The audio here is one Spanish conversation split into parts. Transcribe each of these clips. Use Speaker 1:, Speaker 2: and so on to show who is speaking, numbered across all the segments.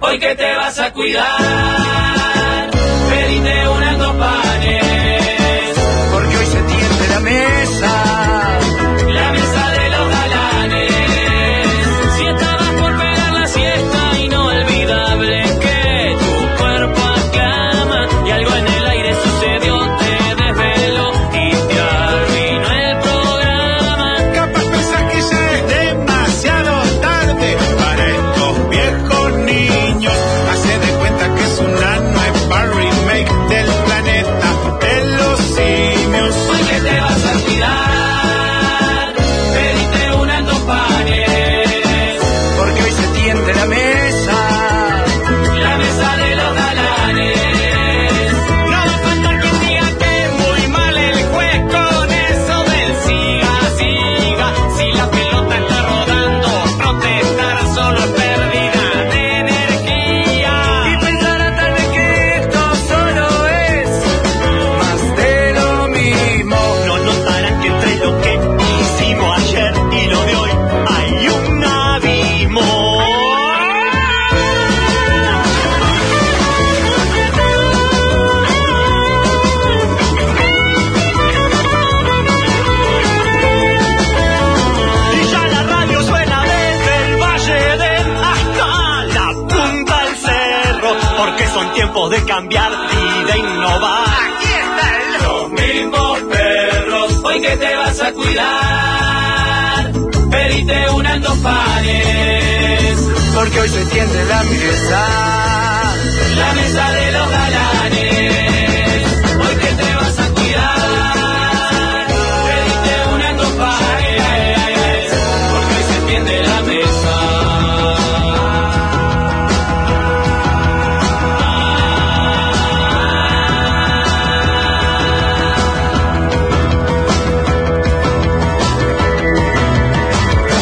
Speaker 1: hoy que te vas a cuidar, pedite unas dos panes,
Speaker 2: porque hoy se tiende la mesa.
Speaker 1: la mesa de los galanes. Si estabas por pegar la siesta, inolvidable que tu cuerpo aclama y algo en el aire sucedió, te desveló y te arruinó el programa.
Speaker 2: Capaz pensás que ya es demasiado tarde para estos viejos niños. Hace de cuenta que es una nueva remake del planeta de los simios.
Speaker 1: Hoy que te vas a cuidar, pedite unas dos panes.
Speaker 2: Porque hoy se tiende la mesa.
Speaker 1: La mesa de los galanes. No va a faltar quien diga que muy mal el juez con eso del siga, siga. Si la pelota está rodando, protestar solo es pérdida de energía.
Speaker 2: Y pensará tal vez que esto solo es más de lo mismo.
Speaker 3: No notarán que entre lo que hicimos ayer y lo de hoy hay un abismo. Y ya la radio suena desde el valle del hasta la punta del cerro, porque son tiempos de cambiar y de innovar.
Speaker 2: Aquí está el
Speaker 1: Los mismos perros, hoy que te vas a cuidar, pedite unas dos panes.
Speaker 2: Porque hoy se tiende la mesa.
Speaker 1: La mesa de los galanes, hoy que te vas a cuidar, pediste una copa, eh, porque hoy se tiende la mesa.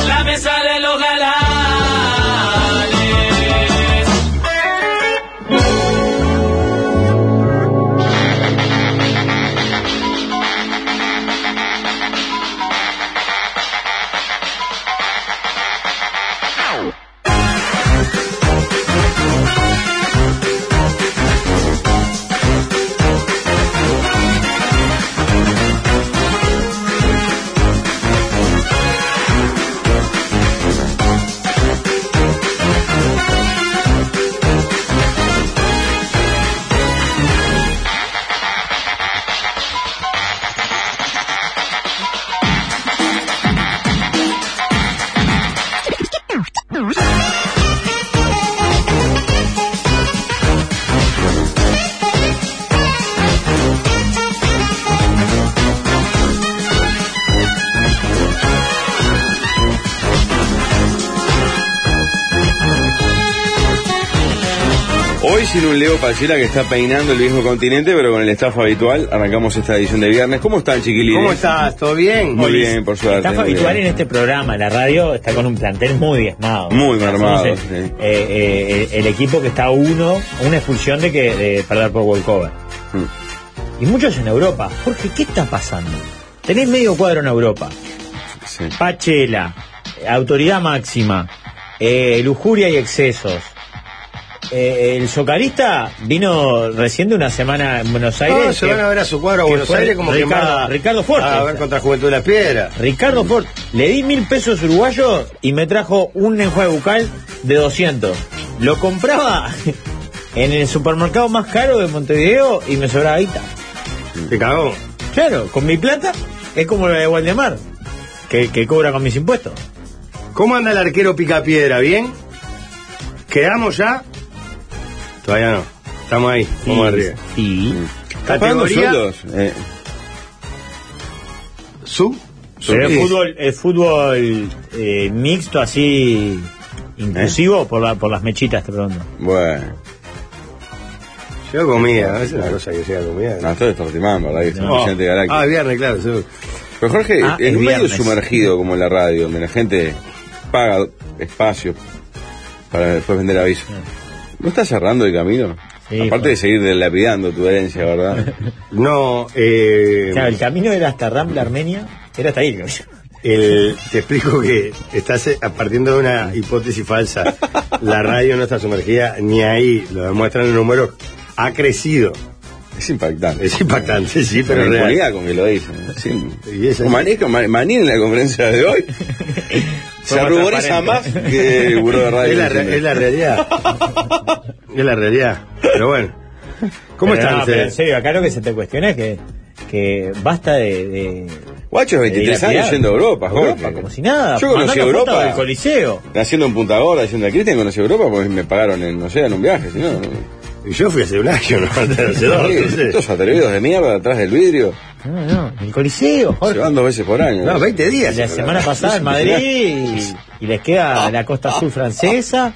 Speaker 1: La mesa de los galanes.
Speaker 4: Hoy sin un Leo Pachela que está peinando el viejo continente, pero con el staff habitual, arrancamos esta edición de viernes. ¿Cómo están, chiquilines?
Speaker 2: ¿Cómo estás? ¿Todo bien?
Speaker 4: Muy bien, por suerte.
Speaker 5: Está
Speaker 4: muy
Speaker 5: habitual en
Speaker 4: bien.
Speaker 5: este programa, la radio está con un plantel muy diezmado.
Speaker 4: Muy
Speaker 5: O sea,
Speaker 4: mermado,
Speaker 5: somos
Speaker 4: sí.
Speaker 5: El, eh, eh, el- el equipo que está a uno, a una expulsión de que de perder por walkover.
Speaker 4: Mm.
Speaker 5: Y muchos en Europa. Jorge, ¿qué está pasando? Tenés medio cuadro en Europa.
Speaker 4: Sí.
Speaker 5: Pachela, autoridad máxima, eh, lujuria y excesos. Eh, el socarista vino recién de una semana en Buenos
Speaker 2: Ah,
Speaker 5: Aires.
Speaker 2: se
Speaker 5: que-
Speaker 2: van a ver a su cuadro a
Speaker 5: que
Speaker 2: Buenos
Speaker 5: fue
Speaker 2: Aires como que
Speaker 5: Ricardo-
Speaker 2: más- Ah,
Speaker 5: Ricardo Forte.
Speaker 2: A ver contra Juventud de las Piedras.
Speaker 5: Ricardo Ford, le di mil pesos uruguayos y me trajo un enjuague bucal de 200. Lo compraba en el supermercado más caro de Montevideo y me sobraba guita.
Speaker 2: Te cagó.
Speaker 5: Claro, con mi plata es como la de Waldemar, que, que cobra con mis impuestos.
Speaker 2: ¿Cómo anda el arquero Picapiedra? ¿Bien? ¿Quedamos ya? Todavía no. Estamos ahí. Vamos arriba.
Speaker 5: Sí.
Speaker 4: ¿Está pagando
Speaker 2: Categoría-
Speaker 4: sueldos? Eh,
Speaker 2: Su.
Speaker 5: Pero
Speaker 2: Sí.
Speaker 5: el fútbol, el fútbol eh, mixto así inclusivo
Speaker 2: Eh.
Speaker 5: por, la, por las mechitas, te pregunto.
Speaker 4: bueno,
Speaker 2: Yo comía. Es una cosa que llega comida.
Speaker 4: no, estoy despartimando, ¿verdad? Que es un presidente de Galáctica.
Speaker 2: ah, viernes, claro. seguro.
Speaker 4: Pero Jorge,
Speaker 5: Ah,
Speaker 4: es
Speaker 5: el
Speaker 4: un medio
Speaker 5: viernes.
Speaker 4: sumergido como la radio, donde la gente paga espacio para después vender aviso. ¿No estás cerrando el camino?
Speaker 5: Sí,
Speaker 4: Aparte
Speaker 5: Jorge.
Speaker 4: de seguir dilapidando tu herencia, ¿verdad?
Speaker 2: No, eh,
Speaker 5: Claro, el camino era hasta Rambla, Armenia, era hasta ahí.
Speaker 2: el- te explico que estás eh, partiendo de una hipótesis falsa.
Speaker 6: la radio no está sumergida ni ahí, lo demuestran los números. Ha crecido.
Speaker 4: Es impactante.
Speaker 6: Es impactante, sí,
Speaker 4: la
Speaker 6: pero es real.
Speaker 4: impunidad con que lo dicen. Sí.
Speaker 6: Y es así.
Speaker 4: Maní, con Ma- Maní en la conferencia de hoy se
Speaker 5: Somos
Speaker 4: ruboriza más
Speaker 5: transparentes.
Speaker 4: que el buró de radio.
Speaker 6: Es la, re- es la realidad. es la realidad. Pero bueno. ¿Cómo
Speaker 5: Pero
Speaker 6: están
Speaker 5: no, pero en
Speaker 6: ustedes?
Speaker 5: serio, acá lo que se te cuestiona es que, que basta de. de-
Speaker 4: Guacho,
Speaker 5: de
Speaker 4: 23 años
Speaker 5: dilapidar.
Speaker 4: yendo a Europa,
Speaker 5: Europa,
Speaker 4: Jorge.
Speaker 5: como si nada.
Speaker 4: Yo conocí
Speaker 5: mandando fotos
Speaker 4: Europa.
Speaker 5: del Coliseo.
Speaker 4: Naciendo en Punta Gorda, diciendo a Cristian, conocí Europa porque me pagaron en, no sé, en un viaje, si no. no.
Speaker 6: Y Yo fui hace un año, ¿no? Hace dos,
Speaker 4: Sí,
Speaker 6: entonces.
Speaker 4: Estos atrevidos de mierda atrás del vidrio,
Speaker 5: No, no, el Coliseo,
Speaker 4: se
Speaker 5: Jorge.
Speaker 4: van dos veces por año.
Speaker 6: No, 20
Speaker 5: Y
Speaker 6: días.
Speaker 5: La semana pasada en Madrid y, y les queda la costa sur francesa.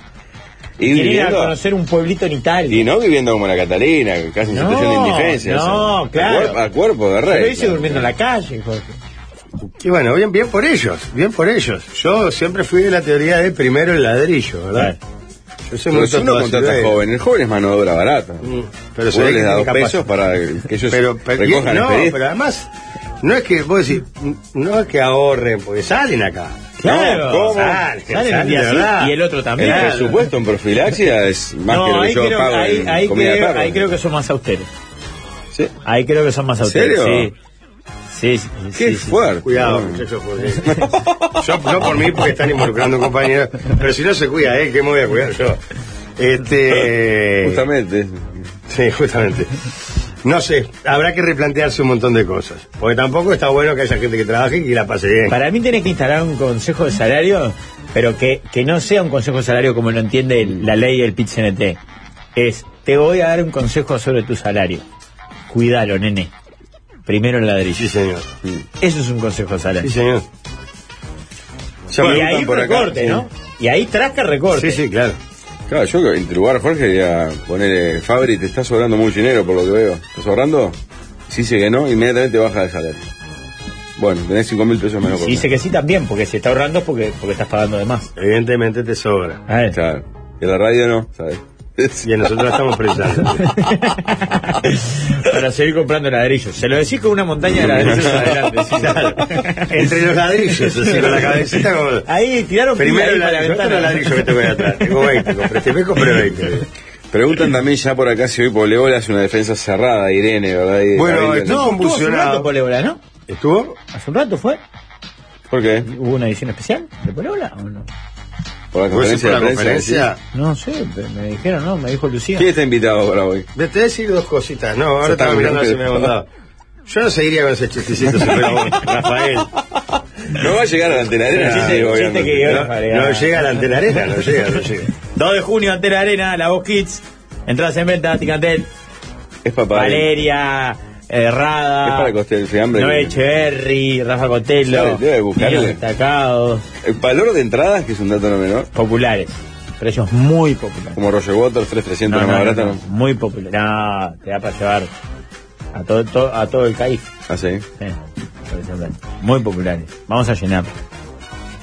Speaker 4: y,
Speaker 5: Quieren ir a
Speaker 4: viviendo,
Speaker 5: conocer un pueblito en Italia.
Speaker 4: y no viviendo como la Catalina, casi en
Speaker 5: No,
Speaker 4: situación de indigencia.
Speaker 5: no,
Speaker 4: o sea, a
Speaker 5: claro.
Speaker 4: cuerpo- A, cuerpo de
Speaker 5: Yo
Speaker 4: rey.
Speaker 5: lo hice durmiendo en la calle, Jorge.
Speaker 6: Y bueno, bien, bien por ellos, bien por ellos. Yo siempre fui de la teoría de primero el ladrillo, ¿verdad? Yo soy
Speaker 4: Pero
Speaker 6: muy
Speaker 4: si uno
Speaker 6: tatuaje,
Speaker 4: contrata
Speaker 6: ¿verdad?
Speaker 4: joven, el joven es mano de obra barata.
Speaker 6: Mm,
Speaker 4: Pero
Speaker 6: Pero
Speaker 4: se
Speaker 6: se ve
Speaker 4: les
Speaker 6: que
Speaker 4: da dos
Speaker 6: tiene
Speaker 4: pesos
Speaker 6: capacidad.
Speaker 4: para que ellos
Speaker 6: pero, pero-
Speaker 4: recojan
Speaker 6: no,
Speaker 4: el
Speaker 6: pero además, no es que vos decís, no es que ahorren, porque salen acá.
Speaker 5: Claro.
Speaker 6: ¿cómo?
Speaker 5: Salen,
Speaker 6: Salen,
Speaker 5: un día
Speaker 6: de
Speaker 5: sí,
Speaker 6: verdad.
Speaker 5: y el otro
Speaker 4: El
Speaker 5: también.
Speaker 4: presupuesto en profilaxia es más
Speaker 5: no,
Speaker 4: que lo que
Speaker 5: ahí,
Speaker 4: yo
Speaker 5: creo,
Speaker 4: pago
Speaker 5: ahí,
Speaker 4: en
Speaker 5: ahí
Speaker 4: comida de
Speaker 5: creo,
Speaker 4: perro.
Speaker 5: ahí creo que son más austeros.
Speaker 4: Sí.
Speaker 5: Ahí creo que son más austeros.
Speaker 4: serio?
Speaker 5: Sí. Sí, sí,
Speaker 4: Qué
Speaker 5: sí, sí.
Speaker 4: fuerte.
Speaker 6: Cuidado,
Speaker 4: ¿no?
Speaker 6: muchachos, porque- yo no por mí porque están involucrando compañeros, pero si no se cuida, ¿eh? ¿Qué me voy a cuidar yo? Este.
Speaker 4: Justamente.
Speaker 6: Sí, justamente. No sé, habrá que replantearse un montón de cosas. Porque tampoco está bueno que haya gente que trabaje y que la pase bien.
Speaker 5: Para mí tenés que instalar un consejo de salario, pero que, que no sea un consejo de salario como lo entiende el- la ley del pit -CNT. Es, te voy a dar un consejo sobre tu salario. Cuídalo, nene. Primero el
Speaker 6: Sí,
Speaker 5: ladrillo.
Speaker 6: señor.
Speaker 5: Eso es un consejo de
Speaker 6: Sí,
Speaker 5: salario.
Speaker 6: señor.
Speaker 4: Ya me
Speaker 5: y
Speaker 4: preguntan
Speaker 5: ahí
Speaker 4: por acá.
Speaker 5: recorte, ¿no? Y ahí trasca recorte.
Speaker 6: Sí, sí, claro.
Speaker 4: Claro, yo creo que en tu lugar, Jorge, diría, ponele, Fabri, te estás sobrando mucho dinero por lo que veo. ¿Estás ahorrando? Si dice que no, inmediatamente baja de salario. Bueno, tenés 5 mil pesos menos por
Speaker 5: Y
Speaker 4: mes.
Speaker 5: dice que sí también, porque si está ahorrando es porque, porque estás pagando de más.
Speaker 6: Evidentemente te sobra.
Speaker 5: A ver.
Speaker 4: Claro. Y en la radio no, ¿sabes?
Speaker 6: Y a nosotros la estamos precisando.
Speaker 5: Para seguir comprando ladrillos. Se lo decís con una montaña de ladrillos adelante. sí.
Speaker 6: Claro. Entre los ladrillos, así, con la cabecita como...
Speaker 5: Ahí tiraron pila
Speaker 6: Primero
Speaker 5: ahí
Speaker 6: el
Speaker 5: para la
Speaker 6: ladrillo,
Speaker 5: ventana.
Speaker 6: otro ladrillo que tengo ahí atrás. Tengo 20, compré este, me compré 20.
Speaker 4: Preguntan también ya por acá si hoy Poblebol hace una defensa cerrada, Irene, ¿verdad? Y-
Speaker 6: Bueno,
Speaker 4: Gabriel,
Speaker 6: no.
Speaker 5: Estuvo hace un
Speaker 6: convulsionado.
Speaker 5: rato Polévola, ¿no?
Speaker 6: ¿Estuvo?
Speaker 5: Hace un rato fue.
Speaker 4: ¿Por qué?
Speaker 5: ¿Hubo una edición especial de Polévola o no?
Speaker 4: ¿Por la
Speaker 6: ¿Vos decís
Speaker 4: conferencia
Speaker 6: por
Speaker 4: de
Speaker 6: la
Speaker 4: prensa?
Speaker 6: conferencia?
Speaker 5: No sé, pero me dijeron, no, me dijo
Speaker 4: decís?
Speaker 5: Lucía.
Speaker 4: ¿Quién está invitado para hoy?
Speaker 6: Te voy a decir dos cositas. No, ahora
Speaker 4: Ya está,
Speaker 6: estaba mirando
Speaker 4: pero-
Speaker 6: si me había mandado. Yo no seguiría con ese chistecito sobre vos, Rafael.
Speaker 4: No va a llegar a la antena
Speaker 5: Sí, sí, sí,
Speaker 4: arena.
Speaker 5: que-
Speaker 6: No, no llega a la antena arena, no llega, no llega.
Speaker 5: 2 de junio ante la arena, la voz Kids. Entradas en venta, Ticantel,
Speaker 4: Es papá.
Speaker 5: Valeria, Herrada.
Speaker 4: Es para costear el fiambre.
Speaker 5: Noé Echeverri, Rafa Cotelo.
Speaker 4: Claro, debe buscarle.
Speaker 5: niños Destacados,
Speaker 4: El Eh, valor de entradas, que es un dato no menor,
Speaker 5: populares. Precios muy populares.
Speaker 4: como Roger Waters, 3,300
Speaker 5: No,
Speaker 4: la más
Speaker 5: no,
Speaker 4: barata,
Speaker 5: no,
Speaker 4: ¿no?
Speaker 5: no, Muy popular. No, te da para llevar a todo, to- a todo el país.
Speaker 4: Ah, sí.
Speaker 5: Sí, muy populares. Vamos a llenar.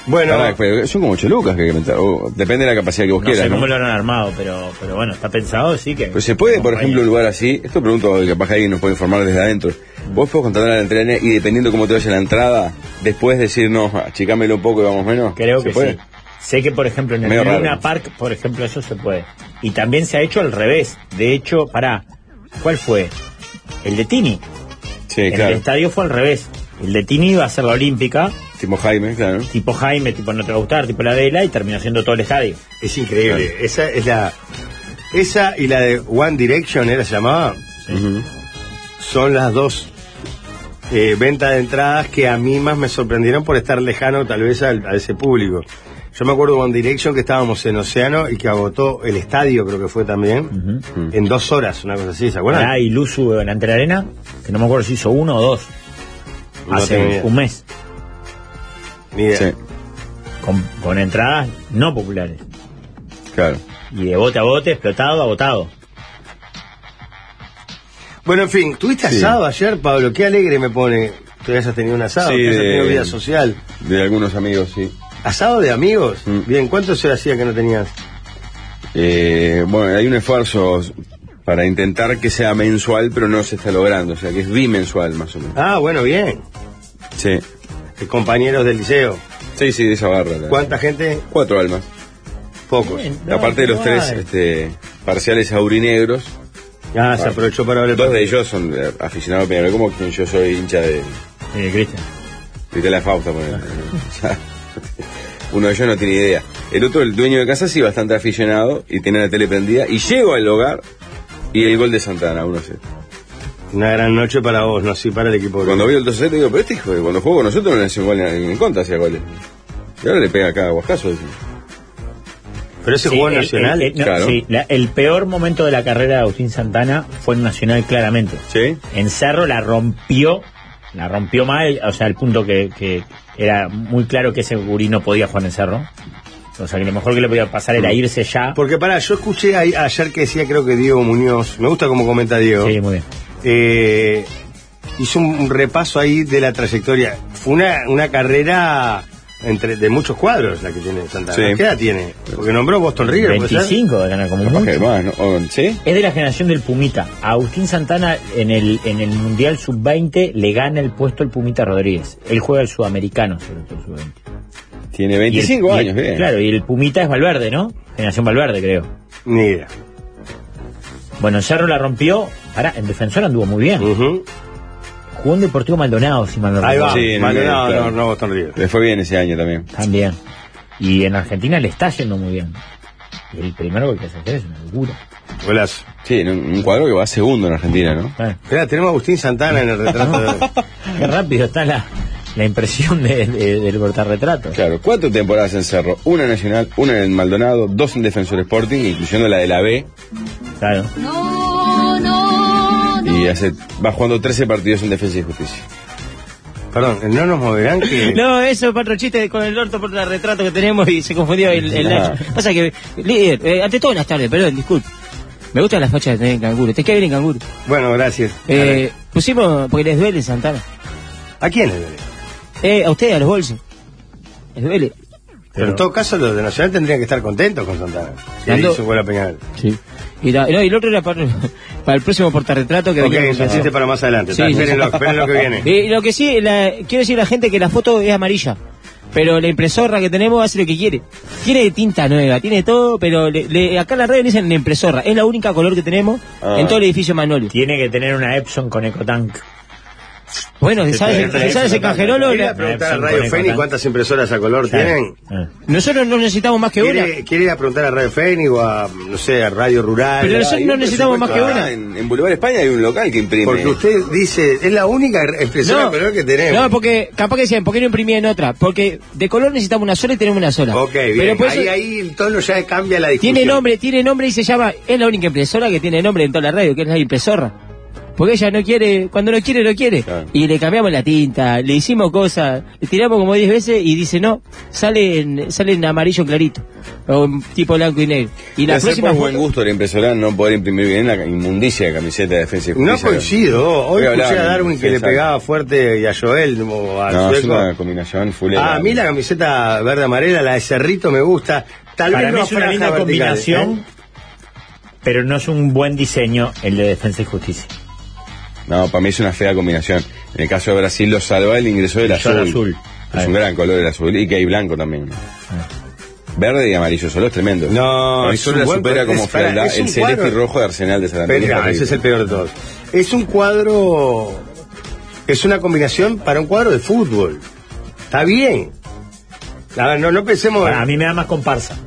Speaker 6: Bueno,
Speaker 4: Pará, pero son como 8 lucas que hay que meter. o depende de la capacidad que vos
Speaker 5: No
Speaker 4: quieras.
Speaker 5: sé
Speaker 4: ¿no?
Speaker 5: cómo lo habrán armado, pero, pero bueno, está pensado, sí que.
Speaker 4: Pero se puede, por
Speaker 5: Compañía.
Speaker 4: ejemplo, un lugar así, esto pregunto, capaz que alguien nos puede informar desde adentro. Vos podés contratar a la entrada y dependiendo cómo te vaya la entrada, después decir, no, achicámelo un poco y vamos menos.
Speaker 5: Creo
Speaker 4: ¿Se
Speaker 5: que
Speaker 4: puede?
Speaker 5: sí. Sé que, por ejemplo, en
Speaker 4: Medio
Speaker 5: el
Speaker 4: raro.
Speaker 5: Luna Park, por ejemplo, eso se puede. Y también se ha hecho al revés. De hecho, pará, ¿cuál fue? El de Tini.
Speaker 4: Sí,
Speaker 5: en el
Speaker 4: claro.
Speaker 5: estadio fue al revés. El de Tini iba a ser la Olímpica,
Speaker 4: Tipo Jaime, claro.
Speaker 5: tipo Jaime, tipo no te va a gustar, tipo la Vela, y terminó siendo todo el estadio.
Speaker 6: es increíble. Esa es la. Esa y la de One Direction, ¿era se llamaba?
Speaker 4: Ujú.
Speaker 6: Son las dos eh, ventas de entradas que a mí más me sorprendieron por estar lejano, tal vez, al- a ese público. Yo me acuerdo de One Direction que estábamos en Océano y que agotó el estadio, creo que fue también, en dos horas, una cosa así, ¿se acuerdan?
Speaker 5: Pará, y Luzu delante de la arena, que no me acuerdo si hizo uno o dos.
Speaker 6: No tengo
Speaker 5: hace
Speaker 6: idea.
Speaker 5: un mes.
Speaker 6: Ni idea.
Speaker 4: Sí,
Speaker 5: Con, con entradas no populares.
Speaker 4: claro.
Speaker 5: Y de bote a bote, explotado, agotado.
Speaker 6: Bueno, en fin, ¿tuviste
Speaker 4: Sí.
Speaker 6: asado ayer, Pablo? Qué alegre me pone que hayas tenido un asado,
Speaker 4: Sí,
Speaker 6: que hayas
Speaker 4: de-
Speaker 6: tenido vida social.
Speaker 4: De algunos amigos, sí.
Speaker 6: ¿Asado de amigos?
Speaker 4: Mm.
Speaker 6: Bien, ¿cuántos se hacía que no tenías?
Speaker 4: Eh, bueno, hay un esfuerzo para intentar que sea mensual, pero no se está logrando, o sea que es bimensual más o menos.
Speaker 6: Ah, bueno, bien.
Speaker 4: Sí,
Speaker 6: Eh, Compañeros del liceo.
Speaker 4: sí, sí, de esa barra. la-
Speaker 6: ¿Cuánta gente?
Speaker 4: Cuatro almas.
Speaker 6: Pocos.
Speaker 5: Bien.
Speaker 4: La parte de los tres este, parciales aurinegros,
Speaker 6: Ah, se aprovechó para hablar.
Speaker 4: dos de ellos son eh, aficionados a Peñarol, como quien yo soy hincha de,
Speaker 5: Eh, Cristian.
Speaker 4: de la Fausta. por ejemplo. O sea, uno de ellos no tiene idea. El otro, el dueño de casa, sí, bastante aficionado y tenía la tele prendida. Y llego al hogar y el gol de Santana, 1-0.
Speaker 6: Una gran noche para vos, no así para el equipo.
Speaker 4: Cuando veo el 2-0 digo, pero este hijo, de- cuando jugó con nosotros no le hacía gol en, en contra, hacía goles. Y ahora le pega acá a Guascaso. dice.
Speaker 6: Pero ese jugó en
Speaker 5: el-
Speaker 6: Nacional.
Speaker 5: el- el- no,
Speaker 4: Claro.
Speaker 5: sí, la- el peor momento de la carrera de Agustín Santana fue en Nacional, claramente.
Speaker 4: ¿Sí?
Speaker 5: En Cerro la rompió, la rompió mal, o sea, al punto que, que era muy claro que ese gurí no podía jugar en Cerro. O sea, que lo mejor que le podía pasar era irse ya.
Speaker 6: Porque pará, yo escuché ahí- ayer que decía, creo que Diego Muñoz, me gusta como comenta Diego,
Speaker 5: Sí, muy bien.
Speaker 6: eh, hizo un repaso ahí de la trayectoria. Fue una, una carrera entre de muchos cuadros la que tiene Santana.
Speaker 4: Sí.
Speaker 6: ¿Qué edad tiene? Porque nombró Boston River, ¿puede ser?
Speaker 5: 25 de ganar como
Speaker 4: Capaz
Speaker 5: mucho.
Speaker 4: que más, ¿no? O- ¿Sí?
Speaker 5: Es de la generación del Pumita. A Agustín Santana en el, en el Mundial Sub-20 le gana el puesto el Pumita Rodríguez. Él juega el sudamericano, sobre todo el Sub-20.
Speaker 4: Tiene
Speaker 5: Y el-
Speaker 4: 25
Speaker 5: y el-
Speaker 4: años, bien.
Speaker 5: Claro, y el Pumita es Valverde, ¿no? Generación Valverde, creo.
Speaker 6: Ni idea.
Speaker 5: Bueno, Cerro la rompió. Ahora, en defensor anduvo muy bien.
Speaker 6: Ujú.
Speaker 5: Jugó en Deportivo Maldonado, si mal no
Speaker 6: Ahí va,
Speaker 5: recuerdo.
Speaker 4: Sí,
Speaker 6: Vale,
Speaker 4: no,
Speaker 6: no,
Speaker 4: claro.
Speaker 6: no, no Boston River.
Speaker 4: Le fue bien ese año también.
Speaker 5: También. Y en Argentina le está yendo muy bien. Y el primero que se hacer es una locura.
Speaker 6: Golazo.
Speaker 4: Sí, en un, un cuadro que va segundo en Argentina, ¿no?
Speaker 5: Claro.
Speaker 6: Espera, tenemos a Agustín Santana en el retrato. de-
Speaker 5: Ah, Qué rápido está la, la impresión de- de- del portarretrato.
Speaker 4: Claro, cuatro temporadas en Cerro, una en Nacional, una en Maldonado, dos en Defensor Sporting, incluyendo la de la B,
Speaker 5: Claro.
Speaker 7: No, no, no.
Speaker 4: y hace, va jugando 13 partidos en Defensa y Justicia.
Speaker 6: Perdón, no nos moverán que...
Speaker 8: No, eso para otro chiste con el orto por el retrato que tenemos y se confundió el, el
Speaker 4: Ah.
Speaker 8: Nacho. Pasa que, líder, eh, ante todo buenas tardes, perdón, disculpe. Me gustan las fachas de tener en canguro, te queda bien en canguro.
Speaker 6: Bueno, gracias.
Speaker 8: Eh, pusimos, porque les duele Santana.
Speaker 6: ¿A quién le duele?
Speaker 8: Eh, a ustedes, a los bolsos. Les duele.
Speaker 6: Pero en todo caso, los de Nacional tendrían que estar contentos con Santana. Y
Speaker 8: Ando-
Speaker 6: ahí se vuelve a Peñarol.
Speaker 8: Sí. Y, la- no, y el otro era para, para el próximo portarretrato que
Speaker 6: Ok,
Speaker 8: venía con
Speaker 6: lo hiciste
Speaker 8: Santana.
Speaker 6: para más adelante.
Speaker 8: Sí,
Speaker 6: está,
Speaker 8: sí, sí.
Speaker 6: esperen, lo, esperen lo que viene.
Speaker 8: Eh, lo que sí, la- quiero decir a la gente que la foto es amarilla. Pero la impresora que tenemos hace lo que quiere. Tiene tinta nueva, tiene todo, pero le- le- acá en la red le dicen impresora. Es la única color que tenemos
Speaker 4: Ah.
Speaker 8: en todo el edificio Manolio.
Speaker 5: Tiene que tener una Epson con Ecotank.
Speaker 8: Bueno, ¿sabes,
Speaker 5: Pero-
Speaker 8: ¿sabes el cajerolo?
Speaker 6: Quería
Speaker 8: La-
Speaker 6: preguntar a
Speaker 5: Epson
Speaker 6: Radio
Speaker 5: con
Speaker 6: Feni
Speaker 5: Ecotan.
Speaker 6: cuántas impresoras a color tienen.
Speaker 5: Ah.
Speaker 8: Nosotros no necesitamos más que una.
Speaker 6: ¿Quiere, quiere ir a preguntar a Radio Feni o a, no sé, a Radio Rural?
Speaker 8: Pero nosotros
Speaker 4: Ah, y
Speaker 8: no
Speaker 4: un
Speaker 8: necesitamos más que
Speaker 4: presupuesto
Speaker 8: una.
Speaker 4: acá En, en Boulevard España hay un local que imprime.
Speaker 6: Porque usted dice, es la única impresora a color que tenemos.
Speaker 8: no, porque capaz que decían, ¿por qué no imprimí en otra? Porque de color necesitamos una sola y tenemos una sola.
Speaker 6: Ok, bien.
Speaker 8: Pero por eso-
Speaker 6: ahí, ahí el tono ya cambia la discusión.
Speaker 8: Tiene nombre, tiene nombre y se llama. Es la única impresora que tiene nombre en toda la radio, que es la impresora. Porque ella no quiere, cuando no quiere, no quiere.
Speaker 4: Claro.
Speaker 8: Y le cambiamos la tinta, le hicimos cosas, le tiramos como 10 veces y dice no, sale en, sale en amarillo clarito, o en tipo blanco y negro. Y la
Speaker 4: la
Speaker 8: próxima
Speaker 4: buen
Speaker 8: foto-
Speaker 4: gusto la impresora no poder imprimir bien la inmundicia de camiseta de Defensa y Justicia.
Speaker 6: No coincido. Hoy
Speaker 4: Voy a hablar,
Speaker 6: escuché a Darwin que le
Speaker 4: exacto.
Speaker 6: pegaba fuerte y a Joel o al
Speaker 4: No, es
Speaker 6: sueco.
Speaker 4: una combinación fulera.
Speaker 6: Ah, a mí la camiseta verde amarela, la de Cerrito me gusta. Tal
Speaker 5: Para
Speaker 6: vez
Speaker 5: mí
Speaker 6: no ¿eh?
Speaker 5: es una
Speaker 6: franjas
Speaker 5: linda
Speaker 6: verticales,
Speaker 5: combinación,
Speaker 6: ¿eh?
Speaker 5: pero no es un buen diseño el de Defensa y Justicia.
Speaker 4: No, para mí es una fea combinación. En el caso de Brasil lo salva el ingreso del
Speaker 5: Yo
Speaker 4: azul.
Speaker 5: al azul.
Speaker 4: Es
Speaker 5: Ahí.
Speaker 4: un gran color el azul. Y que hay blanco también. Verde y amarillo, solo es tremendo.
Speaker 6: No,
Speaker 4: Para mí
Speaker 6: es
Speaker 4: solo
Speaker 6: un
Speaker 4: la
Speaker 6: buen-
Speaker 4: supera como
Speaker 6: es- para,
Speaker 4: fealdad
Speaker 6: es un
Speaker 4: el celeste
Speaker 6: cuadro.
Speaker 4: y rojo de Arsenal de San Antonio.
Speaker 6: Pero, no,
Speaker 4: Es
Speaker 6: ese es el
Speaker 4: terrible.
Speaker 6: peor de todos. Es un cuadro. Es una combinación para un cuadro de fútbol. Está bien. A ver, no, no pensemos.
Speaker 5: Para- a mí me da más comparsa.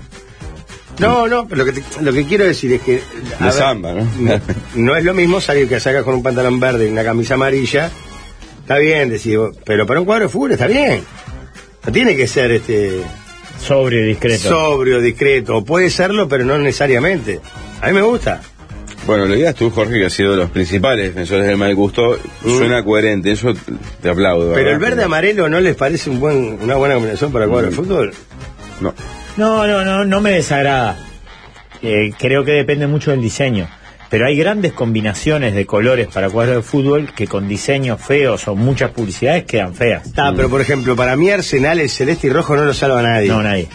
Speaker 6: No, no, pero lo que, te- lo que quiero decir es que. a
Speaker 4: De
Speaker 6: ver,
Speaker 4: samba, ¿no?
Speaker 6: no, no es lo mismo salir que salgas con un pantalón verde y una camisa amarilla. Está bien, decís, vos, pero para un cuadro de fútbol está bien. No tiene que ser este
Speaker 5: Sobrio y discreto.
Speaker 6: sobrio, discreto. Puede serlo, pero no necesariamente. A mí me gusta.
Speaker 4: Bueno, lo digas tú, Jorge, que has sido de los principales defensores del mal gusto. Suena coherente, eso te aplaudo.
Speaker 6: Mm. Pero el
Speaker 4: ¿verdad?
Speaker 6: verde amarelo no les parece un buen, una buena combinación para cuadro de fútbol.
Speaker 4: No.
Speaker 5: No, no, no, no me desagrada. Eh, creo que depende mucho del diseño. Pero hay grandes combinaciones de colores para cuadros de fútbol que con diseños feos o muchas publicidades quedan feas.
Speaker 6: Está, pero por ejemplo, para mí Arsenal, el celeste y rojo no lo salva a nadie.
Speaker 5: No, nadie.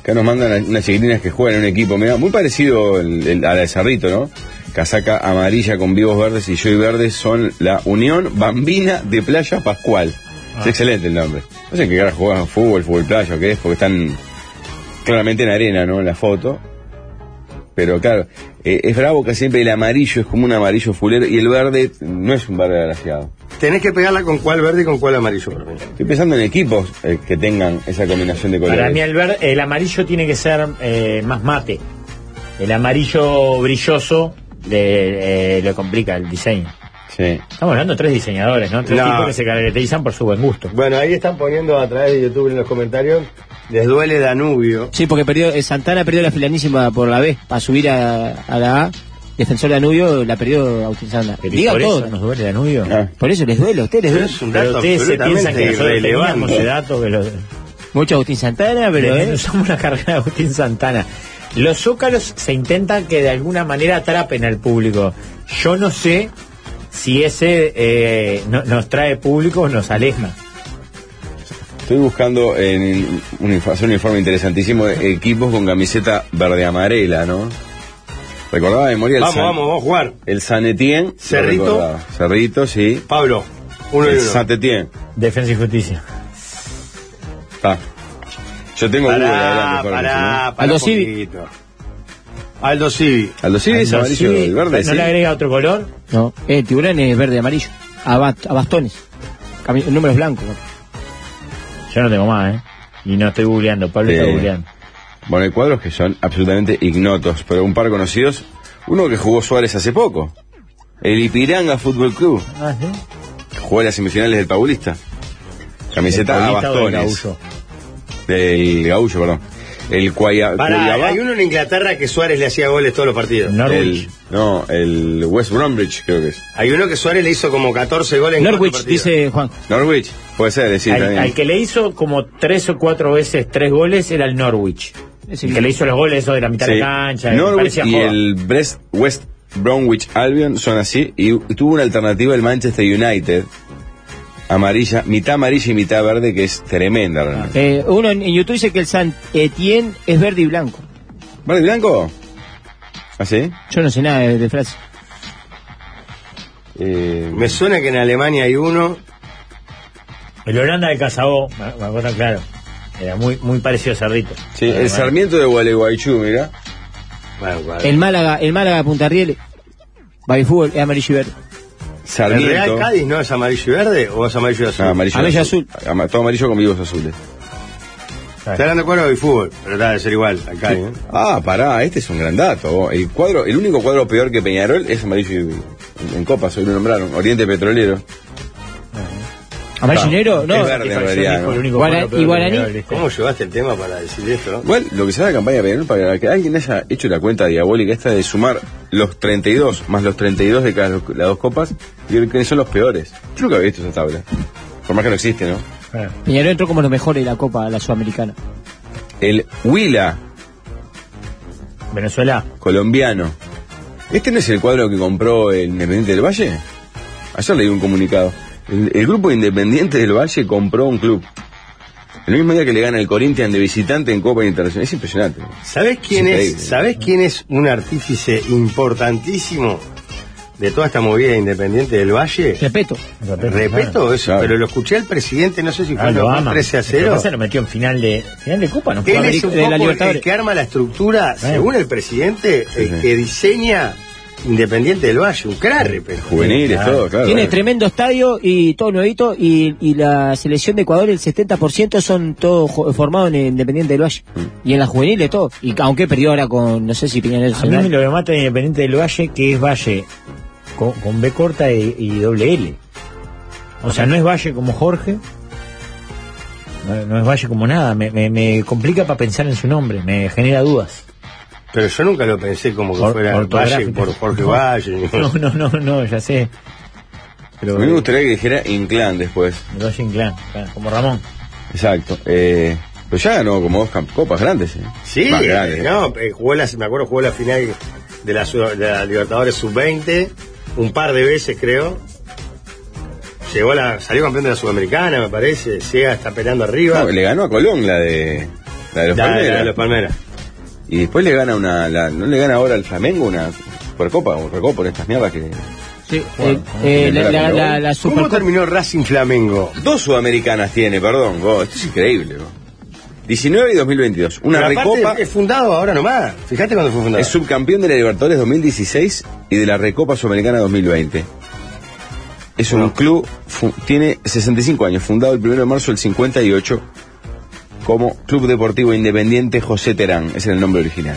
Speaker 4: Acá nos mandan a- unas chiquitinas que juegan en un equipo. Mira, muy parecido el- el- a la de Cerrito, ¿no? Casaca amarilla con vivos verdes y yo y verde son la Unión Bambina de Playa
Speaker 5: Ah.
Speaker 4: Pascual. Es excelente el nombre. No sé qué cara juegan fútbol, fútbol playa o qué es, porque están claramente en arena, ¿no? En la foto. Pero claro, eh, es bravo que siempre el amarillo es como un amarillo fulero y el verde no es un verde agraciado.
Speaker 6: Tenés que pegarla con cuál verde y con cuál amarillo. por ejemplo.
Speaker 4: Estoy pensando en equipos eh, que tengan esa combinación de colores.
Speaker 5: Para mí el, ver- el amarillo tiene que ser eh, más mate. El amarillo brilloso le, eh, le complica el diseño.
Speaker 4: Sí.
Speaker 5: Estamos hablando de tres diseñadores, ¿no? Tres
Speaker 6: No.
Speaker 5: tipos que se caracterizan por su buen gusto.
Speaker 6: Bueno, ahí están poniendo a través de YouTube en los comentarios. Les duele Danubio.
Speaker 8: Sí, porque perdió, eh, Santana perdió la filanísima por la B, para subir a, a la A. Defensor Danubio la perdió utilizando.
Speaker 5: Pero y
Speaker 8: Diga
Speaker 5: por
Speaker 8: todo.
Speaker 5: eso nos duele Danubio.
Speaker 4: Ah.
Speaker 8: Por eso les duele a ustedes. les duele.
Speaker 6: Es un
Speaker 5: Pero
Speaker 6: dato
Speaker 5: ustedes se piensan que
Speaker 6: absolutamente
Speaker 5: nosotros teníamos ese
Speaker 6: irrelevante.
Speaker 5: dato que los...
Speaker 8: Mucho Agustín Santana, pero.
Speaker 5: Pero
Speaker 8: eh,
Speaker 5: usamos la carrera de Agustín Santana. Los zócalos se intentan que de alguna manera atrapen al público. Yo no sé si ese eh, no- nos trae público o nos aleja.
Speaker 4: Estoy buscando en un, inf- hacer un informe interesantísimo de equipos con camiseta verde amarela, ¿no? Recordaba de memoria el
Speaker 6: Vamos,
Speaker 4: San,
Speaker 6: vamos, vamos a jugar.
Speaker 4: El San Etienne. lo
Speaker 6: Cerrito.
Speaker 4: recordaba. Cerrito, sí.
Speaker 6: Pablo, uno y
Speaker 4: el
Speaker 6: uno.
Speaker 4: San Etienne.
Speaker 5: Defensa y justicia.
Speaker 4: Está. Yo tengo Google
Speaker 6: Pará,
Speaker 4: adelante, Jorge,
Speaker 6: pará,
Speaker 4: ¿no?
Speaker 6: pará
Speaker 8: Aldo
Speaker 6: un
Speaker 8: Civi.
Speaker 6: poquito. Aldo Civi.
Speaker 4: Aldo Civi es
Speaker 5: Aldo
Speaker 4: amarillo
Speaker 5: Civi,
Speaker 4: y verde,
Speaker 5: ¿No
Speaker 4: sí.
Speaker 5: le agrega otro color?
Speaker 8: No, el tiburón es verde amarillo. A, bat- a bastones. Cami- números blancos. ¿no?
Speaker 5: Yo no tengo más, ¿eh? Y no estoy googleando, Pablo
Speaker 4: Sí.
Speaker 5: está googleando.
Speaker 4: Bueno, hay cuadros que son absolutamente ignotos, pero un par conocidos. Uno que jugó Suárez hace poco. El Ipiranga Fútbol Club. Jugó las semifinales del Paulista. Camiseta a
Speaker 5: Paulista o del
Speaker 4: "Ah, bastones.
Speaker 5: Gaullo.
Speaker 4: Del Gaullo, perdón. El Cuaya,
Speaker 6: Pará,
Speaker 4: Cuiabá,
Speaker 6: hay uno en Inglaterra que Suárez le hacía goles todos los partidos.
Speaker 5: Norwich.
Speaker 4: el, no, el West Bromwich creo que es.
Speaker 6: Hay uno que Suárez le hizo como 14 goles en cuatro
Speaker 8: Norwich,
Speaker 6: partidos.
Speaker 8: dice Juan.
Speaker 4: Norwich, puede ser, decir
Speaker 5: Al,
Speaker 4: también.
Speaker 5: al que le hizo como tres o cuatro veces tres goles era el Norwich.
Speaker 8: Ese
Speaker 5: El
Speaker 8: que-
Speaker 5: que le hizo los goles eso de la mitad de
Speaker 4: Sí.
Speaker 5: la cancha. que
Speaker 4: Norwich
Speaker 5: parecía
Speaker 4: y
Speaker 5: joda.
Speaker 4: el Brest- West Bromwich Albion son así. Y y tuvo una alternativa el Manchester United. Amarilla, mitad amarilla y mitad verde, que es tremenda realmente.
Speaker 8: Eh, uno en, en YouTube dice que el San Etienne es verde y blanco.
Speaker 4: ¿Verde y blanco? ¿Ah, ¿Así?
Speaker 8: Yo no sé nada de, de Francia.
Speaker 4: Eh,
Speaker 6: Me suena que en Alemania hay uno.
Speaker 5: El Holanda de Casabó, me me acuerdo claro. Era muy, muy parecido a Cerrito.
Speaker 4: sí,
Speaker 5: Pero,
Speaker 4: el
Speaker 5: bueno,
Speaker 4: Sarmiento de Gualeguaychú, mira.
Speaker 6: Bueno, vale.
Speaker 8: El Málaga, el Málaga de Punta Riel. Baby Fútbol es amarillo y verde.
Speaker 6: El Real
Speaker 4: Sarmiento.
Speaker 6: Cádiz no es amarillo y verde o es amarillo y azul.
Speaker 4: Ah, amarillo.
Speaker 8: Amarillo
Speaker 4: Ama- todo amarillo con vivos azules.
Speaker 5: claro.
Speaker 6: Está hablando cuadro de fútbol, pero está de ser igual al Cádiz. ¿eh?
Speaker 4: Ah, pará, este es un gran dato. vos. El cuadro, el único cuadro peor que Peñarol es amarillo y, en Copa, hoy lo nombraron. Oriente Petrolero.
Speaker 8: ¿Amarillo y
Speaker 4: Claro.
Speaker 8: negro? No.
Speaker 4: Es verde en
Speaker 5: Satisfacción
Speaker 4: realidad,
Speaker 5: dijo
Speaker 4: ¿no?
Speaker 5: el único
Speaker 8: Guara-
Speaker 5: cuadro peor
Speaker 8: y
Speaker 5: que
Speaker 8: Guaraní.
Speaker 5: Peñarol, ¿viste?
Speaker 6: ¿Cómo llevaste el tema para decir esto?
Speaker 4: Igual, lo que será la campaña de Peñarol, para que alguien haya hecho la cuenta diabólica esta de sumar los 32 más los 32 de cada las dos copas, yo creo que son los peores. Yo nunca había visto esa tabla. Por más que no existe, ¿no?
Speaker 5: Claro.
Speaker 8: Peñarol entró como los mejores de la Copa, la Sudamericana.
Speaker 4: El Huila,
Speaker 5: Venezuela.
Speaker 4: colombiano. ¿Este no es el cuadro que compró el Independiente del Valle? Ayer leí un comunicado. El, el grupo Independiente del Valle compró un club. El mismo día que le gana el Corinthians de visitante en Copa Internacional. Es impresionante.
Speaker 6: ¿Sabés quién
Speaker 4: Es
Speaker 6: es?
Speaker 4: increíble.
Speaker 6: ¿Sabés quién es un artífice importantísimo de toda esta movida independiente del Valle?
Speaker 8: Respeto.
Speaker 6: Repeto eso,
Speaker 4: Claro.
Speaker 6: pero lo escuché al presidente, no sé si fue
Speaker 5: Ah,
Speaker 6: en
Speaker 5: lo ama.
Speaker 6: 13 a
Speaker 5: Lo que
Speaker 6: 0.
Speaker 5: pasa es que lo metió en final de, final de Copa, ¿no? Fue
Speaker 6: Él es
Speaker 5: América-
Speaker 6: un
Speaker 8: de la
Speaker 6: poco el- el
Speaker 8: Libertadores.
Speaker 6: que arma la estructura, según el presidente, el
Speaker 4: sí.
Speaker 6: que diseña Independiente del Valle, un crack, pero
Speaker 4: Juveniles,
Speaker 5: Claro.
Speaker 4: todo, claro.
Speaker 8: Tiene
Speaker 4: claro.
Speaker 8: tremendo estadio y todo nuevito. Y, y la selección de Ecuador, el 70% son todos jo- formados en Independiente del Valle.
Speaker 4: Mm.
Speaker 8: Y en las juveniles, todo. Y aunque perdió ahora con, no sé si Peñarol.
Speaker 5: A mí lo que mata de Independiente del Valle, que es Valle con, con B corta y, y doble L. O sea, no es Valle como Jorge, no, no es Valle como nada. Me, me- me complica para pensar en su nombre, me genera dudas.
Speaker 6: Pero yo nunca lo pensé como que
Speaker 5: Or-
Speaker 6: fuera Valle
Speaker 5: ortográfico.
Speaker 6: por Jorge
Speaker 5: No.
Speaker 6: Valle.
Speaker 5: No, no, no, no, ya sé. Pero
Speaker 4: A mí me gustaría que dijera Inclán después.
Speaker 5: el Valle Inclán, claro, como Ramón.
Speaker 4: Exacto. Eh, pero ya ganó como dos camp- copas grandes. eh.
Speaker 6: Sí,
Speaker 4: Más grandes.
Speaker 6: no, eh, jugó la- me acuerdo jugó la final de la, Sud- de la Libertadores Sub-20, un par de veces creo. Llegó a la, salió campeón de la Sudamericana, me parece, llega, está peleando arriba.
Speaker 4: No, le ganó a Colón la de, la de los
Speaker 6: Da- da-
Speaker 4: Palmeras.
Speaker 6: da los Palmeras.
Speaker 4: Y después le gana una. la- ¿No le gana ahora al Flamengo una Supercopa o Recopa por estas mierdas que.
Speaker 8: Sí,
Speaker 4: Bueno,
Speaker 8: eh, eh, la,
Speaker 4: la-
Speaker 8: la, la, la
Speaker 6: ¿Cómo
Speaker 8: Supercopa-
Speaker 6: terminó Racing Flamengo?
Speaker 4: Dos sudamericanas tiene, perdón. vos, esto es increíble. vos. 19 y 2022. Una
Speaker 6: Pero aparte,
Speaker 4: recopa.
Speaker 6: Es fundado ahora nomás. Fíjate cuando fue fundado.
Speaker 4: Es subcampeón de la Libertadores 2016 y de la Recopa Sudamericana 2020. Es un club, fu- tiene 65 años, fundado el 1 de marzo del 58 como Club Deportivo Independiente José Terán, ese era el nombre original.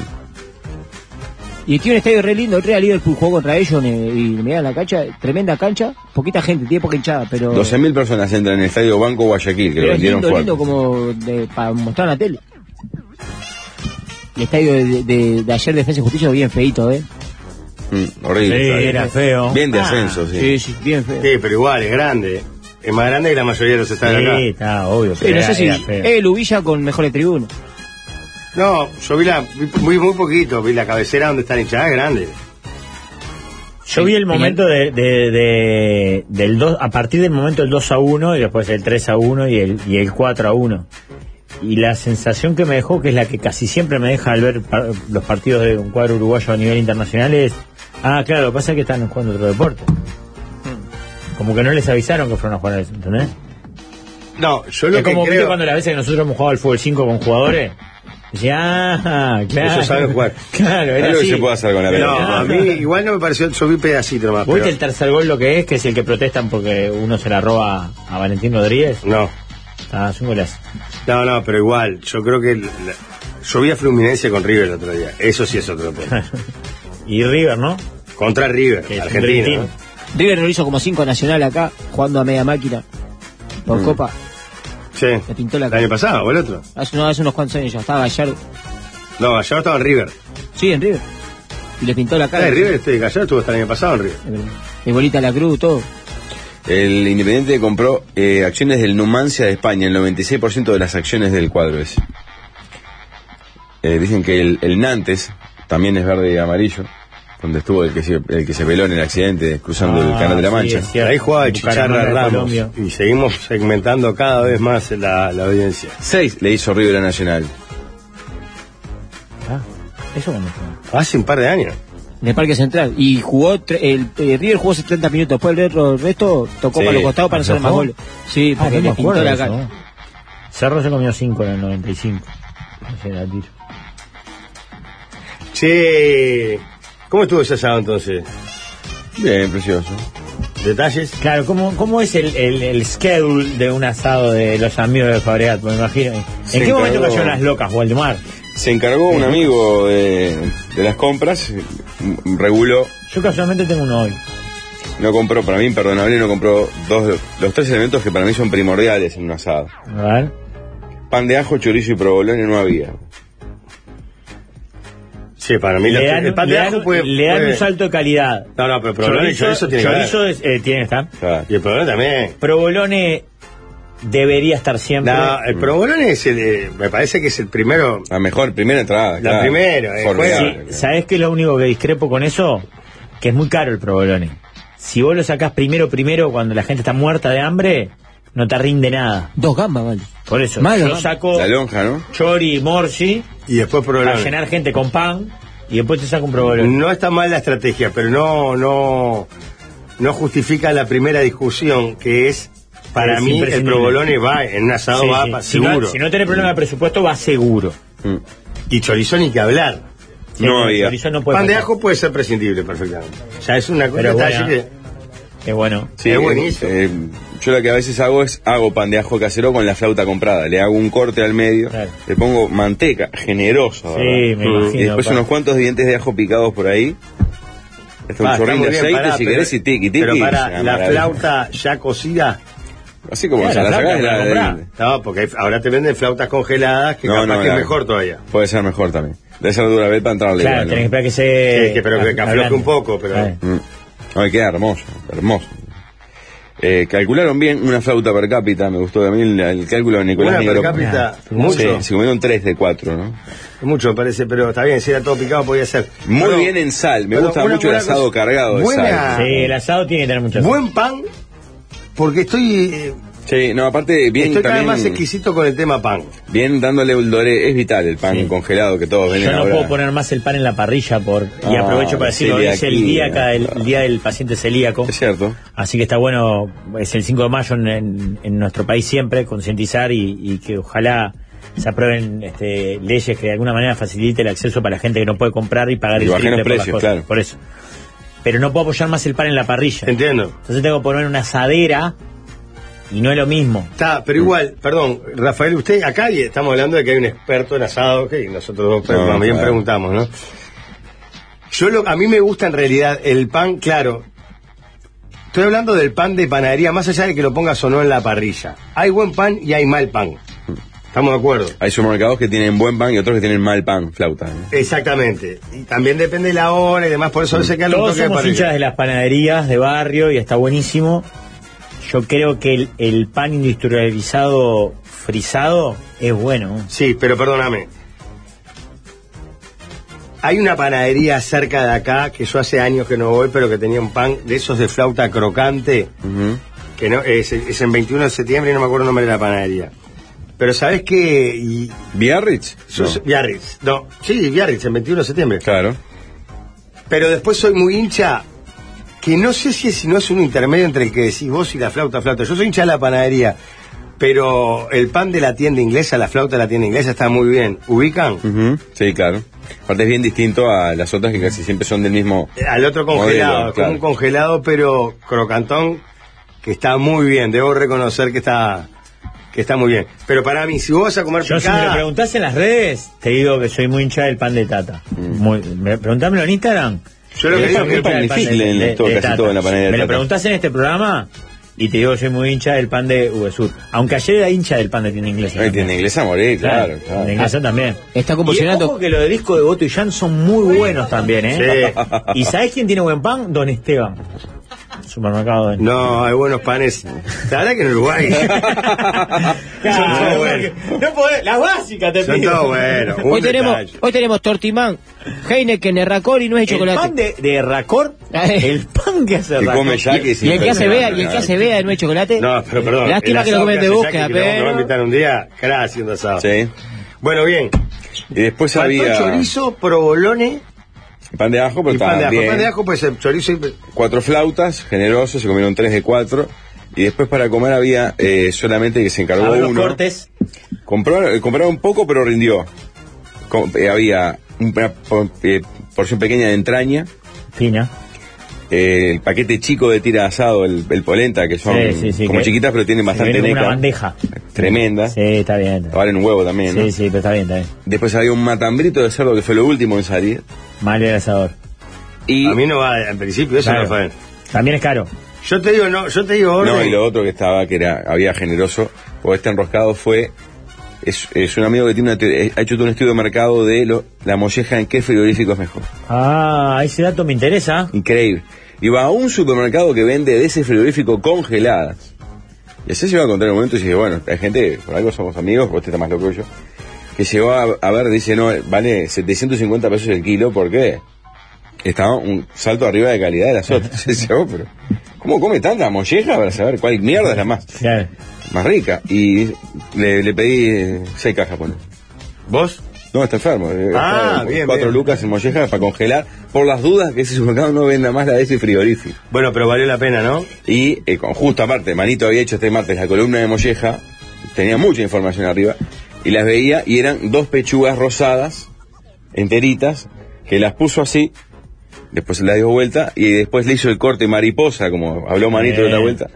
Speaker 8: Y tiene un estadio re lindo, el Real Liverpool jugó contra ellos eh, y mirá la cancha, tremenda cancha, poquita gente, tiene poca hinchada, pero,
Speaker 4: 12.000 personas entran en el Estadio Banco Guayaquil, que
Speaker 8: Ah. pero
Speaker 4: lo
Speaker 8: es
Speaker 4: vendieron
Speaker 8: lindo,
Speaker 4: fuerte.
Speaker 8: lindo como de- para mostrar en la tele. El estadio de, de- de ayer de Defensa y Justicia bien feito, ¿eh?
Speaker 4: Mm, horrible.
Speaker 5: Sí,
Speaker 4: estadio.
Speaker 5: era feo.
Speaker 4: Bien de
Speaker 8: Ah,
Speaker 4: ascenso, sí.
Speaker 8: Sí, sí, bien feo.
Speaker 6: Sí, pero igual, es grande. Es más grande que la mayoría de los estadios acá.
Speaker 5: Sí, está obvio.
Speaker 8: Sí, no
Speaker 5: era-
Speaker 8: sé si
Speaker 5: era feo.
Speaker 8: es el Ubilla con mejores tribunas.
Speaker 6: No, yo vi la. vi muy, muy poquito. Vi la cabecera donde están hinchadas, es grande.
Speaker 5: Yo vi el momento de, de- de- del 2, a partir del momento del 2 a 1 y después el 3 a 1 y el, y el 4 a 1. Y la sensación que me dejó, que es la que casi siempre me deja al ver par- los partidos de un cuadro uruguayo a nivel internacional, es, ah, claro, lo que pasa es que están jugando otro deporte. Como que no les avisaron que fueron a jugar a eso, ¿entendés?
Speaker 6: No, yo lo
Speaker 5: Es
Speaker 6: que
Speaker 5: como ¿viste
Speaker 6: creo.
Speaker 5: cuando la veces que nosotros hemos jugado al fútbol 5 con jugadores, decía, ah, claro.
Speaker 6: Ellos saben jugar.
Speaker 5: Claro, era
Speaker 4: Algo que
Speaker 5: así.
Speaker 4: se puede hacer con la
Speaker 6: No,
Speaker 4: pelota.
Speaker 6: a mí igual no me pareció. Yo vi pedacito nomás.
Speaker 5: ¿Vos ¿Viste el
Speaker 6: pero-
Speaker 5: tercer gol lo que es? Que es el que protestan porque uno se la roba a Valentín Rodríguez.
Speaker 6: No,
Speaker 5: Ah, es un golazo.
Speaker 6: no, no, pero igual. Yo creo que. la- yo vi a Fluminense con River el otro día. Eso sí es otro tema.
Speaker 5: Y River, ¿no?
Speaker 6: Contra River,
Speaker 5: Que es un
Speaker 6: Argentina.
Speaker 5: dream
Speaker 6: ¿no?
Speaker 5: team.
Speaker 8: River lo hizo como cinco nacional acá, jugando a media máquina.
Speaker 5: Mm.
Speaker 8: Por copa,
Speaker 6: Sí.
Speaker 8: le pintó la
Speaker 6: El año
Speaker 8: cara.
Speaker 6: pasado o el otro.
Speaker 8: Hace, unos- hace unos cuantos años ya estaba Gallardo.
Speaker 6: No, Gallardo estaba en River.
Speaker 8: Sí, en River. Y le pintó la
Speaker 6: Ah,
Speaker 8: cara.
Speaker 6: en River, este, Gallardo estuvo hasta el año pasado en River.
Speaker 8: De bolita a la cruz, todo.
Speaker 4: El Independiente compró eh, acciones del Numancia de España, el 96% de las acciones del cuadro es. Eh, dicen que el, el Nantes también es verde y amarillo, donde estuvo el que se, el que se veló en el accidente cruzando el
Speaker 5: Ah,
Speaker 4: Canal de la
Speaker 5: sí,
Speaker 4: Mancha.
Speaker 5: es cierto.
Speaker 6: Ahí jugaba
Speaker 5: Bucaramanga
Speaker 6: Chicharra
Speaker 5: de
Speaker 6: Ramos.
Speaker 5: Colombia.
Speaker 6: Y seguimos segmentando cada vez más la, la audiencia.
Speaker 4: Seis le hizo River a Nacional.
Speaker 5: Ah, eso cuando
Speaker 8: Ah,
Speaker 5: fue.
Speaker 6: Hace un par de años.
Speaker 8: En el Parque Central. Y jugó, tre- el, eh, River jugó 70 minutos. Después el, otro- el resto tocó
Speaker 4: Sí.
Speaker 8: para los costados para hacer más
Speaker 5: ¿Atajó?
Speaker 8: goles. Sí,
Speaker 5: Ah,
Speaker 8: porque
Speaker 5: no me
Speaker 8: le pintó
Speaker 5: acuerdo
Speaker 8: la
Speaker 5: eso,
Speaker 8: cara.
Speaker 5: ¿no? Cerro se comió 5 en el 95. No sé, la tiro.
Speaker 6: Che, ¿cómo estuvo ese sábado entonces?
Speaker 4: Bien, precioso.
Speaker 6: ¿Detalles?
Speaker 5: Claro, ¿cómo, cómo es el, el, el schedule de un asado de los amigos de Fabregat? Me imagino. ¿En
Speaker 4: Se
Speaker 5: qué momento
Speaker 4: encargó-
Speaker 5: cayeron las locas, Waldemar?
Speaker 4: Se encargó un amigo de, de las compras, m- reguló,
Speaker 5: Yo casualmente tengo uno hoy.
Speaker 4: no compró, para mí imperdonable, no compró dos, de- los tres elementos que para mí son primordiales en un asado.
Speaker 5: A ver.
Speaker 4: Pan de ajo, chorizo y provolone no había.
Speaker 6: Sí, para mí
Speaker 5: le
Speaker 6: los tres-
Speaker 5: dan,
Speaker 6: el pan
Speaker 5: le
Speaker 6: de
Speaker 5: dan-
Speaker 6: ajo puede...
Speaker 5: le dan
Speaker 6: puede-
Speaker 5: un salto de calidad.
Speaker 6: No, no, pero provolone y chorizo tiene que
Speaker 5: chorizo es- eh, tiene que estar.
Speaker 4: O sea,
Speaker 6: haber. Y el provolone también.
Speaker 5: Provolone debería estar siempre.
Speaker 6: No, el provolone es el, eh, me parece que es el primero.
Speaker 4: La mejor primera entrada.
Speaker 6: La primera, eh,
Speaker 4: Formidable,
Speaker 6: juega.
Speaker 4: claro.
Speaker 5: ¿Sabés qué es lo único que discrepo con eso? Que es muy caro el provolone. Si vos lo sacás primero, primero, cuando la gente está muerta de hambre, no te rinde nada.
Speaker 8: Dos gambas, vale.
Speaker 5: Por eso,
Speaker 8: Malo.
Speaker 5: yo saco
Speaker 4: La lonja, ¿no?
Speaker 5: chori y morsi
Speaker 6: Y después
Speaker 5: para
Speaker 6: provolone.
Speaker 5: llenar gente con pan y después te saco un provolone.
Speaker 6: No está mal la estrategia, pero no, no, no justifica la primera discusión, que es, para
Speaker 5: Es
Speaker 6: mí, el
Speaker 5: imprescindible.
Speaker 6: provolone va, en un asado
Speaker 5: Sí,
Speaker 6: va
Speaker 5: sí.
Speaker 6: pa-
Speaker 5: Si no-
Speaker 6: seguro.
Speaker 5: si no tenés problema de presupuesto, va seguro.
Speaker 4: Mm.
Speaker 6: Y chorizo ni que hablar.
Speaker 5: Sí,
Speaker 4: No
Speaker 5: el
Speaker 4: había.
Speaker 5: chorizo no puede
Speaker 6: Pan de
Speaker 5: faltar.
Speaker 6: ajo puede ser prescindible perfectamente. O sea, es una cosa
Speaker 5: Pero
Speaker 6: detalle
Speaker 5: bueno.
Speaker 6: que-
Speaker 5: Es bueno.
Speaker 4: Sí,
Speaker 6: Es
Speaker 4: eh,
Speaker 6: buenísimo.
Speaker 4: eh, yo lo que a veces hago es hago pan de ajo casero con la flauta comprada. Le hago un corte al medio,
Speaker 5: Claro.
Speaker 4: le pongo manteca, generoso.
Speaker 5: Sí,
Speaker 4: ¿verdad?
Speaker 5: me
Speaker 4: Mm.
Speaker 5: imagino,
Speaker 4: Y después
Speaker 5: pa.
Speaker 4: unos cuantos dientes de ajo picados por ahí. Hasta un
Speaker 6: Ah, está
Speaker 4: chorrín
Speaker 6: muy
Speaker 4: de
Speaker 6: bien,
Speaker 4: aceite,
Speaker 6: pará,
Speaker 4: si
Speaker 6: pero-
Speaker 4: querés, y tiki, tiki.
Speaker 6: Pero
Speaker 4: es una
Speaker 6: para la
Speaker 4: maravilla.
Speaker 6: flauta ya cocida,
Speaker 4: Así como
Speaker 5: Bueno,
Speaker 4: se
Speaker 5: la
Speaker 4: la
Speaker 5: flauta
Speaker 4: sacás,
Speaker 5: no la
Speaker 4: la- la-
Speaker 5: comprás.
Speaker 6: no, porque hay- ahora te venden flautas congeladas que
Speaker 4: No,
Speaker 6: capaz
Speaker 4: no,
Speaker 6: que
Speaker 4: la-
Speaker 6: es mejor todavía.
Speaker 4: Puede ser mejor también. Debe ser dura vez para entrarle.
Speaker 5: Claro,
Speaker 4: igual,
Speaker 5: tenés que
Speaker 4: ¿no?
Speaker 5: esperar que se.
Speaker 6: Sí, que- pero que- que afloje un poco, pero-
Speaker 5: Claro.
Speaker 4: Mm. Ay, queda hermoso, hermoso. Eh, calcularon bien una flauta per cápita, me gustó a mí el, el cálculo de Nicolás
Speaker 6: Una per
Speaker 4: Negro.
Speaker 6: cápita,
Speaker 5: Ah,
Speaker 6: mucho,
Speaker 4: Sí, se comieron 3 de 4, ¿no?
Speaker 6: mucho me parece, pero está bien, si era todo picado podía ser.
Speaker 4: Muy
Speaker 6: Pero-
Speaker 4: bien en sal, me
Speaker 6: pero
Speaker 4: gusta
Speaker 6: una-
Speaker 4: mucho el
Speaker 6: una
Speaker 4: asado
Speaker 6: cosa-
Speaker 4: cargado de
Speaker 6: buena-
Speaker 4: sal.
Speaker 5: Sí, el asado tiene que tener mucha sal.
Speaker 6: Buen pan, porque estoy, eh,
Speaker 4: Sí, no, aparte bien
Speaker 6: estoy cada vez
Speaker 4: también,
Speaker 6: más exquisito con el tema pan.
Speaker 4: bien dándole el doré, es vital el pan
Speaker 5: Sí.
Speaker 4: congelado que todos ven
Speaker 5: Yo no
Speaker 4: ahora.
Speaker 5: puedo poner más el pan en la parrilla por y
Speaker 4: Ah,
Speaker 5: aprovecho para decirlo, es el
Speaker 4: celiaquía,
Speaker 5: día acá, el, el día del paciente celíaco.
Speaker 4: Es cierto.
Speaker 5: Así que está bueno, es el 5 de mayo en, en- en nuestro país siempre, concientizar y, y que ojalá se aprueben este, leyes que de alguna manera facilite el acceso para la gente que no puede comprar y pagar
Speaker 4: Y
Speaker 5: el
Speaker 4: bajen
Speaker 5: triple
Speaker 4: los
Speaker 5: por las
Speaker 4: precios,
Speaker 5: cosas.
Speaker 4: claro.
Speaker 5: Por eso. Pero no puedo apoyar más el pan en la parrilla.
Speaker 6: Entiendo.
Speaker 5: Entonces tengo que poner una asadera y no es lo mismo.
Speaker 6: Está,
Speaker 4: Mm.
Speaker 6: pero igual, perdón, Rafael, usted acá y estamos hablando de que hay un experto en asado, que nosotros dos pre-
Speaker 4: No,
Speaker 6: también
Speaker 4: claro.
Speaker 6: preguntamos, ¿no? Yo lo, a mí me gusta en realidad el pan, claro. Estoy hablando del pan de panadería, más allá de que lo pongas o no en la parrilla. Hay buen pan y hay mal pan. ¿Estamos de acuerdo?
Speaker 4: Hay supermercados que tienen buen pan y otros que tienen mal pan, flauta. ¿eh?
Speaker 6: Exactamente. Y también depende de la hora y demás, por eso a veces queda un
Speaker 5: Todos
Speaker 6: toque de
Speaker 5: somos hinchas
Speaker 6: parrilla.
Speaker 5: de las panaderías de barrio y está buenísimo. Yo creo que el, el pan industrializado frisado es bueno.
Speaker 6: Sí, pero perdóname. Hay una panadería cerca de acá que yo hace años que no voy, pero que tenía un pan de esos de flauta crocante,
Speaker 4: Ujú.
Speaker 6: que no es, es en 21 de septiembre y no me acuerdo el nombre de la panadería. Pero ¿sabés qué? Y,
Speaker 4: ¿Biarritz?
Speaker 6: yo
Speaker 4: No.
Speaker 6: soy- Biarritz. No, sí, Biarritz, en 21 de septiembre.
Speaker 4: Claro.
Speaker 6: Pero después soy muy hincha, que no sé si, es- si no es un intermedio entre el que decís vos y la flauta, flauta. Yo soy hincha de la panadería, pero el pan de la tienda inglesa, la flauta de la tienda inglesa está muy bien. ¿Ubican?
Speaker 4: Ujú. Sí, claro. Aparte es bien distinto a las otras que casi siempre son del mismo...
Speaker 6: Al otro congelado,
Speaker 4: Modelo,
Speaker 6: es
Speaker 4: claro.
Speaker 6: como un congelado, pero crocantón, que está muy bien. Debo reconocer que está que está muy bien. Pero para mí, si vos vas a comer
Speaker 5: Yo si me lo
Speaker 6: picada,
Speaker 5: preguntás en las redes, te digo que soy muy hincha del pan de tata.
Speaker 4: Mm.
Speaker 5: Muy, me- preguntámelo en Instagram.
Speaker 6: Yo lo que
Speaker 5: Yo soy
Speaker 6: digo es que
Speaker 5: muy hincha
Speaker 4: pan
Speaker 5: del
Speaker 4: de Figle en todo- casi todo en la panadería de
Speaker 5: Me lo
Speaker 4: Tata.
Speaker 5: preguntás en este programa y te digo que soy muy hincha del pan de Uvesur. Aunque ayer era hincha del pan de tienda inglesa.
Speaker 4: Ay, tiene inglesa morir, eh, claro. claro.
Speaker 5: Tienda inglesa también.
Speaker 8: Está
Speaker 5: Y ojo
Speaker 8: convulsionando.
Speaker 5: que los de disco de Boto y Jan son muy buenos también, ¿eh?
Speaker 6: Sí.
Speaker 5: ¿Y sabés quién tiene buen pan? Don Esteban. Supermercado de
Speaker 6: no, hay buenos panes. La verdad que en Uruguay. Son todos buenos.
Speaker 5: No podés, las básicas te
Speaker 6: Son
Speaker 5: pido.
Speaker 6: todos buenos.
Speaker 8: Hoy
Speaker 6: Un
Speaker 8: tenemos,
Speaker 6: detalle.
Speaker 8: hoy tenemos Tortimán, Heineken, Erracor y nueve de
Speaker 5: El pan
Speaker 8: chocolate.
Speaker 5: de, de Racor, el pan que hace
Speaker 4: Que
Speaker 5: Racor.
Speaker 4: come ya que es
Speaker 8: Y el que hace vea, y el que
Speaker 4: impresionante,
Speaker 8: hace vea de nueve de chocolate.
Speaker 6: No, pero perdón.
Speaker 8: Lástima
Speaker 6: el
Speaker 8: que lo
Speaker 6: asado
Speaker 8: comen de
Speaker 6: hace
Speaker 8: búsqueda,
Speaker 6: Jackie, que lo vamos a
Speaker 8: pero.
Speaker 6: invitar un día, cara haciendo asado.
Speaker 4: Sí.
Speaker 6: Bueno, bien.
Speaker 4: Y después
Speaker 6: Faltó
Speaker 4: había
Speaker 6: chorizo, provolone
Speaker 4: pan de ajo, pero
Speaker 6: y
Speaker 4: estaba
Speaker 6: pan de ajo.
Speaker 4: bien.
Speaker 6: Pan de ajo, pues el chorizo y...
Speaker 4: Cuatro flautas, generoso, se comieron tres de cuatro. Y después para comer había eh, solamente que se encargó
Speaker 5: Abro los
Speaker 4: uno.
Speaker 5: cortes.
Speaker 4: Compró, eh, compraron un poco, pero rindió. Com- eh, había una por- eh, porción pequeña de entraña,
Speaker 5: Fina.
Speaker 4: eh, el paquete chico de tira de asado, el, el polenta, que son
Speaker 5: Sí, sí, sí,
Speaker 4: como
Speaker 5: que-
Speaker 4: chiquitas, pero tienen
Speaker 5: se
Speaker 4: bastante
Speaker 5: venden como
Speaker 4: neca.
Speaker 5: una bandeja.
Speaker 4: Tremenda.
Speaker 5: Sí, está bien. está bien.
Speaker 4: Valen un huevo también. ¿no?
Speaker 5: Sí, sí, pero está bien, está bien.
Speaker 4: Después había un matambrito de cerdo que fue lo último en salir.
Speaker 5: Mal el asador.
Speaker 4: Y
Speaker 6: A mí no va, en principio, eso
Speaker 5: Claro.
Speaker 6: Rafael.
Speaker 5: También es caro.
Speaker 6: Yo te digo, no, yo te digo orden.
Speaker 4: No, y lo otro que estaba, que era, había generoso, porque este enroscado fue, es, es un amigo que tiene una teoría- ha hecho todo un estudio de mercado de lo- la molleja en qué frigorífico es mejor.
Speaker 5: Ah, ese dato me interesa.
Speaker 4: Increíble. Y va a un supermercado que vende de ese frigorífico congeladas. Y así se va a encontrar en un momento y dice, bueno, hay gente, por algo somos amigos, vos está más loco que yo, que llegó a, a ver, dice, no, vale 750 pesos el kilo, ¿por qué? Estaba un salto arriba de calidad de las otras. Y dice, oh, pero, ¿cómo come tanta molleja para saber cuál mierda es la más?
Speaker 5: Claro.
Speaker 4: más rica. Y le, le pedí eh, seis cajas, poner.
Speaker 6: ¿Vos?
Speaker 4: No, está enfermo. eh,
Speaker 6: Ah,
Speaker 4: está-
Speaker 6: bien,
Speaker 4: Cuatro
Speaker 6: bien.
Speaker 4: lucas en molleja para congelar, por las dudas que ese supermercado no venda más la de ese frigorífico.
Speaker 6: Bueno, pero valió la pena, ¿no?
Speaker 4: Y eh, con justo aparte, Manito había hecho este martes la columna de molleja, tenía mucha información arriba, y las veía, y eran dos pechugas rosadas, enteritas, que las puso así, después las dio vuelta, y después le hizo el corte mariposa, como habló Manito de la
Speaker 5: Bien.
Speaker 4: vuelta,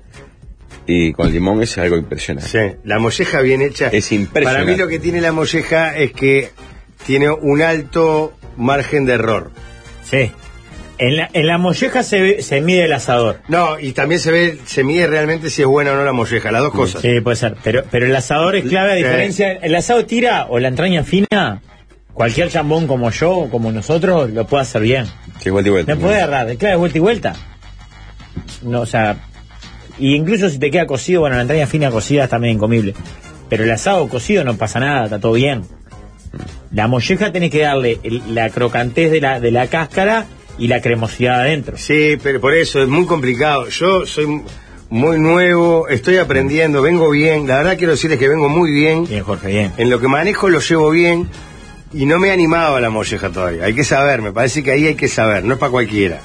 Speaker 4: y con limón es algo impresionante.
Speaker 6: Sí. La molleja bien hecha.
Speaker 4: Es impresionante.
Speaker 6: Para mí lo que tiene la molleja es que tiene un alto margen de error.
Speaker 5: Sí. En la, en la molleja se, ve- se mide el asador.
Speaker 6: No, y también se ve, se mide realmente si es buena o no la molleja, las dos cosas.
Speaker 5: Sí, Eh, puede ser. Pero, pero el asador es clave, a
Speaker 6: Sí.
Speaker 5: diferencia. El asado tira o la entraña fina, cualquier chambón como yo o como nosotros lo puede hacer bien.
Speaker 4: Sí, vuelta y vuelta.
Speaker 5: No puede errar, es clave, vuelta y vuelta. No, o sea. Y incluso si te queda cocido, bueno, la entraña fina cocida es también incomible. Pero el asado cocido no pasa nada, está todo bien. La molleja tenés que darle el- la crocantez de la, de la cáscara y la cremosidad adentro.
Speaker 6: Sí, pero por eso es muy complicado. Yo soy muy nuevo, estoy aprendiendo, vengo bien. La verdad quiero decirles que vengo muy bien.
Speaker 5: Bien, Jorge, bien.
Speaker 6: En lo que manejo lo llevo bien y no me he animado a la molleja todavía. Hay que saber, me parece que ahí hay que saber, no es para cualquiera.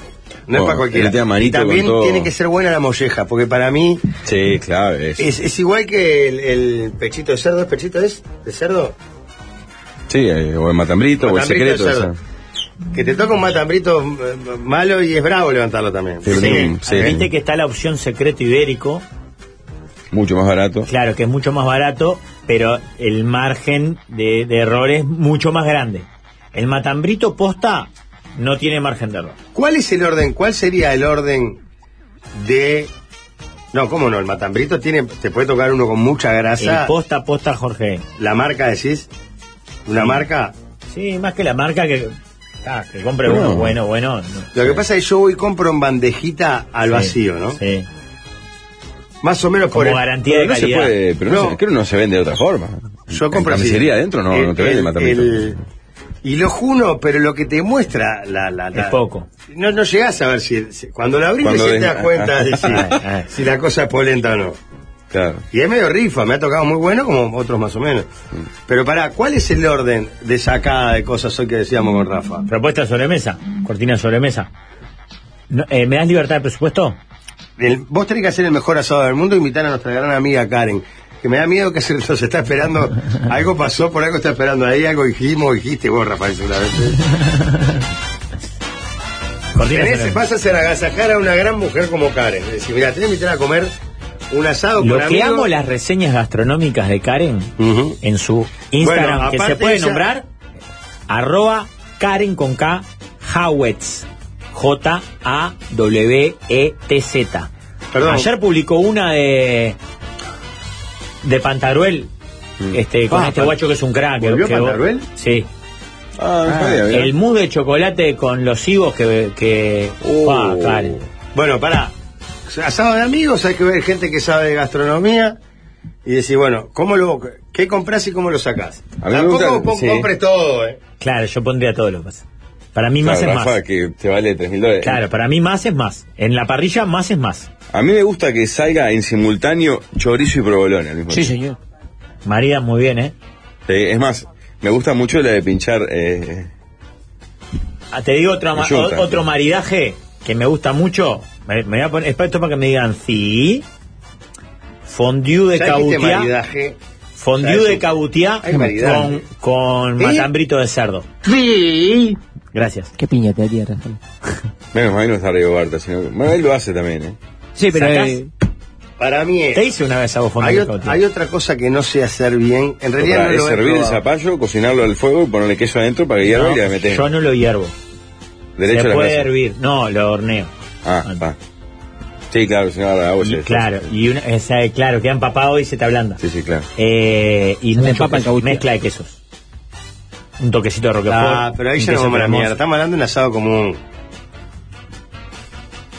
Speaker 4: Bueno,
Speaker 6: No es para
Speaker 4: el tema
Speaker 6: cualquiera. Y
Speaker 4: manito
Speaker 6: también
Speaker 4: con todo.
Speaker 6: tiene que ser buena la molleja, porque para mí
Speaker 4: Sí, claro, es.
Speaker 6: es, es igual que el, el pechito de cerdo. ¿Es pechito es? ¿De cerdo?
Speaker 4: Sí, eh, o el matambrito, o el
Speaker 6: Matambrito de
Speaker 4: secreto.
Speaker 6: cerdo.
Speaker 4: o sea.
Speaker 6: Que te toca un matambrito eh, malo y es bravo levantarlo también.
Speaker 4: Sí,
Speaker 6: Así que-
Speaker 4: mm, sí.
Speaker 5: Viste que está la opción secreto ibérico,
Speaker 4: Mucho más barato.
Speaker 5: claro que es mucho más barato, pero el margen de, de error es mucho más grande. El matambrito posta no tiene margen de error.
Speaker 6: ¿Cuál es el orden? ¿Cuál sería el orden de.? No, ¿cómo no? El matambrito tiene, te puede tocar uno con mucha grasa.
Speaker 5: el posta posta Jorge.
Speaker 6: La marca decís. Una marca.
Speaker 5: Sí, más que la marca que, ah, que compre
Speaker 4: No.
Speaker 5: uno bueno, bueno. no.
Speaker 6: Lo que pasa es que yo voy y compro en bandejita al
Speaker 5: Sí,
Speaker 6: vacío, ¿no?
Speaker 5: Sí.
Speaker 6: Más o menos
Speaker 5: Como
Speaker 6: por el-
Speaker 5: garantía
Speaker 4: Pero
Speaker 5: de
Speaker 4: no se
Speaker 5: calidad.
Speaker 4: puede, pero no,
Speaker 6: No.
Speaker 4: se- creo que no se vende de otra forma.
Speaker 6: Yo
Speaker 4: En
Speaker 6: compro así.
Speaker 4: carnicería adentro no,
Speaker 6: El-
Speaker 4: no te vende
Speaker 6: el-
Speaker 4: matambrito.
Speaker 6: el- y lo juro, pero lo que te muestra la. la, la-
Speaker 5: Es poco.
Speaker 6: No, no llegás a ver si. si- cuando la abrís
Speaker 4: Cuando
Speaker 6: recién
Speaker 4: ves-
Speaker 6: te das cuenta de
Speaker 5: Ah,
Speaker 6: si, si la cosa es polenta o no.
Speaker 4: Claro.
Speaker 6: Y es medio rifa, me ha tocado muy bueno como otros más o menos.
Speaker 4: Mm.
Speaker 6: Pero pará, ¿cuál es el orden de sacada de cosas hoy que decíamos con Rafa?
Speaker 5: Propuesta sobre mesa, cortina sobre mesa. No, eh, ¿Me das libertad de presupuesto?
Speaker 6: El- vos tenés que hacer el mejor asado del mundo e invitar a nuestra gran amiga Karen. Que me da miedo que se nos está esperando. Algo pasó, por algo está esperando ahí, algo dijimos, dijiste vos, Rafael, seguramente.
Speaker 5: Cortina sobre
Speaker 6: Tenés,
Speaker 5: mesa.
Speaker 6: vas a hacer agasajar a una gran mujer como Karen. Es decir, mira, tenés que invitar a comer un asado
Speaker 5: Lo
Speaker 6: con
Speaker 5: que
Speaker 6: amigos.
Speaker 5: amo las reseñas gastronómicas de Karen
Speaker 6: Ujú.
Speaker 5: en su Instagram,
Speaker 6: ¿Mm? Bueno,
Speaker 5: que se
Speaker 6: aparte
Speaker 5: puede
Speaker 6: ella-
Speaker 5: nombrar, arroba Karen con K, Hawetz, J-A-W-E-T-Z.
Speaker 6: Perdón.
Speaker 5: E Ayer publicó una de de Pantaruel, este, con
Speaker 6: Ah,
Speaker 5: este
Speaker 6: Pan-
Speaker 5: guacho que es un crack.
Speaker 6: ¿Volvió
Speaker 5: que vos-
Speaker 6: Pantaruel?
Speaker 5: Sí.
Speaker 4: Ah, no sabía, mirá.
Speaker 5: El mousse de chocolate con los higos que... que
Speaker 4: Oh.
Speaker 5: Ah, Karen.
Speaker 6: Uh. Bueno, pará. Asado de amigos, hay que ver gente que sabe de gastronomía y decir, bueno, ¿cómo lo, ¿qué compras y cómo lo sacás?
Speaker 4: A mí me
Speaker 6: Tampoco
Speaker 4: gusta-
Speaker 6: po-
Speaker 4: sí.
Speaker 6: compres todo, ¿eh?
Speaker 5: Claro, yo pondría todo lo que pasa. Para mí
Speaker 4: Claro,
Speaker 5: más es
Speaker 4: Rafa,
Speaker 5: más.
Speaker 4: que te vale 3 mil dólares.
Speaker 5: Claro, para mí más es más. En la parrilla más es más.
Speaker 4: A mí me gusta que salga en simultáneo chorizo y provolone al mismo
Speaker 8: Sí, señor.
Speaker 4: tiempo.
Speaker 5: Marida muy bien, ¿eh?
Speaker 4: Eh, es más, me gusta mucho la de pinchar. eh,
Speaker 5: Ah, te digo otro, ma-
Speaker 4: Yuta,
Speaker 5: o- otro
Speaker 4: claro.
Speaker 5: maridaje que me gusta mucho. Me, me voy a poner, es para esto para que me digan, sí. Fondue de
Speaker 6: ¿Sabés que este
Speaker 5: cabutiá.
Speaker 6: maridaje?
Speaker 5: Fondue
Speaker 6: ¿Sabés?
Speaker 5: de cabutiá
Speaker 6: Hay maridaje.
Speaker 5: con, con
Speaker 6: ¿Eh?
Speaker 5: matambrito de cerdo. Gracias.
Speaker 8: Qué piña te daría, Rafael.
Speaker 4: menos mal no está Río Barta, sino que- bueno, él lo hace también, ¿eh?
Speaker 8: Sí, pero
Speaker 5: ¿Sacás?
Speaker 8: eh,
Speaker 6: Para mí
Speaker 5: Te
Speaker 6: es...
Speaker 5: hice una vez a vos fondue
Speaker 6: Eh. Hay,
Speaker 5: de
Speaker 6: ot-
Speaker 5: cabutiá.
Speaker 6: hay otra cosa que no sé hacer bien. En realidad
Speaker 4: Otra,
Speaker 6: no
Speaker 4: es
Speaker 6: lo he
Speaker 4: servir el
Speaker 6: probado.
Speaker 4: zapallo, cocinarlo al fuego y ponerle queso adentro para que hierva
Speaker 5: No,
Speaker 4: y la metes
Speaker 5: yo no lo hiervo.
Speaker 4: derecho a
Speaker 5: Se
Speaker 4: la
Speaker 5: puede
Speaker 4: brasa.
Speaker 5: hervir. No, lo horneo.
Speaker 4: Ah, va. Sí, claro, si no agarra
Speaker 6: Pues
Speaker 4: agua.
Speaker 5: Y
Speaker 4: se deshace.
Speaker 5: claro, y una, esa, claro, queda empapado y se te ablanda.
Speaker 4: Sí, sí, claro.
Speaker 5: Eh, y
Speaker 8: Se
Speaker 5: mucho
Speaker 8: te empapa el
Speaker 5: queso,
Speaker 8: cabucheo.
Speaker 5: mezcla de quesos. Un toquecito de roquefort.
Speaker 6: Ah, pero ahí
Speaker 5: un
Speaker 6: ya no
Speaker 5: queso
Speaker 6: vamos a la
Speaker 5: cremoso.
Speaker 6: mierda. Estamos hablando de un asado común.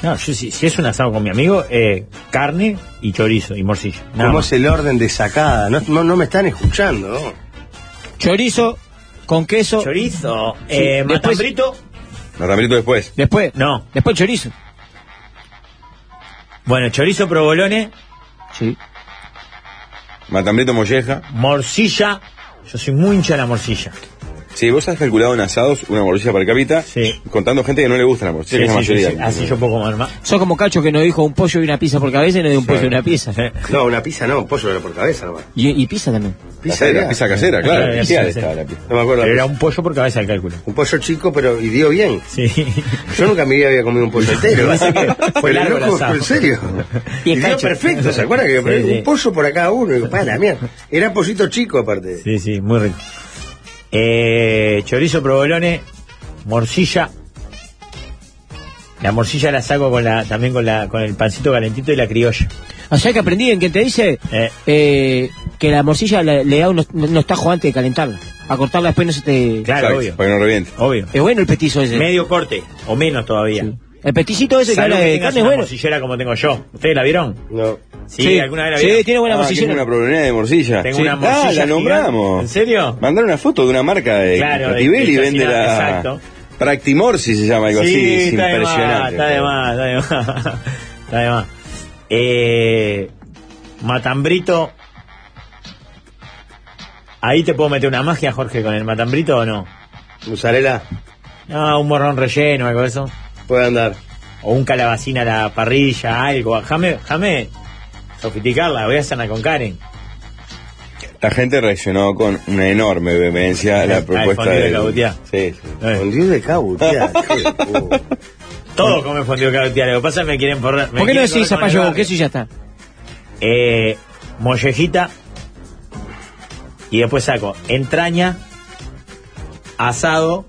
Speaker 5: No, yo, si, si es un asado con mi amigo, eh, carne y chorizo y morcilla. Nada
Speaker 6: ¿Cómo
Speaker 5: más.
Speaker 6: es el orden de sacada? No, no, no me están escuchando. ¿no?
Speaker 8: chorizo con queso.
Speaker 5: Chorizo,
Speaker 8: Sí,
Speaker 5: eh,
Speaker 8: después-
Speaker 5: matambrito.
Speaker 4: Matambrito después.
Speaker 8: Después.
Speaker 5: No.
Speaker 8: Después chorizo.
Speaker 5: Bueno, chorizo provolone,
Speaker 8: Sí.
Speaker 4: Matambrito molleja.
Speaker 5: morcilla. Yo soy muy hincha de la morcilla.
Speaker 4: Sí, vos has calculado en asados una morcilla per cápita,
Speaker 5: Sí.
Speaker 4: contando gente que no le gusta la morcilla, que es la
Speaker 5: sí,
Speaker 4: mayoría.
Speaker 5: sí, Así yo puedo comer más.
Speaker 8: Sos como Cacho que nos dijo un pollo y una pizza por cabeza y nos dio un pollo y una pizza.
Speaker 6: No, una pizza no, un pollo era por cabeza nomás.
Speaker 8: Y, y pizza también.
Speaker 6: Pizza
Speaker 4: Casera,
Speaker 6: era-
Speaker 4: pizza casera,
Speaker 5: Claro,
Speaker 4: claro.
Speaker 5: era
Speaker 4: Sí,
Speaker 5: pizza
Speaker 4: ahí estaba
Speaker 5: casera.
Speaker 4: la pizza.
Speaker 6: No me acuerdo.
Speaker 5: Pero era un pollo por cabeza el cálculo.
Speaker 6: Un pollo chico, pero y dio bien.
Speaker 5: Sí.
Speaker 6: Yo nunca en mi vida había comido un pollo entero.
Speaker 5: Así que fue
Speaker 6: fue
Speaker 5: largo el
Speaker 6: loco,
Speaker 5: asado.
Speaker 6: fue en serio.
Speaker 8: Y
Speaker 6: Y,
Speaker 8: el
Speaker 6: dio
Speaker 8: cacho.
Speaker 6: perfecto, ¿se acuerdan? Que yo
Speaker 5: Sí,
Speaker 6: probé
Speaker 5: sí.
Speaker 6: un pollo por acá uno. Y digo, para la mierda. Era pollito chico aparte.
Speaker 5: Sí, sí, muy rico. Eh, chorizo provolone, morcilla. La morcilla la saco con la, también con la, con el pancito calentito y la criolla.
Speaker 8: O sea que aprendí en que te dice
Speaker 5: Eh.
Speaker 8: eh, que la morcilla le, le da unos, unos tajos antes de calentarla. A cortarla después no se te.
Speaker 5: Claro,
Speaker 4: Exacto,
Speaker 5: obvio.
Speaker 4: Para que no reviente.
Speaker 5: Obvio.
Speaker 8: Es bueno el petizo ese.
Speaker 5: Medio corte, o menos todavía.
Speaker 8: Sí. El peticito ese que
Speaker 5: Salvo
Speaker 8: habla
Speaker 5: que
Speaker 8: de
Speaker 5: tengas
Speaker 8: carne es
Speaker 5: una
Speaker 8: bueno.
Speaker 5: morcillera como tengo yo. ¿Ustedes la vieron?
Speaker 6: No.
Speaker 5: Sí, alguna vez la
Speaker 8: Sí,
Speaker 5: vieron.
Speaker 8: tiene buena
Speaker 4: Ah, que
Speaker 8: morcilla.
Speaker 4: tiene una problemática de morcilla.
Speaker 5: Tengo una
Speaker 4: Ah,
Speaker 5: morcilla
Speaker 4: la nombramos.
Speaker 5: gigante. ¿En serio?
Speaker 4: Mandaron una foto de una marca de
Speaker 5: Claro,
Speaker 4: Cativelli
Speaker 5: de- de
Speaker 4: vende la...
Speaker 5: exacto.
Speaker 4: Practimorsi se llama algo así, es
Speaker 5: está de más,
Speaker 4: impresionante.
Speaker 5: está de más, está de más. Está de más. Eh, matambrito. Ahí te puedo meter una magia, Jorge, con el matambrito o no?
Speaker 6: Mozzarella
Speaker 5: No, un borrón relleno, algo de eso.
Speaker 6: puede andar.
Speaker 5: o un calabacín a la parrilla, algo. Jame, jame sofisticarla, voy a hacerla con Karen.
Speaker 4: La gente reaccionó con una enorme vehemencia a la
Speaker 5: Al
Speaker 4: propuesta
Speaker 5: Ah, fondue de
Speaker 4: del-
Speaker 5: Cabutiá.
Speaker 4: Sí, sí.
Speaker 5: Eh,
Speaker 6: Con Dios de cabutea.
Speaker 5: Todos comen fondido cabotial, lo que pasa es que me quieren forrar. me
Speaker 8: ¿Por qué no
Speaker 5: quieren
Speaker 8: decís
Speaker 5: correr con el
Speaker 8: zapallo con
Speaker 5: barrio.
Speaker 8: queso y ya está?
Speaker 5: eh, mollejita y después saco entraña, asado,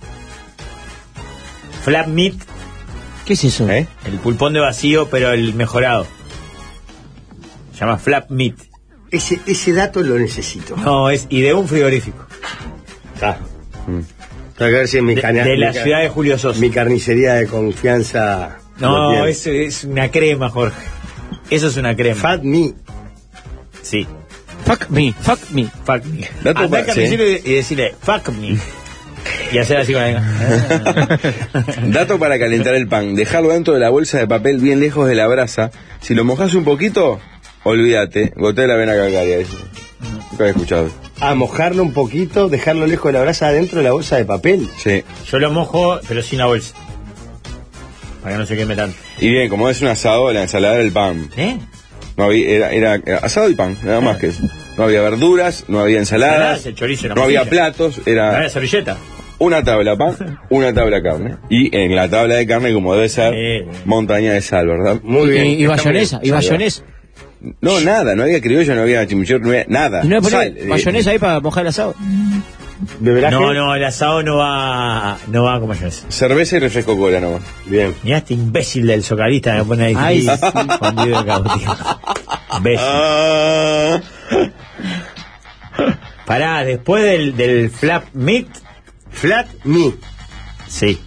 Speaker 5: flap meat,
Speaker 8: ¿Qué es eso?
Speaker 4: ¿Eh?
Speaker 5: el pulpón de vacío pero el mejorado. Se llama flap meat.
Speaker 6: ese, ese dato lo necesito.
Speaker 5: No, es y de un frigorífico.
Speaker 8: Ah,
Speaker 6: Está. Tengo que ver si mi,
Speaker 5: De,
Speaker 6: carne-
Speaker 5: de la
Speaker 6: mi car-
Speaker 5: ciudad de Julio Sosa.
Speaker 6: mi carnicería de confianza. lo
Speaker 5: No,
Speaker 6: tiene.
Speaker 5: eso es una crema, Jorge. Eso es una crema.
Speaker 6: Fat me.
Speaker 5: Sí,
Speaker 8: Fuck me, fuck me.
Speaker 5: fuck me.
Speaker 4: Dato
Speaker 5: Andá
Speaker 4: pa-
Speaker 5: al carnicero y y decirle, fuck me. Y hacer así con la...
Speaker 4: Dato para calentar el pan. Dejarlo dentro de la bolsa de papel bien lejos de la brasa. Si lo mojas un poquito, olvídate. Gotea la vena calcárea. dice.
Speaker 5: Mm.
Speaker 4: Nunca había escuchado.
Speaker 6: A mojarlo un poquito, dejarlo lejos de la brasa adentro de la bolsa de papel.
Speaker 4: Sí.
Speaker 5: Yo lo mojo, pero sin la bolsa. Para que no se queme tanto.
Speaker 4: Y bien, como es un asado, la ensalada era el pan.
Speaker 5: ¿Eh?
Speaker 4: No había, era, era- era asado y pan, nada más que eso. No había verduras, no había ensaladas,
Speaker 5: Ensaladas, el chorizo, la
Speaker 4: Ah, no había
Speaker 5: morcilla.
Speaker 4: platos,
Speaker 5: Ah.
Speaker 4: era
Speaker 5: la servilleta.
Speaker 4: una tabla pan, una tabla carne. Y en la tabla de carne, como debe ser,
Speaker 5: Eh.
Speaker 4: montaña de sal, ¿verdad?
Speaker 6: Muy
Speaker 8: Y,
Speaker 6: bien.
Speaker 8: y bayonesa, y
Speaker 4: Ahí va.
Speaker 8: bayonesa.
Speaker 4: No, nada, no había criollo, no había chimichurri, no había nada.
Speaker 8: Y
Speaker 5: Ah,
Speaker 8: no le
Speaker 4: Sal, eh,
Speaker 8: ponés bayonesa ahí para mojar el asado.
Speaker 6: ¿Beberaje?
Speaker 5: No, no, el asado no va, no va como yo.
Speaker 4: Cerveza y refresco cola nomás.
Speaker 6: Bien.
Speaker 5: Mirá este imbécil del socarista me pone ahí.
Speaker 8: Ay, sí.
Speaker 5: Escondido de cautivo. Imbécil.
Speaker 4: Ah,
Speaker 5: Pará, después del, del flap meat.
Speaker 6: Flat me.
Speaker 5: Sí.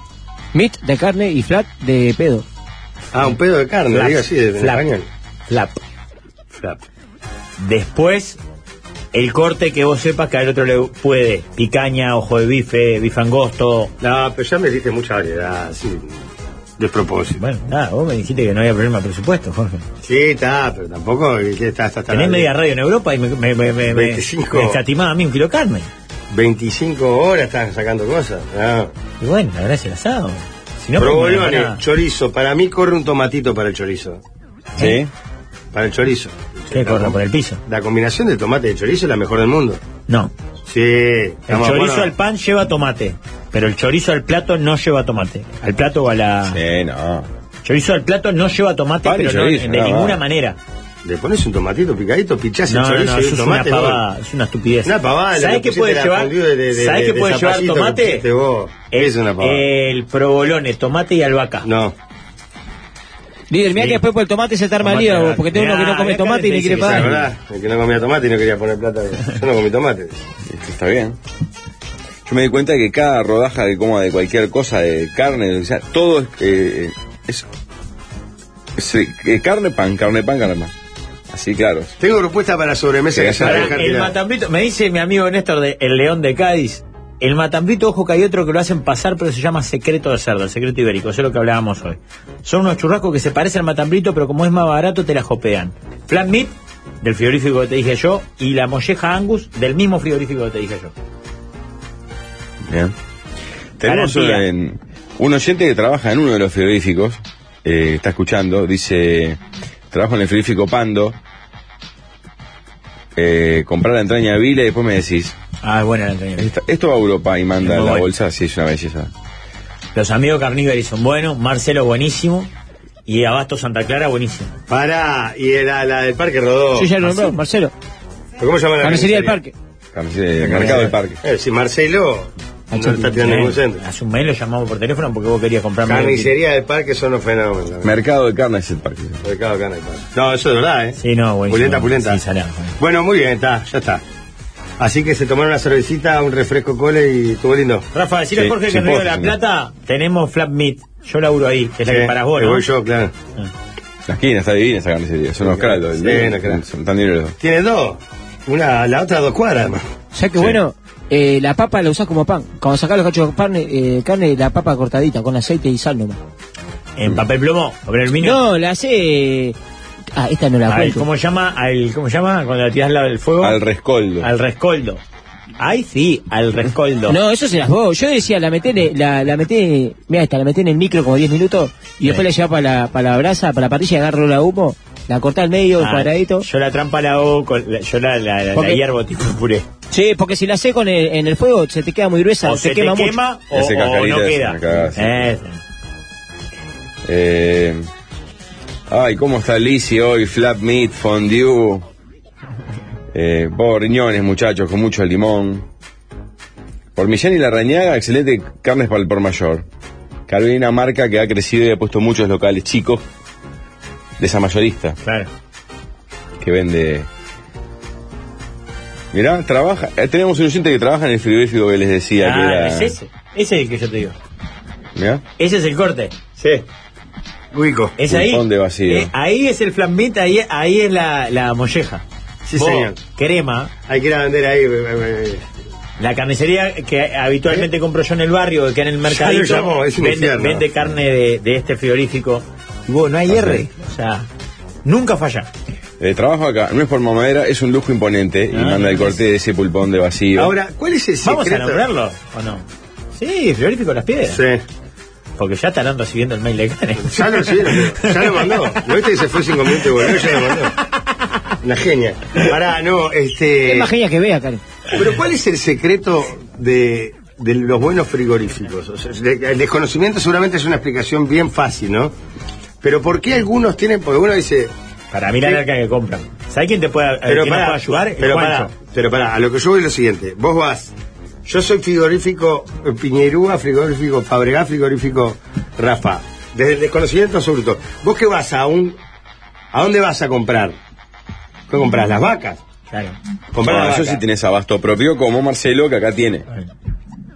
Speaker 8: Meat de carne y flat de pedo.
Speaker 6: Ah, un pedo de carne,
Speaker 5: Flaps.
Speaker 6: digo así, de en
Speaker 5: Flap.
Speaker 6: español.
Speaker 5: Flap.
Speaker 6: Flap.
Speaker 5: Después, el corte que vos sepas que al otro le puede. Picaña, ojo de bife, bife angosto.
Speaker 6: No, pero ya me diste mucha variedad, así, de propósito.
Speaker 5: Bueno, nada, vos me dijiste que no había problema de presupuesto, Jorge.
Speaker 6: Sí, está, pero tampoco eh, que está, está, está
Speaker 5: Tenés
Speaker 6: la-
Speaker 5: media radio en Europa y me, me, me, me,
Speaker 6: 25.
Speaker 5: me escatimás a mí un kilo de carne.
Speaker 6: 25 horas están sacando cosas. No.
Speaker 5: Y bueno, la verdad es el asado. Si no,
Speaker 6: Provolone,
Speaker 5: pues, no,
Speaker 6: chorizo. Para mí corre un tomatito para el chorizo.
Speaker 4: ¿Sí?
Speaker 6: Para el chorizo.
Speaker 5: ¿Qué corre por el piso?
Speaker 6: La combinación de tomate y chorizo es la mejor del mundo.
Speaker 5: No.
Speaker 6: Sí.
Speaker 5: El
Speaker 6: estamos de
Speaker 5: chorizo
Speaker 6: acuerdo.
Speaker 5: al pan lleva tomate, pero el chorizo al plato no lleva tomate. Al plato o a la...
Speaker 4: Sí, no.
Speaker 5: Chorizo al plato no lleva tomate,
Speaker 4: Pan y
Speaker 5: pero no-
Speaker 4: chorizo,
Speaker 5: de
Speaker 4: nada
Speaker 5: ninguna
Speaker 4: más.
Speaker 5: manera.
Speaker 6: Le pones un tomatito picadito, pichás
Speaker 5: No,
Speaker 6: el
Speaker 5: no,
Speaker 6: chorizo
Speaker 5: no, eso
Speaker 6: y el
Speaker 5: es una
Speaker 6: tomate.
Speaker 5: pavada,
Speaker 6: bueno.
Speaker 5: es una estupidez.
Speaker 6: Una pavada.
Speaker 5: ¿Sabes qué puede llevar? ¿Sabes qué puede llevar tomate? Eh,
Speaker 6: Es una pavada.
Speaker 5: el provolone, tomate y albahaca.
Speaker 6: No.
Speaker 8: Líder, mirá
Speaker 5: Sí.
Speaker 8: que después por el tomate se te arma el
Speaker 5: Tomate, Ah,
Speaker 8: lío,
Speaker 5: verdad.
Speaker 8: porque tengo uno que
Speaker 5: Mirá,
Speaker 8: no come
Speaker 5: mirá que
Speaker 8: tomate y
Speaker 5: le
Speaker 8: le quiere
Speaker 5: dice
Speaker 6: La
Speaker 5: Ay.
Speaker 8: pagar.
Speaker 6: verdad, el que no comía tomate y no quería poner plata. Yo no comí tomate.
Speaker 4: Este, Está bien. Yo me di cuenta que cada rodaja que coma de cualquier cosa, de carne, de lo que sea, todo es, eh, es, es, eh, carne, pan, carne, pan, carne, pan. Así, claro.
Speaker 6: Tengo propuesta para sobremesa
Speaker 4: Sí,
Speaker 6: que ya
Speaker 5: Pará,
Speaker 6: la voy a dejar
Speaker 5: el
Speaker 6: tirada.
Speaker 5: matambrito, me dice mi amigo Néstor de El León de Cádiz, el matambrito, ojo que hay otro que lo hacen pasar, pero se llama secreto de cerdo, el secreto ibérico, eso es lo que hablábamos hoy. Son unos churrascos que se parecen al matambrito, pero como es más barato, te la jopean. Flat meat, del frigorífico que te dije yo, y la molleja Angus, del mismo frigorífico que te dije yo.
Speaker 4: Bien. Tenemos
Speaker 5: Garantía.
Speaker 4: en- un oyente que trabaja en uno de los frigoríficos, eh, está escuchando, dice, trabajo en el frigorífico Pando, eh, comprar la entraña de vila y después me decís,
Speaker 5: Ah, bueno, la entrevista.
Speaker 4: esta- esto va a Europa y manda
Speaker 5: Muy
Speaker 4: la
Speaker 5: bueno.
Speaker 4: bolsa, sí, es una belleza.
Speaker 5: Los amigos carnívoros son buenos, Marcelo buenísimo, y Abasto Santa Clara buenísimo.
Speaker 6: Pará, y era la del Parque Rodó.
Speaker 8: Yo ya lo
Speaker 5: Ah,
Speaker 8: nombré, Marcelo.
Speaker 6: ¿Cómo se llama la
Speaker 8: Carnicería del
Speaker 6: carnicería?
Speaker 8: parque.
Speaker 4: Carnicería, Mercado del Parque.
Speaker 6: Eh, si Marcelo no le está tirando ningún centro.
Speaker 5: Hace un mes lo llamamos por teléfono porque vos querías comprarme.
Speaker 6: Carnicería del Parque son los fenómenos.
Speaker 4: Mercado de carne es el parque.
Speaker 6: Mercado acá en el Parque. No, eso es verdad, ¿eh?
Speaker 5: Sí, no, buenísimo.
Speaker 6: Pulenta, pulenta.
Speaker 5: Sí, salado.
Speaker 6: bueno, muy bien, está, ya está. Así que se tomaron una cervecita, un refresco cole y estuvo lindo.
Speaker 5: Rafa, decirle
Speaker 4: Sí,
Speaker 5: a Jorge que
Speaker 4: sin
Speaker 5: en Río de
Speaker 4: postre,
Speaker 5: la
Speaker 4: señor.
Speaker 5: Plata tenemos Flap Meat. Yo laburo ahí, que es la
Speaker 6: Sí,
Speaker 5: que parás vos,
Speaker 6: que
Speaker 5: ¿no?
Speaker 6: Eh, Voy yo, claro.
Speaker 4: La esquina está divina esa carnicería, son los craldos.
Speaker 6: Sí,
Speaker 4: el-
Speaker 6: los craldos.
Speaker 4: Son tan divinos los dos.
Speaker 6: Tiene dos. Una, la otra dos cuadras, además.
Speaker 8: O sea que bueno, eh, la papa la usás como pan. Cuando sacás los cachos de carne, eh, carne, la papa cortadita con aceite y sal nomás.
Speaker 5: En papel plomo, papel aluminio.
Speaker 8: No, la hace. eh, Ah, esta no la
Speaker 5: Al-
Speaker 8: cuento.
Speaker 5: ¿Cómo llama? Oh. Al, ¿Cómo llama? Cuando la tirás la- el fuego.
Speaker 4: Al rescoldo.
Speaker 5: Al rescoldo. Ahí sí, al rescoldo.
Speaker 8: No, eso se las vos. Yo decía, la meté, la, la meté, mira esta, la meté en el micro como 10 minutos y después la llevaba para la, para la brasa, para la parrilla, agarro la humo, la corté al medio,
Speaker 5: Ah,
Speaker 8: cuadradito.
Speaker 5: Yo la trampa la hago, con- la- yo la, la, la- la
Speaker 8: Porque-
Speaker 5: hiervo tipo puré.
Speaker 8: Sí, porque si la seco en el, en el fuego se te queda muy gruesa,
Speaker 5: O se, te
Speaker 8: quema
Speaker 5: quema,
Speaker 8: mucho.
Speaker 5: o,
Speaker 4: Ese
Speaker 5: o
Speaker 4: cascarita
Speaker 5: no
Speaker 4: es
Speaker 5: queda.
Speaker 4: una cagada, sí.
Speaker 5: Eh,
Speaker 4: Eh, ay, ¿cómo está Lizzie hoy? Flat meat, fondue. Eh, por riñones, muchachos, con mucho limón. Por Millán y la Rañaga, excelente carnes para el por mayor. Carolina Marca que ha crecido y ha puesto muchos locales chicos de esa mayorista
Speaker 5: claro.
Speaker 4: que vende. Mirá, trabaja. eh, tenemos un oyente que trabaja en el frigorífico que les decía que
Speaker 5: Ah,
Speaker 4: era.
Speaker 5: es ese. Ese es el que yo te digo.
Speaker 4: Mirá,
Speaker 5: Ese es el corte.
Speaker 6: Sí. Ubico.
Speaker 5: Es
Speaker 4: Un
Speaker 5: ahí.
Speaker 4: pan de vacío.
Speaker 5: Eh, ahí es el flambit, ahí, ahí es la, la molleja.
Speaker 6: Sí,
Speaker 5: Vos,
Speaker 6: señor.
Speaker 5: Crema.
Speaker 6: Hay que ir a vender ahí. eh, eh, eh.
Speaker 5: La carnicería que habitualmente compro yo en el barrio, que queda en el mercadito,
Speaker 6: Ya lo llamó, es un
Speaker 5: vende,
Speaker 6: infierno.
Speaker 5: vende carne de, de este frigorífico. Y vos, no hay R. O sea, nunca falla.
Speaker 4: eh, trabajo acá, no es por mamadera, es un lujo imponente. y
Speaker 5: Ah,
Speaker 4: manda el corte de ese pulpón de vacío.
Speaker 6: eh. Ahora, ¿cuál es el
Speaker 5: ¿Vamos a
Speaker 6: secreto?
Speaker 5: nombrarlo o no? Sí, frigorífico Las Piedras.
Speaker 6: Sí.
Speaker 5: Porque ya estarán recibiendo el mail de carne.
Speaker 6: Ya lo recibieron, ya lo mandó. ¿Lo viste que se fue cinco minutos y volvió? Ya lo mandó. Una genia. Pará, no, este.
Speaker 8: Es más genial que vea, Karen.
Speaker 6: Pero ¿cuál es el secreto de, de los buenos frigoríficos? O sea, de- el desconocimiento seguramente es una explicación bien fácil, ¿no? Pero ¿por qué algunos tienen? Porque uno dice,
Speaker 5: Para mirar
Speaker 6: Sí.
Speaker 5: la arca que compran. ¿Sabes quién te puede, eh,
Speaker 6: pero
Speaker 5: quién nos
Speaker 6: para
Speaker 5: puede ayudar?
Speaker 6: pero
Speaker 5: Juancho.
Speaker 6: para, pero para, a lo que yo voy es lo siguiente. Vos vas, yo soy frigorífico eh, Piñerúa, frigorífico Fabregá, frigorífico Rafa. Desde el desconocimiento absoluto. ¿Vos qué vas a un, a dónde vas a comprar? ¿Qué compras? Las vacas.
Speaker 5: Claro.
Speaker 6: Comprar
Speaker 4: Ah,
Speaker 6: las
Speaker 4: eso
Speaker 6: vacas.
Speaker 4: sí tenés abasto propio como Marcelo que acá tiene.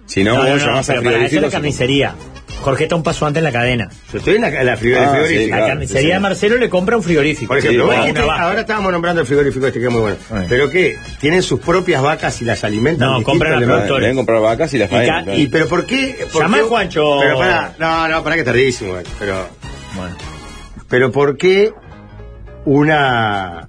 Speaker 4: Si no,
Speaker 5: No, no,
Speaker 4: vos
Speaker 5: no,
Speaker 4: llamás a
Speaker 5: pero para eso es la
Speaker 4: frigoríficos.
Speaker 5: carnicería. Jorge está un paso antes en la cadena.
Speaker 6: Yo estoy en la, en la frigo-
Speaker 4: Ah,
Speaker 6: frigorífico.
Speaker 4: sí,
Speaker 5: La
Speaker 4: Claro,
Speaker 5: carnicería
Speaker 4: sí, sí.
Speaker 5: de Marcelo le compra un frigorífico.
Speaker 6: Por ejemplo,
Speaker 5: Sí,
Speaker 6: vos
Speaker 5: o
Speaker 6: dijiste,
Speaker 5: una vaca.
Speaker 6: ahora estábamos nombrando el frigorífico este que es muy bueno.
Speaker 5: Ay.
Speaker 6: Pero que tienen sus propias vacas y las alimentan.
Speaker 5: No,
Speaker 6: distinto,
Speaker 5: compran a
Speaker 6: le
Speaker 4: Ah,
Speaker 6: mandan-
Speaker 5: productores.
Speaker 4: deben comprar vacas y las
Speaker 5: Y ca-
Speaker 4: faenan, claro.
Speaker 6: Y pero por qué? por
Speaker 5: Llamá
Speaker 6: qué-
Speaker 5: a Juancho.
Speaker 6: Pero pará, no, no, pará que es tardísimo, eh, pero
Speaker 5: Bueno.
Speaker 6: pero por qué una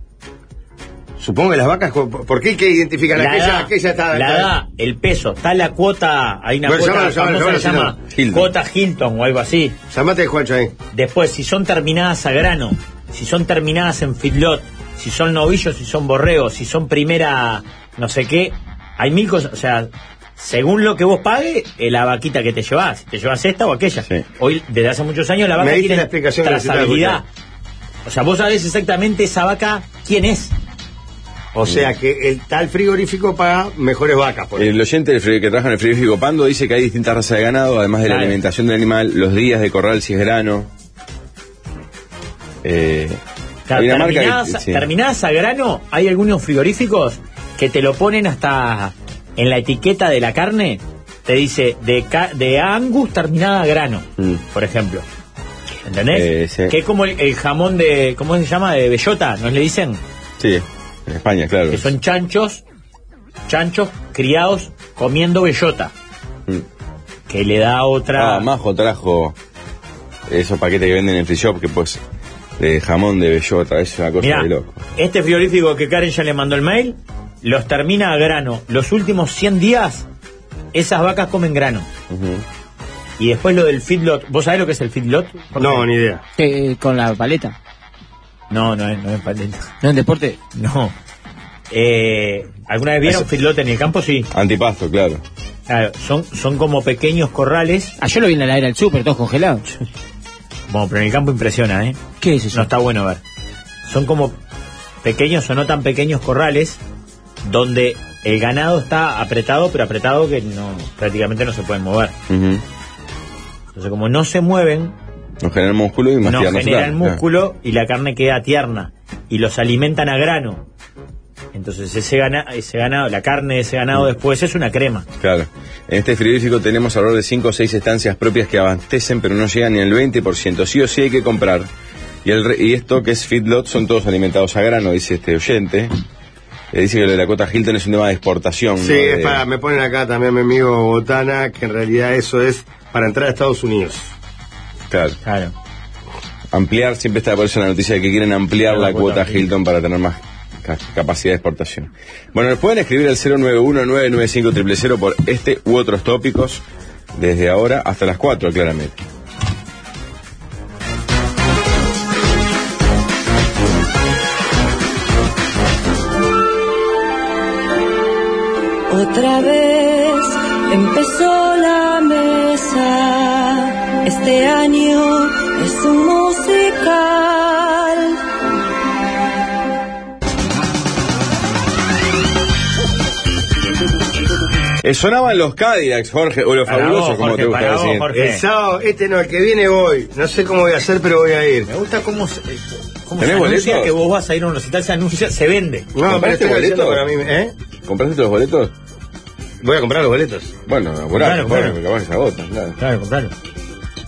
Speaker 6: Supongo que las vacas por- por qué hay que identificar
Speaker 5: La
Speaker 6: aquella,
Speaker 5: edad,
Speaker 6: aquella está
Speaker 5: la
Speaker 6: está-
Speaker 5: edad, el peso, está la cuota, hay una
Speaker 6: Bueno,
Speaker 5: cuota
Speaker 6: llámalo, llámalo,
Speaker 5: famosa que se
Speaker 6: llámalo,
Speaker 5: llama
Speaker 4: si no. Hilton.
Speaker 5: cuota Hilton o algo así.
Speaker 6: Llamate a Juancho ahí.
Speaker 5: Después, si son terminadas a grano, si son terminadas en feedlot, si son novillos, si son borreos, si son primera no sé qué, hay mil cosas, o sea, según lo que vos pagues, eh, la vaquita que te llevas, te llevas esta o aquella.
Speaker 4: Sí.
Speaker 5: Hoy, desde hace muchos años, la vaca
Speaker 6: Me diste
Speaker 5: tiene
Speaker 6: la explicación que necesitaba
Speaker 5: trazabilidad.
Speaker 6: escuchar.
Speaker 5: O sea, vos sabés exactamente esa vaca quién es.
Speaker 6: O sea que el tal frigorífico paga mejores vacas por
Speaker 4: El oyente del fri- que trabaja en el frigorífico Pando dice que hay distintas razas de ganado, además de la
Speaker 5: Claro.
Speaker 4: alimentación del animal, los días de corral si es grano. Eh,
Speaker 5: Claro,
Speaker 4: hay una marca que-
Speaker 5: terminadas,
Speaker 4: sí.
Speaker 5: terminadas a grano, hay algunos frigoríficos que te lo ponen hasta en la etiqueta de la carne, te dice de, ca- de angus terminada a grano,
Speaker 4: Mm.
Speaker 5: por ejemplo. ¿Entendés?
Speaker 4: Eh, sí.
Speaker 5: Que es como el, el jamón de, ¿cómo se llama? De bellota, ¿nos le dicen?
Speaker 4: Sí, en España, claro.
Speaker 5: Que son chanchos, chanchos criados comiendo bellota.
Speaker 4: Mm.
Speaker 5: Que le da otra...
Speaker 4: Ah, Majo trajo esos paquetes que venden en el free shop que pues de jamón de bellota, es una cosa
Speaker 5: Mirá,
Speaker 4: de loco.
Speaker 5: este frigorífico que Karen ya le mandó el mail, los termina a grano. Los últimos 100 días, esas vacas comen grano.
Speaker 4: Ujú.
Speaker 5: Y después lo del feedlot. ¿Vos sabés lo que es el feedlot?
Speaker 6: ahí. No, ni idea.
Speaker 8: Eh, con la paleta.
Speaker 5: No, no es, no es patente.
Speaker 8: No, en deporte.
Speaker 5: No. Eh, ¿Alguna vez vieron feedlot en el campo? Sí.
Speaker 4: Antipasto, claro.
Speaker 5: Claro, son, son como pequeños corrales.
Speaker 8: Ah, yo lo vi en la ladera del súper, todos congelados.
Speaker 5: Bueno, pero en el campo impresiona, ¿eh?
Speaker 8: ¿Qué es
Speaker 5: No
Speaker 8: eso?
Speaker 5: está bueno ver. Son como pequeños o no tan pequeños corrales donde el ganado está apretado, pero apretado que no prácticamente no se pueden mover.
Speaker 4: Ujú.
Speaker 5: Entonces, como no se mueven,
Speaker 4: Nos generan músculo y más
Speaker 5: no
Speaker 4: tierno,
Speaker 5: generan
Speaker 4: claro.
Speaker 5: músculo y la carne queda tierna. Y los alimentan a grano. Entonces, ese, gana, ese ganado, la carne de ese ganado
Speaker 4: Mm.
Speaker 5: después es una crema.
Speaker 4: Claro. En este frigorífico tenemos alrededor de 5 o 6 estancias propias que abastecen, pero no llegan ni al 20%. Sí o sí hay que comprar. Y, el re- y esto que es feedlot son todos alimentados a grano, dice este oyente. Eh, dice que lo de la cuota Hilton es un tema de exportación.
Speaker 6: Sí,
Speaker 4: ¿no? De-
Speaker 6: es para, me ponen acá también mi amigo Botana, que en realidad eso es para entrar a Estados Unidos.
Speaker 4: Claro.
Speaker 5: Claro.
Speaker 4: Ampliar, siempre está por eso la noticia de que quieren ampliar la,
Speaker 5: La
Speaker 4: cuota
Speaker 5: cuota
Speaker 4: Hilton para tener más ca- capacidad de exportación. Bueno, nos pueden escribir al 091-995-000 por este u otros tópicos desde ahora hasta las 4, claramente.
Speaker 9: Otra vez empezó la mesa. Este año es un musical.
Speaker 4: Eh, sonaban los Cadillacs, Jorge, o los
Speaker 5: Para
Speaker 4: fabulosos,
Speaker 5: vos,
Speaker 4: como
Speaker 5: Jorge,
Speaker 4: te gusta
Speaker 5: para vos,
Speaker 4: decir.
Speaker 5: Jorge.
Speaker 6: El sábado, este no, el que viene voy. No sé cómo voy a hacer, pero voy a ir.
Speaker 5: Me gusta cómo se, eh, cómo se
Speaker 4: ¿Tenés
Speaker 5: anuncia
Speaker 4: boletos?
Speaker 5: que vos vas a ir a un recital, se anuncia, se vende.
Speaker 6: No, pero
Speaker 4: ¿Compraste
Speaker 6: estoy haciendo
Speaker 4: boleto?
Speaker 6: para mí, ¿eh?
Speaker 4: ¿Compraste los boletos?
Speaker 6: Voy a comprar los boletos.
Speaker 4: Bueno, apurate,
Speaker 5: Claro,
Speaker 4: Jorge,
Speaker 5: claro.
Speaker 4: porque capaz que se agotan, claro.
Speaker 5: Claro, compralo.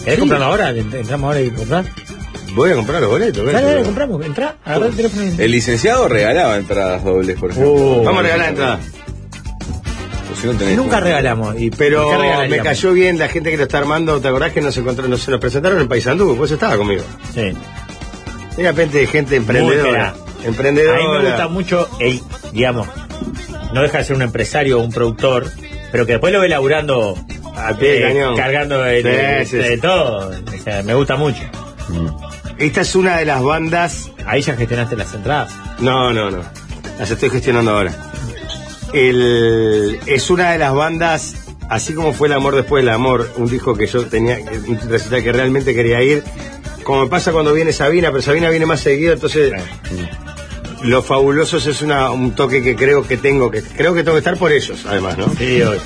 Speaker 5: ¿Querés comprarlo ahora? Ent- Entramos ahora y comprar.
Speaker 6: Voy a comprar los boletos.
Speaker 5: Dale, dale,
Speaker 6: vete.
Speaker 5: compramos. Entrá, agarrá el teléfono. y-
Speaker 4: El licenciado regalaba entradas dobles, por ejemplo.
Speaker 5: Oh.
Speaker 6: Vamos a regalar entrada.
Speaker 4: Pues si no tenés-
Speaker 5: Nunca regalamos. Y,
Speaker 6: Eh, Pero
Speaker 5: ¿qué
Speaker 6: me
Speaker 5: regalaríamos?
Speaker 6: cayó bien la gente que lo está armando. ¿Te acordás que nos encontró, nos se lo presentaron en Paisandú? Vos estaba conmigo.
Speaker 5: Sí.
Speaker 6: De repente, gente emprendedora.
Speaker 5: Muy
Speaker 6: Emprendedora.
Speaker 5: A mí me gusta mucho el, digamos, no deja de ser un empresario o un productor, pero que después lo ve laburando,
Speaker 6: Al pie del cañón.
Speaker 5: eh, cargando el-
Speaker 6: Sí,
Speaker 5: el-
Speaker 6: sí,
Speaker 5: de
Speaker 6: sí.
Speaker 5: todo. O sea, me gusta mucho.
Speaker 6: Esta es una de las bandas.
Speaker 5: Ahí ya gestionaste las entradas.
Speaker 6: No, no, no. Las estoy gestionando ahora. El- Es una de las bandas. Así como fue El Amor Después del Amor, un disco que yo tenía, un recital que realmente quería ir. Como me pasa cuando viene Sabina, pero Sabina viene más seguido, entonces Los Fabulosos es una, un toque que creo que tengo que creo que tengo que estar por ellos, además, ¿no?
Speaker 5: Sí, hoy.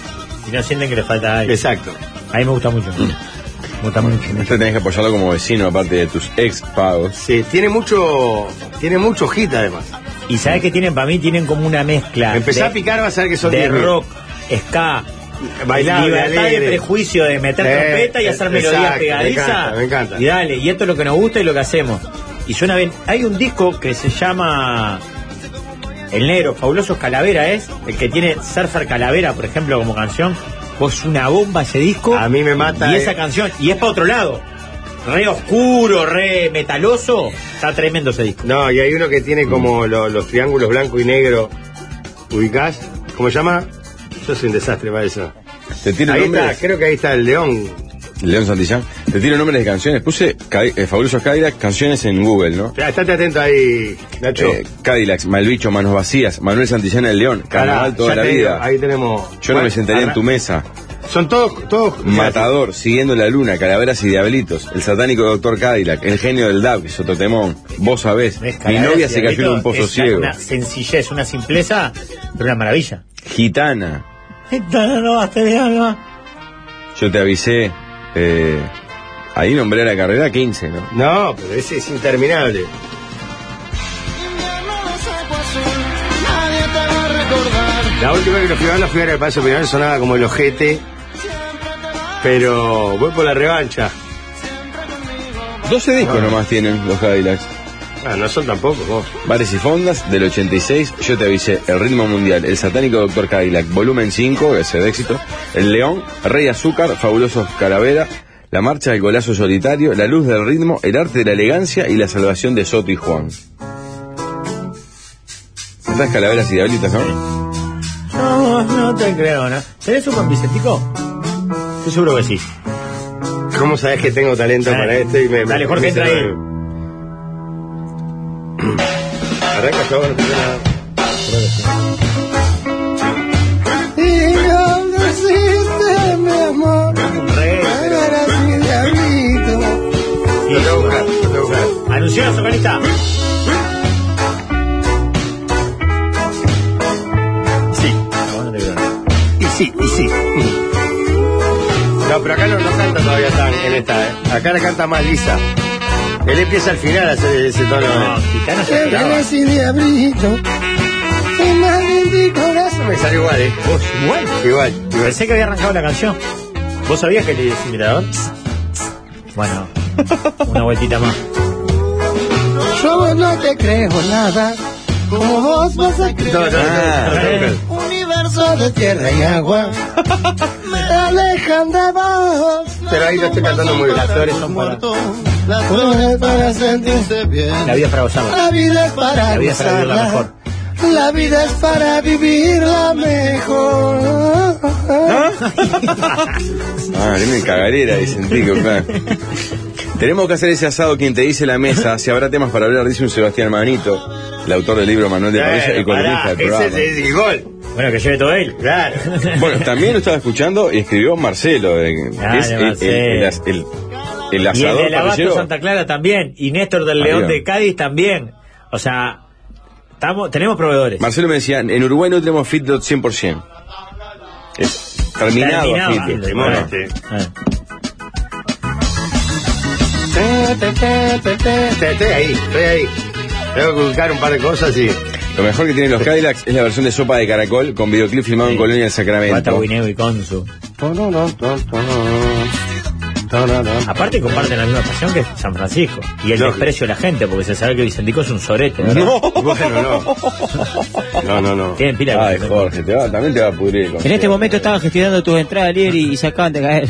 Speaker 5: Y no sienten que les falta algo.
Speaker 6: Exacto.
Speaker 5: A mí me gusta mucho. Me gusta mucho. mucho.
Speaker 4: Este tenés que apoyarlo como vecino, aparte de tus ex pagos.
Speaker 6: Sí, tiene mucho tiene mucho hit además.
Speaker 5: Y sabes que tienen para mí tienen como una mezcla
Speaker 6: Empezá
Speaker 5: Ah, de,
Speaker 6: a picar, vas a ver que son
Speaker 5: de
Speaker 6: 10.000.
Speaker 5: rock, ska,
Speaker 6: Bailable,
Speaker 5: libertad de
Speaker 6: alegre.
Speaker 5: prejuicio de meter
Speaker 6: Eh,
Speaker 5: trompeta y hacer
Speaker 6: eh,
Speaker 5: melodías
Speaker 6: exacto, me
Speaker 5: pegadizas.
Speaker 6: encanta, me encanta.
Speaker 5: Y dale, y esto es lo que nos gusta y lo que hacemos. Y suena bien. Hay un disco que se llama El Negro, Fabulosos Calavera es, el que tiene Surfer Calavera, por ejemplo, como canción. Vos una bomba ese disco.
Speaker 6: A mí me mata,
Speaker 5: Y
Speaker 6: eh.
Speaker 5: esa canción, y es para otro lado. Re oscuro, re metaloso. Está tremendo ese disco.
Speaker 6: No, y hay uno que tiene como lo- los triángulos blanco y negro. ¿Ubicás? ¿Cómo se llama? Yo soy un desastre para eso.
Speaker 4: Te tiro
Speaker 6: Ahí está,
Speaker 4: nombres.
Speaker 6: creo que ahí está el león.
Speaker 4: León Santillán. Te tiro nombres de canciones. Puse Cadi- eh, Fabulosos Cadillacs, canciones en Google, ¿no?
Speaker 6: Ya, Estate atento ahí, Nacho.
Speaker 4: Eh, Cadillacs, Malbicho, Manos Vacías, Manuel Santillán el León, Carnaval
Speaker 6: Pará, ya
Speaker 4: toda la
Speaker 6: te digo,
Speaker 4: vida.
Speaker 6: Ahí tenemos.
Speaker 4: Yo no me sentaré en tu
Speaker 6: mesa.
Speaker 4: mesa.
Speaker 6: Son todos, todos.
Speaker 4: Matador, Siguiendo la Luna, Calaveras y Diablitos, El Satánico Doctor Cadillac, El Genio del Dab, que es otro temón, Vos sabés,
Speaker 5: ¿Ves?
Speaker 4: Mi
Speaker 5: Calavera,
Speaker 4: novia se
Speaker 5: Diablito,
Speaker 4: cayó en un pozo
Speaker 5: es
Speaker 4: ciego,
Speaker 5: Una sencillez, una simpleza, pero una maravilla.
Speaker 4: Gitana,
Speaker 5: No, no, no, hasta allá, no.
Speaker 4: Yo te avisé, eh, ahí nombré la carrera 15, ¿no?
Speaker 6: No, pero ese es interminable. La última vez que lo fui a ver, lo fui a ver al Palacio Peñarol, sonaba como el ojete. Pero voy por la revancha.
Speaker 4: 12 discos nomás tienen los Cadillacs.
Speaker 6: Ah, no son tampoco, vos.
Speaker 4: Bares y Fondas del 86, Yo te avisé, El Ritmo Mundial, El Satánico Doctor Cadillac, Volumen 5, ese de éxito, El León, Rey Azúcar, Fabulosos Calavera, La Marcha del Golazo Solitario, La Luz del Ritmo, El Arte de la Elegancia y La Salvación de Soto y Juan. Estas calaveras y diablitas, ¿no?
Speaker 5: No, no te creo, ¿no? ¿Tenés un pan Vicentico? Estoy seguro que sí.
Speaker 6: ¿Cómo sabés que tengo talento
Speaker 5: Dale.
Speaker 6: para esto? Y me,
Speaker 5: Dale,
Speaker 6: me-
Speaker 5: Jorge,
Speaker 6: me
Speaker 5: entra
Speaker 6: cerró
Speaker 5: ahí.
Speaker 6: el- Arranca yo, no tengo nada. Re, pero- Lo tengo que buscar, lo tengo que buscar.
Speaker 5: Anunció la socanista. Sí. No, no te creo.
Speaker 6: Y sí, y sí. No, pero acá no, no canta todavía tan en esta, ¿eh? Acá la canta más lisa. Él empieza al final a hacer ese tono.
Speaker 5: No,
Speaker 6: ¿eh?
Speaker 5: Gitana se tiraba.
Speaker 6: Me sale igual, ¿eh?
Speaker 5: Vos igual.
Speaker 6: Igual. igual.
Speaker 5: Pensé que había arrancado la canción. ¿Vos sabías que el mirador? Bueno, una vueltita más.
Speaker 6: No, no, no,
Speaker 5: Ah.
Speaker 6: no, no, no, no. Pero ahí lo estoy cantando muy bien. Las flores son para...
Speaker 5: La vida es para gozarla. La vida es para vivirla mejor.
Speaker 6: La vida es para vivirla mejor.
Speaker 4: Ah, tiene cagarera, dicen, tico, claro. Tenemos que hacer ese asado quien te dice la mesa, si habrá temas para hablar, dice un Sebastián Manito, el autor del libro Manuel de Parrilla, el
Speaker 6: Bueno,
Speaker 4: columnista
Speaker 6: pará,
Speaker 4: del
Speaker 6: ese
Speaker 4: programa.
Speaker 6: es el gol.
Speaker 5: Bueno, que lleve todo él.
Speaker 6: Claro.
Speaker 4: Bueno, también lo estaba escuchando y escribió Marcelo, eh,
Speaker 5: Ah,
Speaker 4: que es
Speaker 5: de
Speaker 4: el,
Speaker 5: Marcelo.
Speaker 4: el- el as- el- el
Speaker 5: Y el
Speaker 4: asador
Speaker 5: de Lavasto
Speaker 4: parrillero.
Speaker 5: Santa Clara también. Y Néstor del
Speaker 4: Ah,
Speaker 5: León
Speaker 4: bien.
Speaker 5: de Cádiz también. O sea, estamos, tenemos proveedores.
Speaker 4: Marcelo me decía, en Uruguay no tenemos feedlot 100%. Es terminado
Speaker 5: Terminaba.
Speaker 4: feedlot.
Speaker 5: Bueno.
Speaker 4: Bueno,
Speaker 6: Este.
Speaker 5: Ah.
Speaker 6: Estoy ahí, estoy ahí. Tengo que buscar un par de cosas y.
Speaker 4: lo mejor que tienen los Cadillacs es la versión de Sopa de Caracol con videoclip filmado en Colonia del
Speaker 5: Pata
Speaker 4: Sacramento. Ah,
Speaker 5: Guineo y Consu. Aparte comparten la misma pasión que San Francisco. Y el
Speaker 6: Lógico.
Speaker 5: desprecio de la gente, porque se sabe que Vicentico es un sorete, ¿verdad?
Speaker 4: No.
Speaker 6: Bueno, no. No, no, no.
Speaker 5: Tienen pila de
Speaker 4: Ay,
Speaker 5: cosas.
Speaker 4: Jorge, te va, también te va a pudrir. el
Speaker 8: En este
Speaker 4: concepto.
Speaker 8: momento estaban gestionando tus entradas, líder, y se acaban de caer.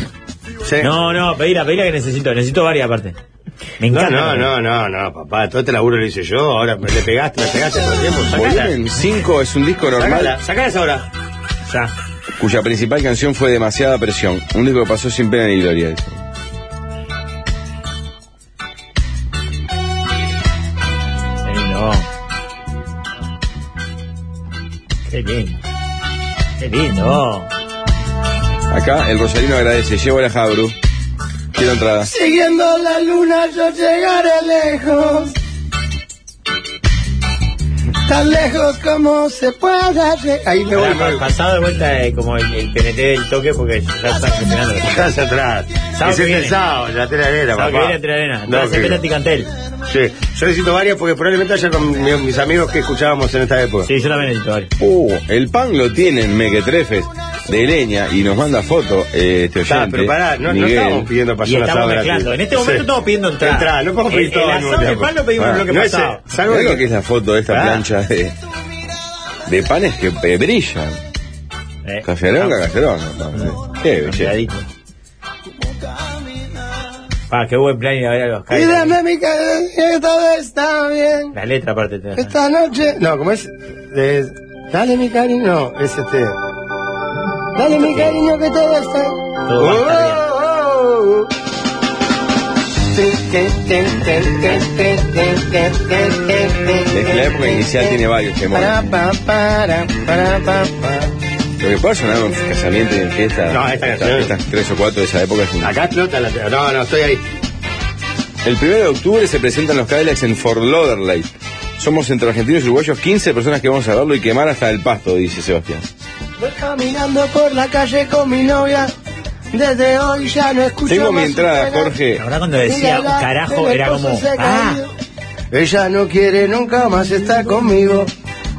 Speaker 6: Sí.
Speaker 5: No, no, pedila, pedila que necesito, necesito varias aparte. Me
Speaker 6: No,
Speaker 5: encanta.
Speaker 6: no, no, no, no, papá, todo este laburo lo hice yo, ahora le pegaste, me pegaste todo el tiempo, sacala,
Speaker 4: Volumen 5 es un disco normal
Speaker 6: sacala, sacala esa hora.
Speaker 5: Ya.
Speaker 4: cuya principal canción fue Demasiada Presión. Un disco que pasó sin pena ni gloria. dice.
Speaker 5: Sí, no. Qué lindo. Qué lindo.
Speaker 4: Acá el Rosarino agradece. Llevo la Jabru. Quiero entrada.
Speaker 6: Siguiendo la luna yo llegaré lejos. Tan lejos como se pueda llegar. Ahí me voy,
Speaker 5: Ahora,
Speaker 6: me voy.
Speaker 5: pasado de vuelta eh, como el, el PNT del toque porque ya están gestionando.
Speaker 6: Estás atrás.
Speaker 5: Sábado
Speaker 6: Ese
Speaker 5: que
Speaker 6: es el
Speaker 5: viene.
Speaker 6: sábado, la tela arena,
Speaker 5: Sábado
Speaker 6: papá.
Speaker 5: que viene entre arena.
Speaker 6: No,
Speaker 5: Entonces,
Speaker 6: que-
Speaker 5: Pela Ticantel.
Speaker 6: Sí, yo necesito varias porque probablemente haya con mi- mis amigos que escuchábamos en esta época.
Speaker 5: Sí, yo también necesito varios.
Speaker 4: Uh, el pan lo tienen Mequetrefes de leña y nos manda foto eh, este
Speaker 6: Está,
Speaker 4: oyente,
Speaker 6: Ah, pero pará, no, no
Speaker 4: Miguel.
Speaker 6: estamos pidiendo
Speaker 5: Y
Speaker 6: pasar una
Speaker 5: estamos
Speaker 6: sábado
Speaker 5: mezclando. En este momento estamos pidiendo entrada. Eh,
Speaker 6: Entrada, no podemos
Speaker 5: El-
Speaker 6: pedir todo
Speaker 5: El
Speaker 6: al mismo
Speaker 5: asado de
Speaker 6: tiempo.
Speaker 5: pan lo pedimos
Speaker 4: Ah,
Speaker 5: en bloque
Speaker 6: no es
Speaker 5: pasado.
Speaker 6: ese.
Speaker 4: Mirá
Speaker 6: Salvo
Speaker 4: lo
Speaker 6: que-
Speaker 4: que es la foto de esta
Speaker 6: Ah.
Speaker 4: plancha de, de panes que eh, brillan?
Speaker 5: Eh,
Speaker 4: Caceronga,
Speaker 6: Ah.
Speaker 5: estamos-
Speaker 4: caceronga. no, sí. Qué belleza.
Speaker 5: Cuidadito. Pa, qué buen plan ir a ver a los Cadillacs.
Speaker 6: mi que todo está bien.
Speaker 5: La letra aparte te da.
Speaker 6: Esta noche. No, ¿cómo es? Es- dale mi cariño. No, es este. Dale mi cariño que todo está.
Speaker 5: Todo va a estar bien.
Speaker 6: Oh, oh, oh. Tin, tin, tin, tin, tin, tin, tin, tin, tin, tin, tin,
Speaker 4: Desde la época inicial tiene varios
Speaker 6: Para,
Speaker 4: temores.
Speaker 6: pa, para, para, pa, pa.
Speaker 4: Lo que puede sonar en casamiento y en fiesta.
Speaker 6: No, esta
Speaker 4: esta-
Speaker 6: canción.
Speaker 4: Estas tres o cuatro de esa época es un-
Speaker 6: Acá explota la. No, no, estoy ahí.
Speaker 4: El 1 de octubre se presentan los Cadillacs en Fort Lauderdale. Somos entre argentinos y uruguayos 15 personas que vamos a verlo y quemar hasta el pasto, dice Sebastián.
Speaker 6: Voy caminando por la calle con mi novia. Desde hoy ya no escucho
Speaker 4: Tengo mi
Speaker 6: más su
Speaker 4: entrada,
Speaker 6: pena.
Speaker 4: Jorge.
Speaker 5: La verdad cuando decía un carajo era como. ¡Ah!
Speaker 6: Ella no quiere nunca más estar conmigo.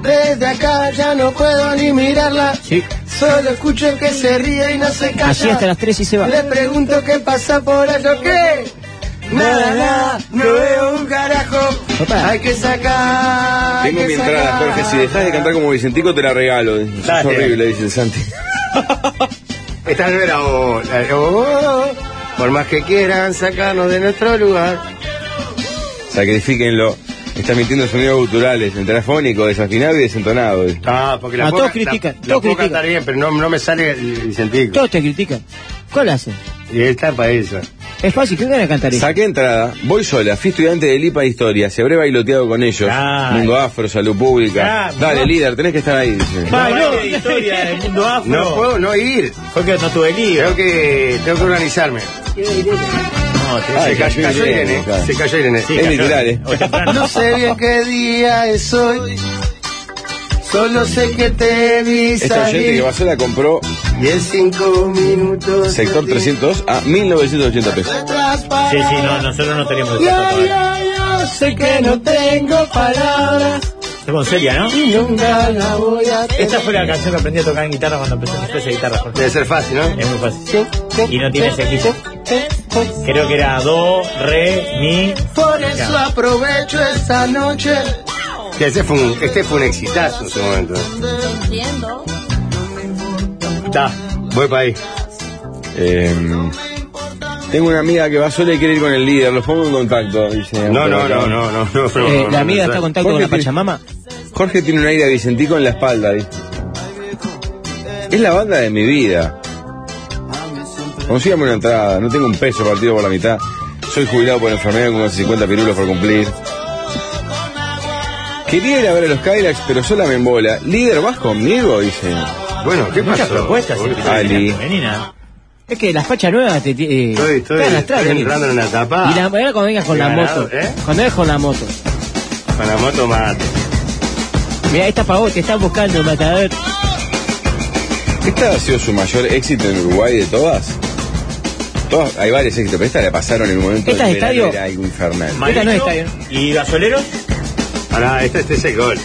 Speaker 6: Desde acá ya no puedo ni mirarla.
Speaker 8: Sí.
Speaker 6: Solo escucho que se ríe y no se calla.
Speaker 8: Así hasta las 3 y se va.
Speaker 6: Le pregunto qué pasa por allá, ¿qué? Nada, nada, no veo un carajo.
Speaker 8: Opa.
Speaker 6: Hay que sacar. hay
Speaker 4: Tengo
Speaker 6: que
Speaker 4: mi entrada,
Speaker 6: sacar.
Speaker 4: Jorge. Si dejas de cantar como Vicentico, te la regalo. Es
Speaker 6: Dale.
Speaker 4: horrible, dice Santi.
Speaker 6: Esta no era o- la- o- oh. Por más que quieran sacarnos de nuestro lugar.
Speaker 4: Sacrifíquenlo. Está mintiendo sonidos guturales, entrafónico, desafinado y desentonado.
Speaker 6: Ah, porque
Speaker 8: Ah,
Speaker 6: la
Speaker 8: todos critican,
Speaker 6: La,
Speaker 8: todos
Speaker 6: puedo
Speaker 8: critican.
Speaker 6: cantar bien, pero no, no me sale el Vicentico.
Speaker 8: Todos te critican. ¿Cuál hace?
Speaker 6: Y está para eso.
Speaker 8: Es fácil, ¿qué van a cantar? eso?
Speaker 4: Saqué entrada, voy sola, fui estudiante de Lipa e Historia, se habré bailoteado con ellos.
Speaker 5: Dale.
Speaker 4: Mundo Afro, Salud Pública.
Speaker 5: Dale,
Speaker 4: Dale,
Speaker 5: no.
Speaker 4: líder, tenés que estar ahí. dice.
Speaker 5: Pa, no, la historia del mundo afro.
Speaker 6: No puedo no ir.
Speaker 5: Jorge, no tuve lío.
Speaker 6: Creo que tengo que organizarme.
Speaker 5: No, te-
Speaker 4: Ay,
Speaker 6: se cayó,
Speaker 4: cayó
Speaker 6: cayó
Speaker 4: Irene,
Speaker 6: Irene.
Speaker 4: claro.
Speaker 6: Se cayó Irene.
Speaker 5: Sí,
Speaker 4: es
Speaker 5: cayó.
Speaker 4: literal, eh.
Speaker 5: O temprano.
Speaker 6: No sé bien qué día es hoy. Solo sé que te vi
Speaker 4: Esta gente que
Speaker 6: salir.
Speaker 4: va sola compró
Speaker 6: Y en cinco minutos.
Speaker 4: sector 302 a 1980 pesos.
Speaker 5: Sí, sí, no, nosotros no tenemos el
Speaker 6: Ya,
Speaker 5: costo todavía.
Speaker 6: ya, ya, sé que no tengo palabras
Speaker 5: Estoy con Celia, ¿no?
Speaker 6: y nunca la voy a
Speaker 5: Esta fue la canción que aprendí a tocar en guitarra cuando empecé en la clase de guitarra, Jorge.
Speaker 6: Debe ser fácil, ¿no?
Speaker 5: Es muy fácil. Y no tiene ese equipo. Creo que era do, re, mi.
Speaker 6: Por eso aprovecho esta noche. Este fue un, este fue un exitazo en su momento. Está, voy para ahí.
Speaker 4: Eh, tengo una amiga que va sola y quiere ir con el líder, los pongo en contacto. dice.
Speaker 6: No, no, no, no, no. no, no,
Speaker 8: Eh,
Speaker 6: no,
Speaker 8: la amiga
Speaker 6: no,
Speaker 8: está en
Speaker 6: no.
Speaker 8: contacto con
Speaker 4: Jorge,
Speaker 8: la Pachamama.
Speaker 4: Jorge tiene un aire a Vicentico en la espalda, dice. Es la banda de mi vida. Consígame una entrada, no tengo un peso partido por la mitad. Soy jubilado por enfermedad con unos 50 pirulos por cumplir. Quería ir a ver a los Cadillacs, pero sola me embola. Líder, vas conmigo, dice.
Speaker 6: Bueno, ¿qué
Speaker 5: Muchas
Speaker 6: pasó?
Speaker 5: propuestas.
Speaker 6: Uy,
Speaker 5: escribió
Speaker 4: Ali.
Speaker 5: Nina Karenina.
Speaker 8: Es que las fachas nuevas te, te-
Speaker 6: Estoy, estoy,
Speaker 8: te arrastran,
Speaker 6: estoy
Speaker 8: Eli.
Speaker 6: entrando en una etapa.
Speaker 8: Y la, ahora cuando vengas con
Speaker 6: Qué
Speaker 8: la
Speaker 6: ganado,
Speaker 8: moto.
Speaker 6: ¿eh?
Speaker 8: Cuando vengas con la moto.
Speaker 6: Para moto mate.
Speaker 8: Mira, esta pavó, te están buscando, matador.
Speaker 4: ¿Esta ha sido su mayor éxito en Uruguay de todas? Todas, hay varios éxitos, pero esta la pasaron en un momento
Speaker 8: ¿Esta
Speaker 4: del
Speaker 8: es
Speaker 4: verano,
Speaker 8: estadio?
Speaker 4: era algo infernal.
Speaker 8: Esta no
Speaker 5: Maricho
Speaker 8: está bien.
Speaker 5: ¿Y Gasolero?
Speaker 6: Pará, este, este es el gol.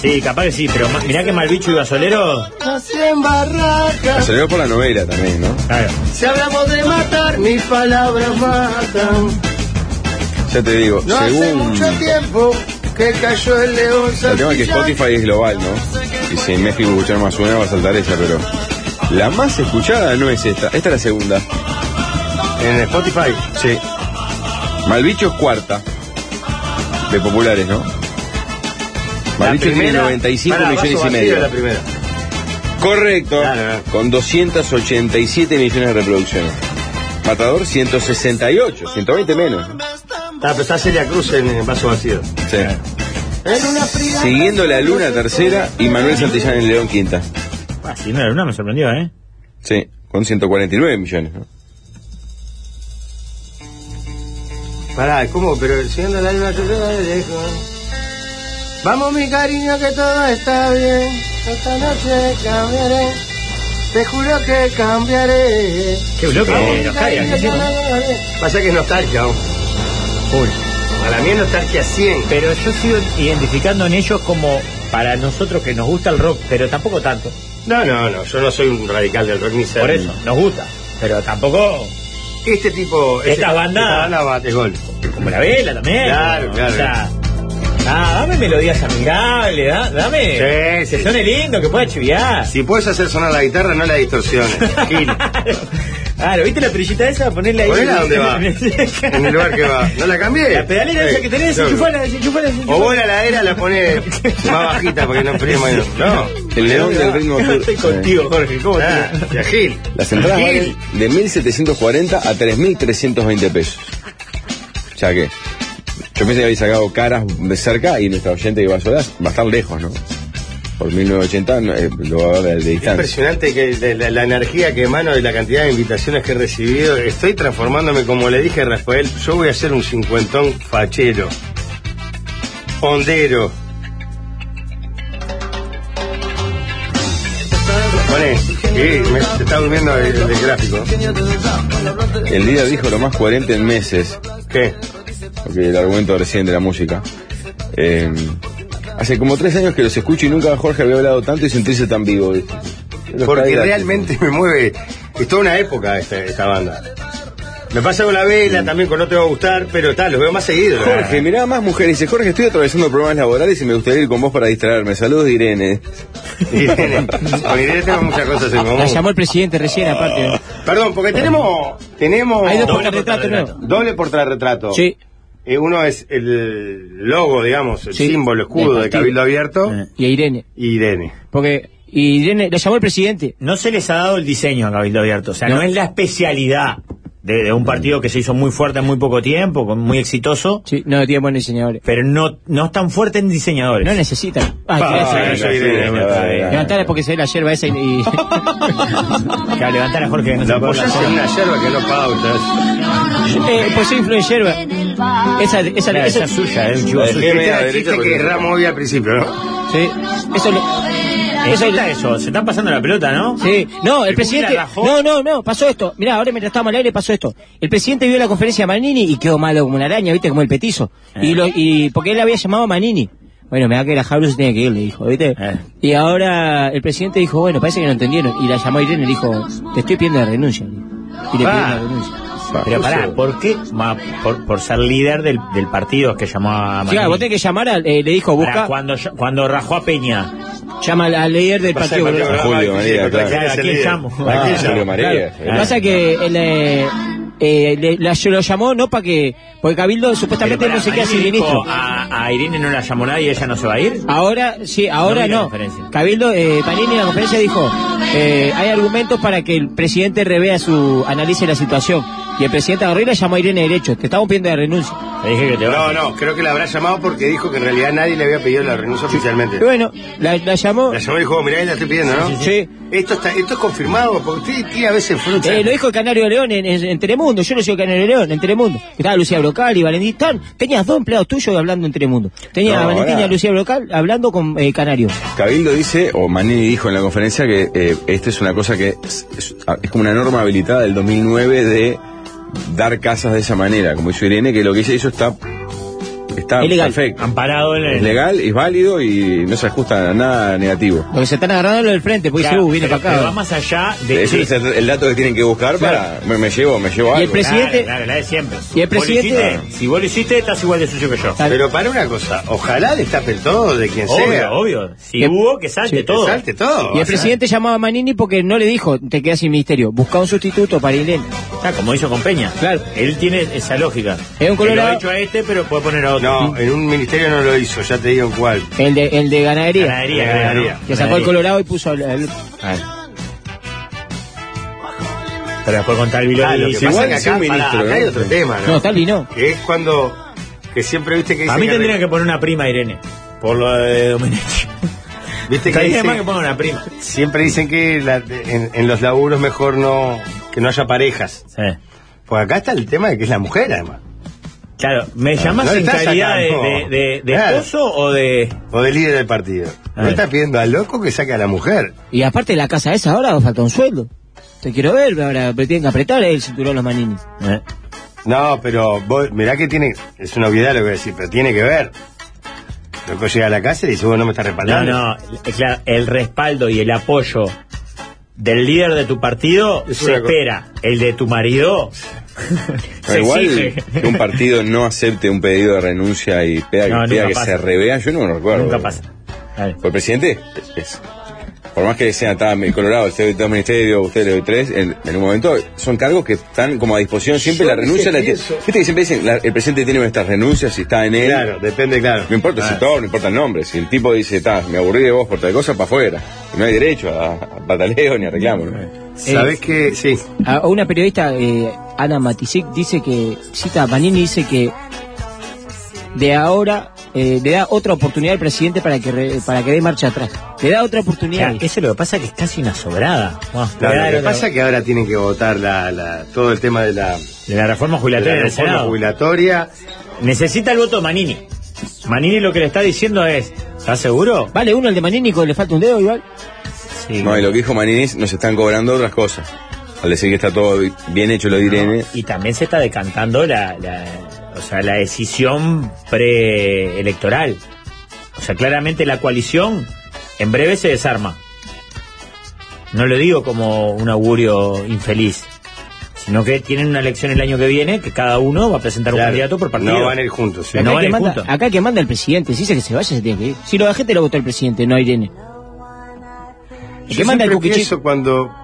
Speaker 5: Sí, capaz que sí, pero ma- mirá que Malvicho y Gasolero.
Speaker 4: Aceleró por la novela también, ¿no?
Speaker 5: Claro.
Speaker 6: Si hablamos de matar, mis palabras matan.
Speaker 4: Ya te digo,
Speaker 6: No hace
Speaker 4: según...
Speaker 6: mucho tiempo que cayó el león.
Speaker 4: El tema es que Spotify es global, ¿no? Y si en México escuchar más una, va a saltar esa, pero... La más escuchada no es esta, esta es la segunda.
Speaker 6: En Spotify, sí.
Speaker 4: Malvicho es cuarta. De populares, ¿no? Malvicho tiene 95
Speaker 6: Pará,
Speaker 4: millones
Speaker 6: vaso
Speaker 4: y
Speaker 6: vacío
Speaker 4: medio.
Speaker 6: La primera.
Speaker 4: Correcto.
Speaker 6: Claro, claro.
Speaker 4: Con 287 millones de reproducciones. Matador 168, 120 menos.
Speaker 6: Ah, pero está Celia Cruz en, en vaso vacío.
Speaker 4: Sí. Siguiendo la luna tercera y Manuel Santillán en León quinta.
Speaker 5: Ah, sí, no, la luna me sorprendió, ¿eh?
Speaker 4: Sí, con 149 millones. ¿no?
Speaker 6: Pará, ¿cómo? Pero siguiendo la luna, te veo de lejos. Vamos, mi cariño, que todo está bien. Esta noche cambiaré. Te juro que cambiaré.
Speaker 5: Qué bloque de los Cadillacs, ¿sí?
Speaker 6: Pasa que es nostalgia, aún. Para mí es nostalgia 100.
Speaker 5: Pero yo sigo identificando en ellos como para nosotros que nos gusta el rock, pero tampoco tanto.
Speaker 6: No, no, no, yo no soy un radical del rock ni ser.
Speaker 5: Por eso, nos gusta. Pero tampoco
Speaker 6: Este tipo.
Speaker 5: Esta
Speaker 6: este-
Speaker 5: banda-
Speaker 6: Esta banda bate gol.
Speaker 5: como la vela también.
Speaker 6: Claro,
Speaker 5: ¿no? O
Speaker 6: claro.
Speaker 5: sea, ah, dame melodías amigables, da- dame.
Speaker 6: Sí, sí,
Speaker 5: que suene lindo, que pueda chiviar.
Speaker 6: Si puedes hacer sonar la guitarra, no la distorsiones. Gil.
Speaker 5: Claro, ¿viste la perillita esa? Ponela ahí.
Speaker 6: Ponela donde va. en el lugar que va. No la cambié.
Speaker 5: La pedalera
Speaker 6: Sí,
Speaker 5: esa que tenés,
Speaker 6: no, no.
Speaker 5: enchufala, desenchufala, desenchufala.
Speaker 6: O vos la ladera la ponés más bajita para que no enfríe más. No.
Speaker 4: El León del ritmo sur.
Speaker 5: Estoy contigo, Jorge, ¿cómo
Speaker 6: Ah,
Speaker 5: te-
Speaker 6: y a Gil.
Speaker 4: Las entradas
Speaker 6: Gil.
Speaker 4: valen de 1.740 a 3.320 pesos. O sea que yo pensé que habéis sacado caras de cerca y nuestra oyente que va sola va a estar lejos, ¿no? Por 1980 no, eh, lo va a ver de distancia.
Speaker 6: Impresionante que de la, la energía que emano y la cantidad de invitaciones que he recibido. Estoy transformándome, como le dije a Rafael, yo voy a ser un cincuentón fachero, hondero. Pone, sí, me, se está durmiendo el, el gráfico.
Speaker 4: El día dijo lo más coherente en meses,
Speaker 6: ¿Qué?
Speaker 4: porque el argumento recién de la música. Eh, hace como tres años que los escucho y nunca Jorge había hablado tanto y sentirse tan vivo. dice. Los
Speaker 6: Porque
Speaker 4: Cadillacs,
Speaker 6: realmente me mueve. Es toda una época esta, esta banda. Me pasa con la vela, también con No Te Va a Gustar, pero tal, los veo más seguido.
Speaker 4: Jorge, mirá más mujeres. Dice, Jorge, estoy atravesando problemas laborales y me gustaría ir con vos para distraerme. Saludos, Irene.
Speaker 6: Irene. Con Irene tenemos muchas cosas en
Speaker 8: La
Speaker 6: común.
Speaker 8: llamó el presidente recién, aparte. ¿no?
Speaker 6: Perdón, porque tenemos. tenemos
Speaker 8: Hay dos
Speaker 6: doble,
Speaker 8: portarretratos nuevos.
Speaker 6: doble portarretrato.
Speaker 8: Sí.
Speaker 6: Eh, uno es el logo, digamos, el
Speaker 8: Sí.
Speaker 6: símbolo,
Speaker 8: Del
Speaker 6: escudo de
Speaker 8: partido.
Speaker 6: Cabildo Abierto.
Speaker 5: Eh.
Speaker 8: Y a Irene.
Speaker 6: Y Irene.
Speaker 8: Porque y Irene, la llamó el presidente.
Speaker 5: No se les ha dado el diseño a Cabildo Abierto. O sea, no, es la especialidad de, de un partido que se hizo muy fuerte en muy poco tiempo, con- muy exitoso,
Speaker 8: Sí, no tiene buenos diseñadores.
Speaker 5: pero no, no es tan fuerte en diseñadores.
Speaker 8: No necesitan. Ah,
Speaker 5: Pa,
Speaker 8: gracias.
Speaker 5: sí,
Speaker 6: Ah,
Speaker 5: sí,
Speaker 6: soy
Speaker 5: sí,
Speaker 6: Irene.
Speaker 5: sí,
Speaker 8: Levantala porque se ve la yerba esa y. y-
Speaker 5: Claro, levantar a Jorge. que no se
Speaker 6: La
Speaker 5: puede
Speaker 6: apoyás
Speaker 5: hablar.
Speaker 6: en una yerba que no pautas.
Speaker 8: eh, pues soy influye en yerba. Esa, esa,
Speaker 5: Claro,
Speaker 8: esa,
Speaker 5: esa es suya, es un chivo
Speaker 4: La
Speaker 5: suyo.
Speaker 4: dejé media
Speaker 6: Este
Speaker 4: derecha
Speaker 6: chiste
Speaker 4: porque-
Speaker 6: que Ramos había al principio, ¿no?
Speaker 8: Sí. Eso lo-
Speaker 5: Eso está eso, se están pasando la pelota, ¿no?
Speaker 8: Sí, no, el
Speaker 5: Según
Speaker 8: presidente.
Speaker 5: la Rajó-
Speaker 8: No, no, no, pasó esto. Mirá, ahora mientras estábamos al aire pasó esto. El presidente vio la conferencia de Manini y quedó malo como una araña, viste, como el petizo.
Speaker 5: Eh.
Speaker 8: Y, lo, y porque él había llamado a Manini. Bueno, me da que la Jablus tiene que ir, le dijo, ¿viste?
Speaker 5: Eh.
Speaker 8: Y ahora el presidente dijo, bueno, parece que no entendieron. Y la llamó a Irene y le dijo, te estoy pidiendo la renuncia. le dijo. Y le pidió
Speaker 6: Ah.
Speaker 8: la renuncia.
Speaker 5: Pero pará, ¿por qué? Ma- por, por ser líder del, del partido que llamó a Manini.
Speaker 8: Claro, vos tenés que llamar, al- eh, le dijo,
Speaker 5: Pará,
Speaker 8: busca,
Speaker 5: cuando, yo- cuando rajó a Peña.
Speaker 8: llama al, al líder del
Speaker 6: Pasa
Speaker 8: partido.
Speaker 6: el
Speaker 8: Colorado.
Speaker 6: Partido
Speaker 4: Julio
Speaker 6: Colorado,
Speaker 4: María,
Speaker 6: sí, contra
Speaker 4: claro.
Speaker 6: quién es el
Speaker 5: Claro, ¿a quién
Speaker 6: líder.
Speaker 5: llamo?
Speaker 6: ¿A quién
Speaker 5: Ah,
Speaker 6: llamo?
Speaker 4: Julio María.
Speaker 8: Lo que pasa es que el, eh, eh, le- la- lo llamó no para que. Porque Cabildo supuestamente
Speaker 5: Pero
Speaker 8: no se
Speaker 5: pará,
Speaker 8: queda sin
Speaker 5: Marini
Speaker 8: ministro.
Speaker 5: dijo, A, a Irene no la llamó nadie y ella no se va a ir.
Speaker 8: Ahora, sí, ahora
Speaker 5: vi la
Speaker 8: no.
Speaker 5: conferencia.
Speaker 8: Cabildo, eh, Panini en la conferencia dijo, eh, hay argumentos para que el presidente revea su, analice la situación. Y el presidente agarró y la llamó a Irene Derecho. Te estamos pidiendo de renuncia.
Speaker 5: Le dije que te
Speaker 6: No,
Speaker 5: va.
Speaker 6: no, creo que la habrá llamado porque dijo que en realidad nadie le había pedido la renuncia oficialmente.
Speaker 8: Y bueno, la, la llamó.
Speaker 6: La llamó y dijo, "Oh, mirá, la estoy pidiendo, ¿no?
Speaker 8: Sí.
Speaker 6: Esto, está, esto es confirmado, porque usted tira a veces fruta.
Speaker 8: Eh, lo dijo el Canario de León en, en- en Telemundo. Yo lo sigo Canario de León en Telemundo. Estaba Lucía Brocal y Valentín. Tan- tenías dos empleados tuyos hablando en Telemundo. Tenías
Speaker 4: No,
Speaker 8: a Valentín y
Speaker 4: ahora-
Speaker 8: a Lucía Brocal hablando con eh, Canario.
Speaker 4: Cabildo dice, o Manini dijo en la conferencia, que eh, esto es una cosa que es, es- ah, es como una norma habilitada del 2009 de dar casas de esa manera, como hizo Irene, que lo que ella hizo está, está
Speaker 8: Es legal.
Speaker 4: perfecto.
Speaker 5: Amparado en el.
Speaker 4: Es legal, es válido y no se ajusta a nada negativo.
Speaker 8: Lo que se están agarrando es lo del frente, porque
Speaker 5: Claro,
Speaker 8: dice, uh, viene
Speaker 5: pero-
Speaker 8: para
Speaker 5: pero
Speaker 8: acá.
Speaker 5: va más allá de.
Speaker 4: Ese
Speaker 5: sí,
Speaker 4: es el el dato que tienen que buscar para... Me, me llevo, me llevo
Speaker 8: Y el
Speaker 4: algo.
Speaker 8: presi- presidente-
Speaker 5: Claro, claro, la de siempre.
Speaker 8: Y el
Speaker 5: Vos lo
Speaker 8: presidente-
Speaker 5: hiciste, si vos lo hiciste, estás igual de sucio que yo.
Speaker 8: Tal-
Speaker 6: Pero para una cosa, ojalá destape todo de quien sea.
Speaker 5: Obvio, obvio. Si
Speaker 8: Que-
Speaker 5: hubo, que salte
Speaker 6: Que
Speaker 5: todo.
Speaker 6: salte todo.
Speaker 8: Y
Speaker 6: O
Speaker 8: el
Speaker 6: sea,
Speaker 8: presidente llamaba a Manini porque no le dijo, te quedas sin ministerio. Busca un sustituto para Irene.
Speaker 5: Ah, como hizo con Peña.
Speaker 8: Claro.
Speaker 5: Él tiene esa lógica.
Speaker 8: Es un
Speaker 5: Que Lo
Speaker 8: colorado.
Speaker 5: ha hecho a este, pero puede poner a otro.
Speaker 6: No, en un ministerio no lo hizo, ya te digo en cuál.
Speaker 8: El de, el de ganadería.
Speaker 5: Ganadería,
Speaker 6: Ganadería.
Speaker 5: creo, ¿no?
Speaker 8: Que sacó el
Speaker 5: Ganadería.
Speaker 8: Colorado y puso al. al-
Speaker 5: Pero después con tal Biloli
Speaker 6: Ah, lo que
Speaker 5: hizo-
Speaker 4: igual
Speaker 6: pasa es
Speaker 4: es
Speaker 6: que acá,
Speaker 4: un ministro, ¿eh?
Speaker 6: pará, acá hay
Speaker 4: ¿no?
Speaker 6: otro tema, ¿no?
Speaker 8: No, Talvi no.
Speaker 6: Que es cuando, que siempre viste que dice
Speaker 5: A mí
Speaker 6: que
Speaker 5: tendrían que poner una prima, Irene. Por lo de Domenech.
Speaker 6: Viste que
Speaker 5: Estaría
Speaker 6: dice-
Speaker 5: más que ponga una prima.
Speaker 6: siempre dicen que la- en, en los laburos mejor no que no haya parejas. Pues acá está el tema de que es la mujer, además.
Speaker 5: Claro, ¿me llamás
Speaker 6: no le
Speaker 5: en
Speaker 6: estás
Speaker 5: calidad de,
Speaker 6: sacando.
Speaker 5: de- de- de
Speaker 6: Claro. Eh,
Speaker 5: esposo o de...?
Speaker 6: O del líder del partido.
Speaker 5: A
Speaker 6: No
Speaker 5: ver.
Speaker 6: está pidiendo al loco que saque a la mujer.
Speaker 8: Y aparte la casa esa ahora falta un sueldo. Te quiero ver, ahora pero tienen que apretar el cinturón los Manini.
Speaker 6: No, pero vos, mirá que tiene. Es una obviedad lo que voy a decir, pero tiene que ver. Loco llega a la casa y dice, vos no me estás
Speaker 5: No,
Speaker 6: respaldando.
Speaker 5: no, eh, claro, el respaldo y el apoyo del líder de tu partido
Speaker 6: Es
Speaker 5: se
Speaker 6: una cosa.
Speaker 5: espera. El de tu marido se
Speaker 4: Pero igual
Speaker 5: exige.
Speaker 4: que un partido no acepte un pedido de renuncia y pida,
Speaker 5: No,
Speaker 4: pida
Speaker 5: nunca
Speaker 4: que
Speaker 5: pasa.
Speaker 4: se revea, yo no me lo recuerdo.
Speaker 5: Nunca pasa. Dale.
Speaker 4: Pues el presidente, es- por más que sea tan el Colorado, usted doy dos ministerios, usted le doy tres, en, en un momento son cargos que están como a disposición. Siempre
Speaker 6: Yo
Speaker 4: la renuncia
Speaker 6: dije
Speaker 4: la
Speaker 6: que
Speaker 4: tiene.
Speaker 6: eso-
Speaker 4: Viste que siempre dicen, la- el presidente tiene estas renuncias, si está en él.
Speaker 6: Claro, depende, claro.
Speaker 5: Eh,
Speaker 4: No importa si
Speaker 6: Ah.
Speaker 4: todo, no importa el nombre. Si el tipo dice, "Ta, me aburrí de vos por tal cosa, para afuera. Y no hay derecho a, a pataleo ni a reclamo. ¿no?
Speaker 6: Sabés que, sí.
Speaker 8: A una periodista, eh, Ana Matisic, dice que, cita, Manini dice que de ahora eh, le da otra oportunidad al presidente para que re- para que dé marcha atrás. Le da otra oportunidad.
Speaker 5: Claro, que eso lo que pasa es que es casi una sobrada. Vamos,
Speaker 6: No,
Speaker 5: le da-
Speaker 6: lo que
Speaker 5: le-
Speaker 6: pasa es que ahora tienen que votar la, la- todo el tema de la,
Speaker 5: de la reforma
Speaker 6: de
Speaker 5: jubilatoria
Speaker 6: la
Speaker 5: en el
Speaker 6: reforma
Speaker 5: Senado.
Speaker 6: jubilatoria.
Speaker 5: Necesita el voto de Manini. Manini lo que le está diciendo es, ¿estás seguro?
Speaker 8: Vale uno el de Manini con le falta un dedo igual.
Speaker 5: Sí.
Speaker 4: No, y lo que dijo Maninis, nos están cobrando otras cosas. Al decir que está todo bien hecho lo ¿eh? de Irene.
Speaker 5: Y también se está decantando la, la- o sea, la decisión preelectoral. O sea, claramente la coalición en breve se desarma. No lo digo como un augurio infeliz, sino que tienen una elección el año que viene que cada uno va a presentar
Speaker 6: Claro,
Speaker 5: un candidato por partido.
Speaker 6: No van a ir juntos. sí.
Speaker 5: No
Speaker 8: Acá, el
Speaker 5: van
Speaker 8: que
Speaker 5: a ir
Speaker 8: manda,
Speaker 5: juntos.
Speaker 8: acá el que manda el presidente. Si dice que se vaya, se tiene que ir. Si lo, la gente lo votó el presidente, no a Irene. El que
Speaker 6: Yo
Speaker 8: manda el
Speaker 6: siempre
Speaker 8: cuquichí.
Speaker 6: pienso cuando,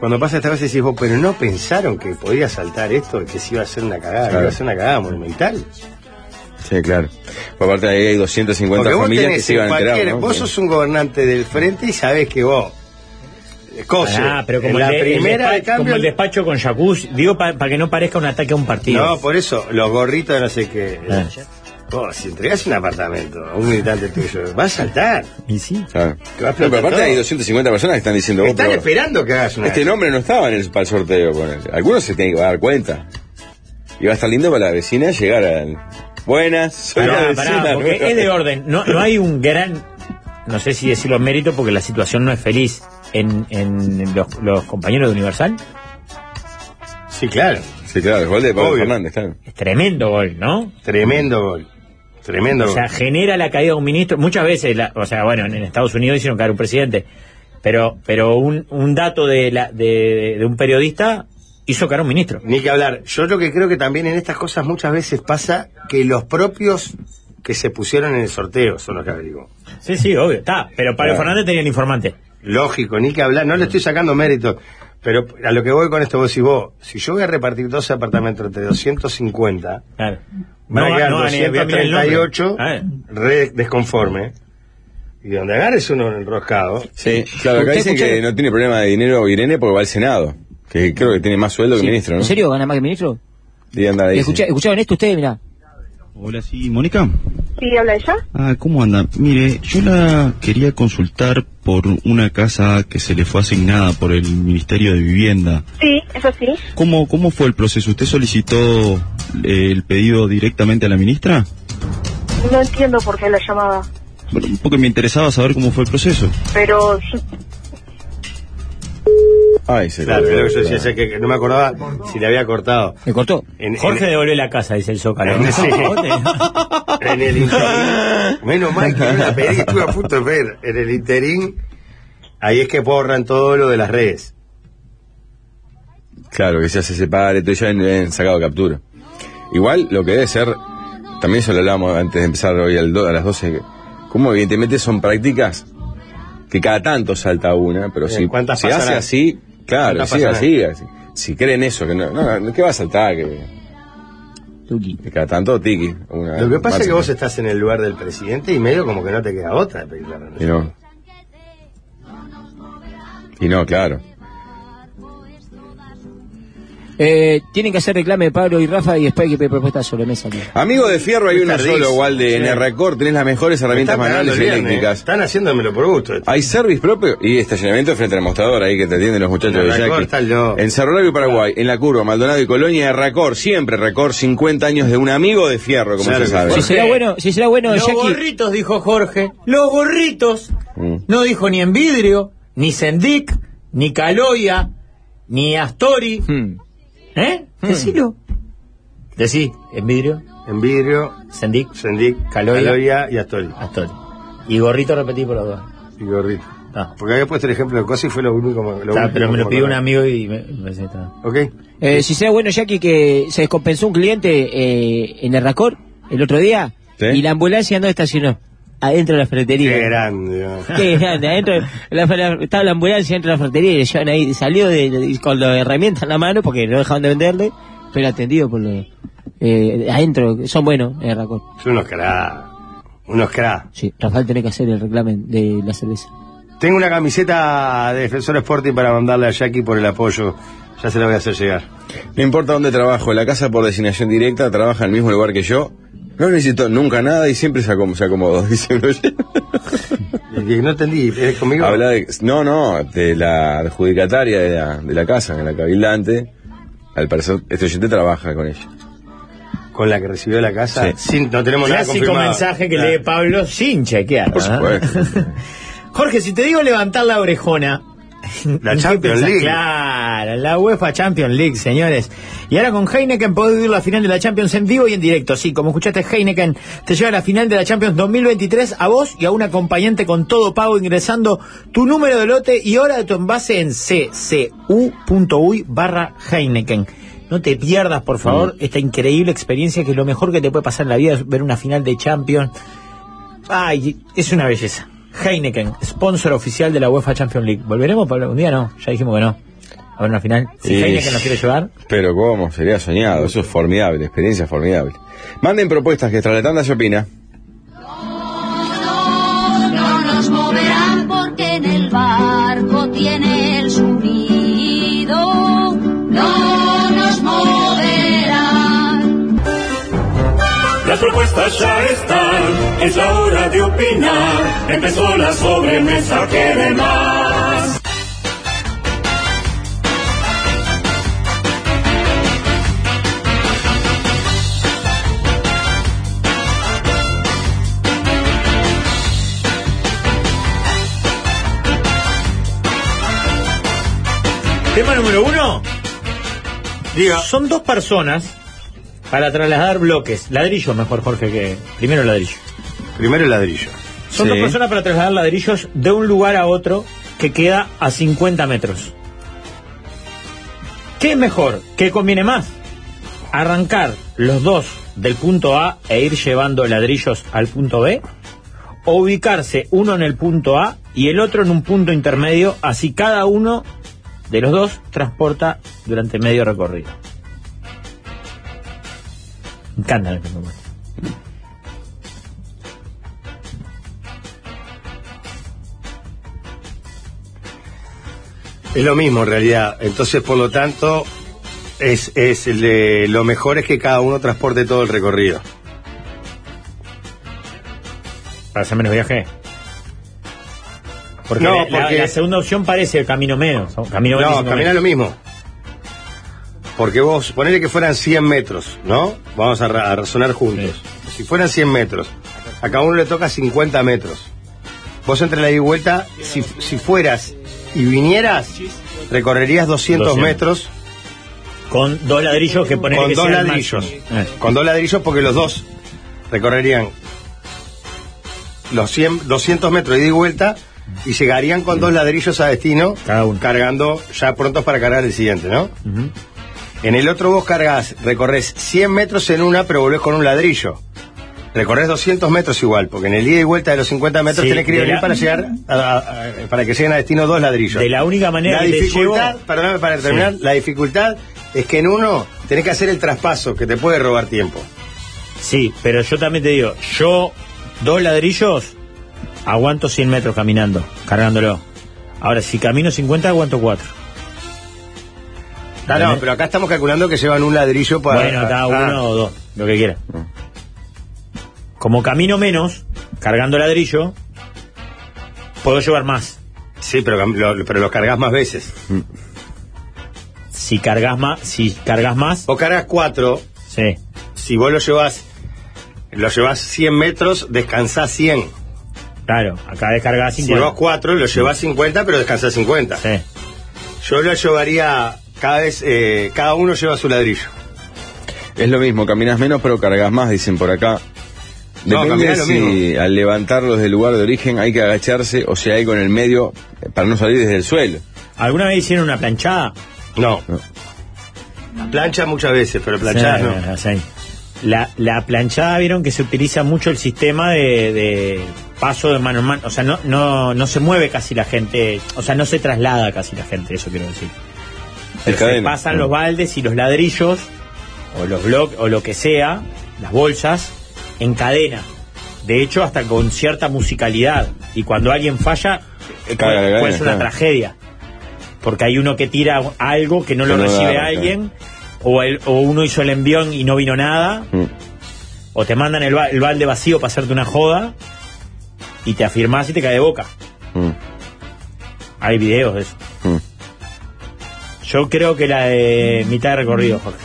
Speaker 6: cuando pasa esta vez decís vos, pero no pensaron que podía saltar esto, que se iba a hacer una cagada, que
Speaker 4: Claro.
Speaker 6: iba a ser una cagada monumental.
Speaker 4: Sí, claro. Por aparte ahí hay 250
Speaker 6: Porque vos
Speaker 4: familias que
Speaker 6: tenés
Speaker 4: se
Speaker 6: en
Speaker 4: iban a enterar.
Speaker 6: cualquier,
Speaker 4: ¿no?
Speaker 6: vos
Speaker 4: Que-
Speaker 6: sos un gobernante del frente y sabés que vos, eh, cose,
Speaker 5: Ah, pero como,
Speaker 6: en la
Speaker 5: el, de- el
Speaker 6: primera de
Speaker 5: despacho, como
Speaker 6: cambio,
Speaker 5: el despacho con Jacuz, digo para que no parezca un ataque a un partido.
Speaker 6: no, por eso, los gorritos de no sé qué. eh,
Speaker 5: Ah.
Speaker 6: Vos, si entregás un apartamento a un militante tuyo, va a saltar.
Speaker 5: Y sí.
Speaker 4: Claro.
Speaker 6: Que va a
Speaker 4: No, pero
Speaker 6: explotar
Speaker 4: aparte
Speaker 6: todo.
Speaker 4: hay 250 personas que están diciendo, vos,
Speaker 6: Están
Speaker 4: pero
Speaker 6: esperando que hagas una
Speaker 4: este nombre no estaba en el, para el sorteo. ponele. Algunos se tienen que dar cuenta. Y va a estar lindo para la vecina llegar al... Buenas, soy la
Speaker 5: Pará,
Speaker 4: vecina
Speaker 5: pará, porque
Speaker 4: nueva.
Speaker 5: es de orden. No, no hay un gran, no sé si decirlo mérito, porque la situación no es feliz en, en los, los compañeros de Universal.
Speaker 6: Sí, claro.
Speaker 4: Sí, claro, el gol de Pablo
Speaker 6: Obvio.
Speaker 4: Fernández, claro.
Speaker 5: Es tremendo gol, ¿no?
Speaker 6: Tremendo gol. Tremendo
Speaker 5: O
Speaker 6: gol.
Speaker 5: sea, genera la caída de un ministro. Muchas veces, la- o sea, bueno, en en Estados Unidos hicieron caer un presidente. Pero, pero un, un dato de, la, de, de un periodista hizo caer a un ministro.
Speaker 6: Ni que hablar. Yo lo que creo que también en estas cosas muchas veces pasa que los propios que se pusieron en el sorteo son los que averiguó.
Speaker 5: Sí, sí, obvio. Está, pero Pablo
Speaker 4: Claro.
Speaker 5: Fernández tenía el informante.
Speaker 6: Lógico, ni que hablar. No le estoy sacando mérito. Pero a lo que voy con esto, vos decís vos, si yo voy a repartir 12 apartamentos entre 250,
Speaker 5: Claro.
Speaker 6: van a
Speaker 5: No,
Speaker 6: quedar
Speaker 5: no, ni- mira el nombre.
Speaker 6: 238
Speaker 5: Ah,
Speaker 6: re desconforme. Y donde agarres uno enroscado,
Speaker 4: Sí, claro, acá
Speaker 8: ¿Usted
Speaker 4: dicen
Speaker 8: escucharon?
Speaker 4: que no tiene problema de dinero Irene porque va al Senado, que creo que tiene más sueldo que
Speaker 8: Sí.
Speaker 4: ministro, ¿no?
Speaker 8: ¿En serio gana más que ministro?
Speaker 4: Y anda ahí.
Speaker 8: Escucha-
Speaker 4: sí.
Speaker 8: ¿Escucharon esto ustedes? Mirá.
Speaker 10: Hola, sí, Mónica.
Speaker 9: Sí, habla ella.
Speaker 10: Ah, ¿cómo anda? Mire, yo la quería consultar por una casa que se le fue asignada por el Ministerio de Vivienda.
Speaker 9: Sí, eso sí.
Speaker 10: ¿Cómo, cómo fue el proceso? ¿Usted solicitó eh, el pedido directamente a la ministra?
Speaker 9: No entiendo por qué la llamaba,
Speaker 10: Bueno, porque me interesaba saber cómo fue el proceso.
Speaker 9: pero
Speaker 4: Ay, se
Speaker 6: claro, es
Speaker 4: cortó.
Speaker 6: lo que yo decía, o sea, que que no me acordaba si le había cortado.
Speaker 8: ¿Me cortó?
Speaker 6: En-
Speaker 5: Jorge devolvió la casa, dice el Zócalo.
Speaker 6: Sí. En el interín. Menos mal que era una pelea que estuve a punto de ver. En el interín, ahí es que borran todo lo de las redes.
Speaker 4: Claro, que ya se separe, todo, ya han, han sacado captura. Igual, lo que debe ser, también eso lo hablábamos antes de empezar hoy al do- a las 12, que como evidentemente son prácticas que cada tanto salta una, pero
Speaker 6: Eh,
Speaker 4: si
Speaker 6: ¿cuántas
Speaker 4: se hace
Speaker 6: pasarán?
Speaker 4: así, claro,
Speaker 6: ¿Cuántas
Speaker 4: sigue así,
Speaker 6: pasarán?
Speaker 4: así. Si creen eso, que no, no, no, ¿qué va a saltar? Que, que cada tanto tiki. una-
Speaker 6: Lo que pasa es que
Speaker 4: máximo.
Speaker 6: vos estás en el lugar del presidente y medio como que no te queda otra de pedir la
Speaker 4: Y
Speaker 6: renuncia.
Speaker 4: no. Y no, claro.
Speaker 8: Eh, tienen que hacer reclame de Pablo y Rafa y después hay que pedir propuestas sobre mesa. ¿no?
Speaker 4: Amigo de Fierro, hay
Speaker 6: Muy
Speaker 4: uno
Speaker 6: tardís.
Speaker 4: solo, igual de en
Speaker 6: Sí.
Speaker 4: el record, tenés las mejores
Speaker 6: Me
Speaker 4: herramientas
Speaker 6: están pagando
Speaker 4: manuales
Speaker 6: el
Speaker 4: y
Speaker 6: viernes,
Speaker 4: eléctricas. Ah.
Speaker 6: ¿eh? Están haciéndomelo por gusto. esto.
Speaker 4: Hay service propio y estacionamiento frente al mostrador, ahí que te atienden los muchachos
Speaker 6: En
Speaker 4: de
Speaker 6: Racor está
Speaker 4: Jackie.
Speaker 6: el loco.
Speaker 4: En Cerro Largo y Paraguay, en La Curva, Maldonado y Colonia, Racor, siempre Racor, 50 años de un amigo de Fierro, como
Speaker 6: Claro
Speaker 4: se
Speaker 6: que
Speaker 4: sabe.
Speaker 8: Si
Speaker 6: sí.
Speaker 8: será bueno, si será bueno,
Speaker 5: Los
Speaker 8: Jackie.
Speaker 5: gorritos, dijo Jorge. Los gorritos.
Speaker 4: Mm.
Speaker 5: No dijo ni en vidrio, ni Sendic, ni Caloya, ni Astori.
Speaker 8: Hmm.
Speaker 5: ¿Eh? Decilo. Decí, en vidrio,
Speaker 6: En vidrio,
Speaker 5: Sendic,
Speaker 6: Sendic,
Speaker 5: Caloya.
Speaker 6: Caloya, y Astori.
Speaker 5: Astori. Y gorrito repetí por los dos.
Speaker 6: Y gordito.
Speaker 5: Ah,
Speaker 6: Porque había puesto el ejemplo de Cosi y fue lo único. Lo
Speaker 5: está,
Speaker 6: último
Speaker 5: pero me
Speaker 6: que
Speaker 5: lo pidió un
Speaker 6: acordaba.
Speaker 5: amigo y me, me dice, está.
Speaker 6: Ok.
Speaker 8: Eh, si será bueno, Jackie, que se descompensó un cliente eh, en el Racor el otro día
Speaker 4: Sí.
Speaker 8: y la ambulancia no estacionó adentro de la ferretería.
Speaker 6: Qué grande. ¿no?
Speaker 8: Qué grande, adentro la, la- estaba la ambulancia dentro de la ferretería y le llevan ahí, salió de, de- con la herramienta en la mano porque no dejaban de venderle, pero atendido por los eh, adentro, son buenos en el Racor.
Speaker 6: Son unos cra. Unos cra.
Speaker 8: Sí, Rafael tenés que hacer el reclamen de la cerveza.
Speaker 6: Tengo una camiseta de Defensor Sporting para mandarle a Jackie por el apoyo. Ya se la voy a hacer llegar.
Speaker 4: No importa dónde trabajo, la casa por designación directa trabaja en el mismo lugar que yo. No necesito nunca nada y siempre se, acom- se acomodó, dice el oyente.
Speaker 6: Y que no entendí, ¿eres conmigo?
Speaker 4: Habla de, no, no, de la adjudicataria de la, de la casa, de la cabildante. Al parecer, este oyente trabaja con ella.
Speaker 6: Con la que recibió la casa. Sin, no tenemos nada
Speaker 5: Clásico
Speaker 6: confirmado.
Speaker 5: mensaje que
Speaker 6: Ah.
Speaker 5: lee Pablo sin chequear.
Speaker 4: Por
Speaker 5: ¿verdad?
Speaker 4: supuesto.
Speaker 5: Jorge, si te digo levantar la orejona.
Speaker 6: La
Speaker 5: ¿en qué
Speaker 6: Champions
Speaker 5: pensás?
Speaker 6: League.
Speaker 5: Claro, la UEFA Champions League, señores. Y ahora con Heineken podés vivir la final de la Champions en vivo y en directo. Sí, como escuchaste, Heineken te lleva a la final de la Champions 2023 a vos y a un acompañante con todo pago ingresando tu número de lote y hora de tu envase en ccu.uy barra Heineken. No te pierdas, por favor,
Speaker 6: Mm.
Speaker 5: esta increíble experiencia que es lo mejor que te puede pasar en la vida es ver una final de Champions. Ay, es una belleza. Heineken, sponsor oficial de la UEFA Champions League. ¿Volveremos, Pablo? Un día no, ya dijimos que no. A ver una final. Si
Speaker 4: Sí.
Speaker 5: Heineken nos quiere llevar,
Speaker 4: Pero cómo, sería soñado, eso es formidable, experiencia formidable. Manden propuestas que tras la tanda se opina.
Speaker 7: No nos moverán porque en el barco tiene el sonido. No nos moverán.
Speaker 1: Las propuestas ya están, es la hora de opinar. Empezó la sobremesa que de más.
Speaker 5: Tema número uno. Diga. Son dos personas para trasladar bloques. Ladrillos mejor, Jorge, que. Primero ladrillo.
Speaker 6: Primero el ladrillo.
Speaker 5: Son
Speaker 4: Sí.
Speaker 5: dos personas para trasladar ladrillos de un lugar a otro que queda a 50 metros. ¿Qué es mejor? ¿Qué conviene más? ¿Arrancar los dos del punto A e ir llevando ladrillos al punto B? ¿O ubicarse uno en el punto A y el otro en un punto intermedio, así cada uno de los dos transporta durante medio recorrido. Me encantan los números.
Speaker 6: Es lo mismo en realidad. Entonces, por lo tanto, es, es el de- lo mejor es que cada uno transporte todo el recorrido.
Speaker 5: para hacer menos viaje. Porque,
Speaker 6: No,
Speaker 5: la- la-
Speaker 6: porque-
Speaker 5: La, segunda opción parece el camino menos. o Camino menos
Speaker 6: No,
Speaker 5: es uno
Speaker 6: camina
Speaker 5: menos.
Speaker 6: lo mismo. Porque vos, ponele que fueran 100 metros, ¿no? Vamos a, ra- a razonar juntos. Si fueran 100 metros, a cada uno le toca 50 metros. Vos entre la ida y vuelta, si, si fueras y vinieras, recorrerías 200
Speaker 5: 200.
Speaker 6: metros
Speaker 5: Con dos ladrillos que ponen
Speaker 6: con
Speaker 5: que
Speaker 6: dos
Speaker 5: sea el
Speaker 6: ladrillos.
Speaker 5: máximo. Eh,
Speaker 6: Con dos ladrillos porque los dos recorrerían los 100, 200 metros de ida y vuelta y llegarían con dos ladrillos a destino,
Speaker 5: Cada uno.
Speaker 6: cargando ya prontos para cargar el siguiente, ¿no? En el otro vos cargas, recorres 100 metros en una, pero volvés con un ladrillo. Recorres 200 metros igual, porque en el ida y vuelta de los 50 metros
Speaker 5: Sí,
Speaker 6: tenés que ir y
Speaker 5: de
Speaker 6: venir
Speaker 5: la-
Speaker 6: para llegar a- a- a- para que lleguen a destino dos ladrillos.
Speaker 5: De la única manera
Speaker 6: La
Speaker 5: que te
Speaker 6: dificultad,
Speaker 5: llevo-
Speaker 6: perdóname para terminar, la dificultad es que en uno tenés que hacer el traspaso, que te puede robar tiempo.
Speaker 5: Sí, pero yo también te digo, yo dos ladrillos aguanto 100 metros caminando, cargándolo. Ahora, si camino 50, aguanto 4.
Speaker 6: No, no, pero acá estamos calculando que llevan un ladrillo para.
Speaker 5: bueno, cada
Speaker 6: Ah, Mm.
Speaker 5: uno o dos, lo que quiera. Como camino menos, cargando ladrillo, puedo llevar más.
Speaker 6: Sí, pero, cam- lo- pero los cargas más veces.
Speaker 5: Si cargas más, si cargas más,
Speaker 6: Vos cargas cuatro,
Speaker 5: sí.
Speaker 6: si vos lo llevas, lo llevas 100 metros, descansás 100.
Speaker 5: Claro, acá descargas
Speaker 6: Si llevas
Speaker 5: 50.
Speaker 6: cuatro, lo llevas 50, pero descansás 50.
Speaker 5: Sí.
Speaker 6: Yo lo llevaría cada vez, eh, cada uno lleva su ladrillo.
Speaker 4: Es lo mismo, caminas menos pero cargas más, dicen por acá.
Speaker 6: No,
Speaker 4: Depende
Speaker 6: caminás lo
Speaker 4: si
Speaker 6: mismo.
Speaker 4: al levantarlos del lugar de origen hay que agacharse o si hay con el medio eh, para no salir desde el suelo.
Speaker 5: ¿Alguna vez hicieron una planchada?
Speaker 6: No.
Speaker 4: No.
Speaker 6: Plancha muchas veces, pero planchar
Speaker 5: Sí,
Speaker 6: no.
Speaker 5: sí. La, la planchada vieron que se utiliza mucho el sistema de, de paso de mano en mano. O sea, no, no, no se mueve casi la gente. O sea, no se traslada casi la gente, eso quiero decir. Pero se
Speaker 4: cadena.
Speaker 5: pasan
Speaker 4: Mm.
Speaker 5: los baldes y los ladrillos, o los bloques, o lo que sea, las bolsas, en cadena. De hecho, hasta con cierta musicalidad. Y cuando alguien falla, eh,
Speaker 4: Caga la
Speaker 5: puede, puede
Speaker 4: cadena,
Speaker 5: ser una
Speaker 4: claro.
Speaker 5: tragedia. Porque hay uno que tira algo que no
Speaker 4: Que
Speaker 5: lo
Speaker 4: no
Speaker 5: recibe
Speaker 4: agarra,
Speaker 5: alguien, o, el- o uno hizo el envión y no vino nada,
Speaker 4: Mm.
Speaker 5: o te mandan el, ba- el balde vacío para hacerte una joda, y te afirmás y te cae de boca.
Speaker 4: Mm.
Speaker 5: Hay videos de eso.
Speaker 4: Mm.
Speaker 5: Yo creo que la de mitad de
Speaker 4: Mm.
Speaker 5: recorrido, Jorge.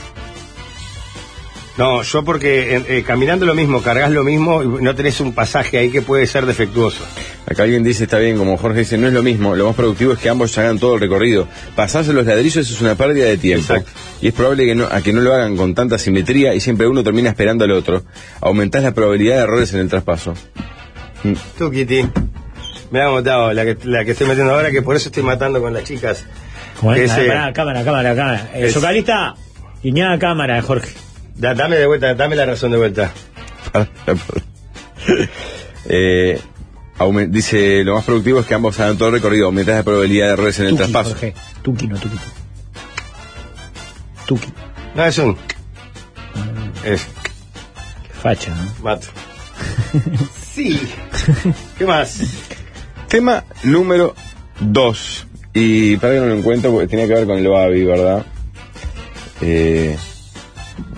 Speaker 6: No, yo porque eh, eh, caminando lo mismo, cargas lo mismo y no tenés un pasaje ahí que puede ser defectuoso.
Speaker 4: Acá alguien dice, está bien, como Jorge dice, no es lo mismo, lo más productivo es que ambos hagan todo el recorrido. Pasarse los ladrillos es una pérdida de tiempo.
Speaker 6: Exacto.
Speaker 4: Y es probable que no, a que no lo hagan con tanta simetría y siempre uno termina esperando al otro. Aumentás la probabilidad de errores en el traspaso.
Speaker 6: Tú, Kitty, me ha matado la que, la que estoy metiendo ahora, que por eso estoy matando con las chicas.
Speaker 5: Bueno,
Speaker 6: Que ese-
Speaker 5: pará, cámara, cámara, cámara. Eh,
Speaker 6: Ese-
Speaker 5: Socalista, guiñada cámara, Jorge.
Speaker 6: Da- dame de vuelta, dame la razón de vuelta.
Speaker 4: Eh, aumen- dice, lo más productivo es que ambos hagan todo el recorrido, aumentás la probabilidad de errores en el
Speaker 5: Tuki,
Speaker 4: traspaso.
Speaker 5: Jorge. Tuki, no Tuki. Tuki.
Speaker 6: No, es un... Es...
Speaker 5: Qué facha, ¿no?
Speaker 6: Mato. sí. ¿Qué más?
Speaker 4: Tema número 2. Y para que no lo encuentro, porque tenía que ver con el Babi, ¿verdad? Eh,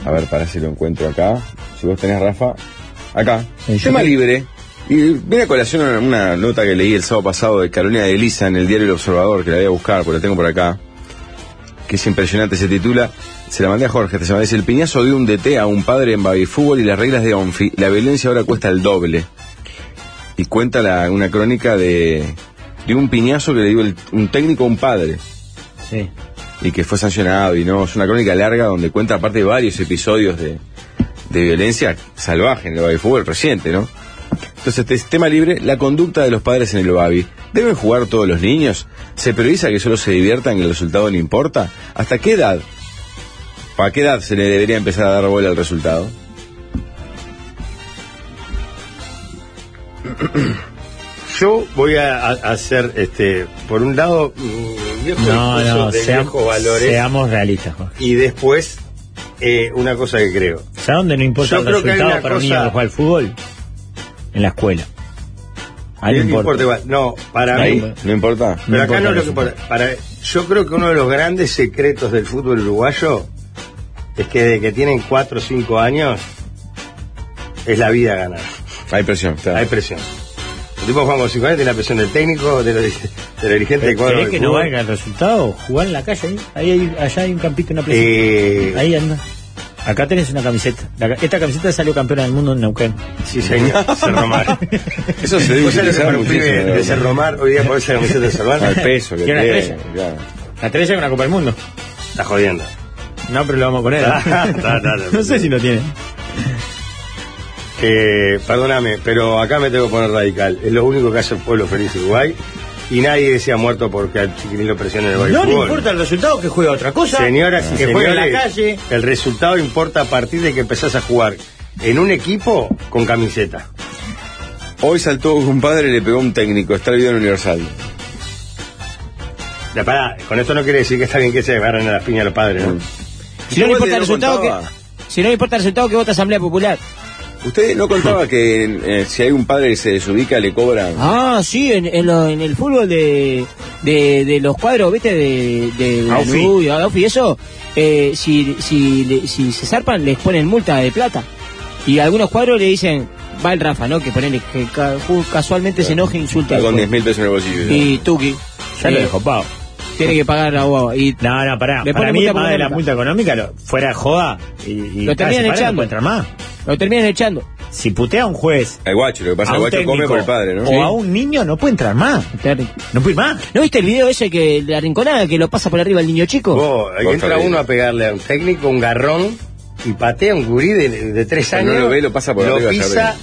Speaker 4: a ver, para si lo encuentro acá. Si vos tenés, Rafa. Acá.
Speaker 5: Eh, yo
Speaker 4: Tema
Speaker 5: creo-
Speaker 4: libre. Y viene a colación una, una nota que leí el sábado pasado de Carolina de Lisa en el diario El Observador, que la voy a buscar, porque la tengo por acá. Que es impresionante, se titula. Se la mandé a Jorge esta semana. Dice: El piñazo de un DT a un padre en Babi Fútbol y las reglas de Onfi. La violencia ahora cuesta el doble y cuenta la- una crónica de, de un piñazo que le dio el- un técnico a un padre
Speaker 5: Sí.
Speaker 4: y que fue sancionado y no es una crónica larga donde cuenta aparte varios episodios de, de violencia salvaje en el Babi Fútbol reciente, ¿no? Entonces, este tema libre, la conducta de los padres en el Babi. ¿Deben jugar todos los niños? ¿Se prioriza que solo se diviertan y el resultado no importa? ¿Hasta qué edad? ¿Para qué edad se le debería empezar a dar bola al resultado?
Speaker 6: Yo voy a, a- a hacer, este, por un lado, mm, viejo
Speaker 5: No,
Speaker 6: discurso
Speaker 5: no,
Speaker 6: de
Speaker 5: seam-
Speaker 6: viejos valores
Speaker 5: seamos realistas, Jorge.
Speaker 6: y después eh, una cosa que creo.
Speaker 5: ¿Sabes dónde no importa
Speaker 6: Yo
Speaker 5: el
Speaker 6: creo que hay
Speaker 5: resultado
Speaker 6: una
Speaker 5: para un
Speaker 6: cosa-
Speaker 5: niño que juega al fútbol? En la escuela. Ahí
Speaker 6: No
Speaker 5: no importa.
Speaker 6: importa igual. No, para
Speaker 4: Ahí,
Speaker 6: mí.
Speaker 4: no importa.
Speaker 5: no
Speaker 6: Pero acá
Speaker 5: importa
Speaker 6: no es lo
Speaker 5: el
Speaker 6: que importa. Para, yo creo que uno de los grandes secretos del fútbol uruguayo es que desde que tienen 4 o 5 años es la vida ganar.
Speaker 4: Hay presión. está.
Speaker 6: Hay presión. El tipo Juan con 5 años tiene la presión del técnico, de los, de los dirigentes de
Speaker 5: Pero
Speaker 6: cuadro.
Speaker 5: ¿Querés
Speaker 6: de
Speaker 5: que no
Speaker 6: fútbol.
Speaker 5: valga el resultado? Jugar en la calle. ahí. Ahí, hay- allá hay un campito, una plaza.
Speaker 6: Eh,
Speaker 5: Ahí anda. Acá tenés una camiseta. La ca- esta camiseta salió campeona del mundo en Neuquén.
Speaker 6: Sí, señor, Cerro Mar.
Speaker 4: Eso se debe
Speaker 6: Vos sabés lo que
Speaker 4: utilizar
Speaker 6: para un
Speaker 4: muchísimo.
Speaker 6: pibe
Speaker 4: la
Speaker 6: de
Speaker 4: verdad.
Speaker 6: Cerro Mar, hoy día ponerse la camiseta de Cerro
Speaker 4: Al
Speaker 6: Mar,
Speaker 4: peso que
Speaker 5: Tiene una
Speaker 4: tiene.
Speaker 5: estrella.
Speaker 4: claro.
Speaker 5: La estrella con la Copa del Mundo.
Speaker 6: está jodiendo.
Speaker 5: No, pero lo vamos a poner.
Speaker 6: Ta, ta, ta, ta.
Speaker 5: no sé si lo tiene.
Speaker 6: Eh, perdóname, pero acá me tengo que poner radical. Es lo único que hace el pueblo feliz Uruguay. Y nadie se ha muerto porque al chiquitín lo presiona en el
Speaker 5: No
Speaker 6: baile
Speaker 5: le
Speaker 6: fútbol.
Speaker 5: importa el resultado, que juega otra cosa.
Speaker 6: Señoras y
Speaker 5: que juega en la
Speaker 6: señores,
Speaker 5: calle.
Speaker 6: el resultado importa a partir de que empezás a jugar en un equipo con camiseta.
Speaker 4: Hoy saltó un padre y le pegó a un técnico. Está el video en Universal.
Speaker 6: Ya, pará, con esto no quiere decir que está bien que se agarren a las piñas los padres, ¿no?
Speaker 8: Si no le
Speaker 4: Igual
Speaker 8: importa el
Speaker 4: no
Speaker 8: resultado, que,
Speaker 4: contaba.
Speaker 8: si no le importa el resultado, que vota Asamblea Popular.
Speaker 4: Usted no contaba que eh, si hay un padre que se desubica le cobran.
Speaker 8: Ah, sí, en, en lo- en el fútbol de, de, de los cuadros, ¿viste? De, de
Speaker 6: Aufi.
Speaker 8: Lanús y Adolfi y eso, eh, si, si, le- si se zarpan, les ponen multa de plata. Y a algunos cuadros le dicen, va el Rafa, ¿no? Que ponen, que ca- ju- casualmente se enoje e insulta.
Speaker 4: Está
Speaker 8: al
Speaker 4: con 10
Speaker 8: juez.
Speaker 4: mil pesos en el bolsillo.
Speaker 8: Y Tuki.
Speaker 5: Ya lo
Speaker 8: eh,
Speaker 5: dejó pago.
Speaker 8: Tiene que pagar la guagua. Y
Speaker 5: No, no, pará.
Speaker 8: Le
Speaker 5: para
Speaker 8: ponen
Speaker 5: mí,
Speaker 8: multa
Speaker 5: más de la
Speaker 8: económica.
Speaker 5: multa económica, lo- fuera de joda. Y, y
Speaker 8: Lo terminan
Speaker 5: casi, pará,
Speaker 8: echando.
Speaker 5: No encuentran más.
Speaker 8: lo terminan echando.
Speaker 5: Si putea a un juez,
Speaker 4: Al guacho, lo que pasa es
Speaker 5: a
Speaker 4: que el
Speaker 5: un
Speaker 4: guacho come
Speaker 5: técnico,
Speaker 4: por el padre, ¿no?
Speaker 5: o a un niño, no puede entrar más. No puede ir más.
Speaker 8: ¿No viste el video ese que la rinconada que lo pasa por arriba el niño chico?
Speaker 6: Vos, ahí
Speaker 4: Vos
Speaker 6: entra
Speaker 4: también.
Speaker 6: uno a pegarle a un técnico, un garrón, y patea a un gurí de, de tres
Speaker 4: Cuando
Speaker 6: años.
Speaker 4: no lo ve, lo pasa por
Speaker 6: lo
Speaker 4: arriba, ya
Speaker 6: pisa.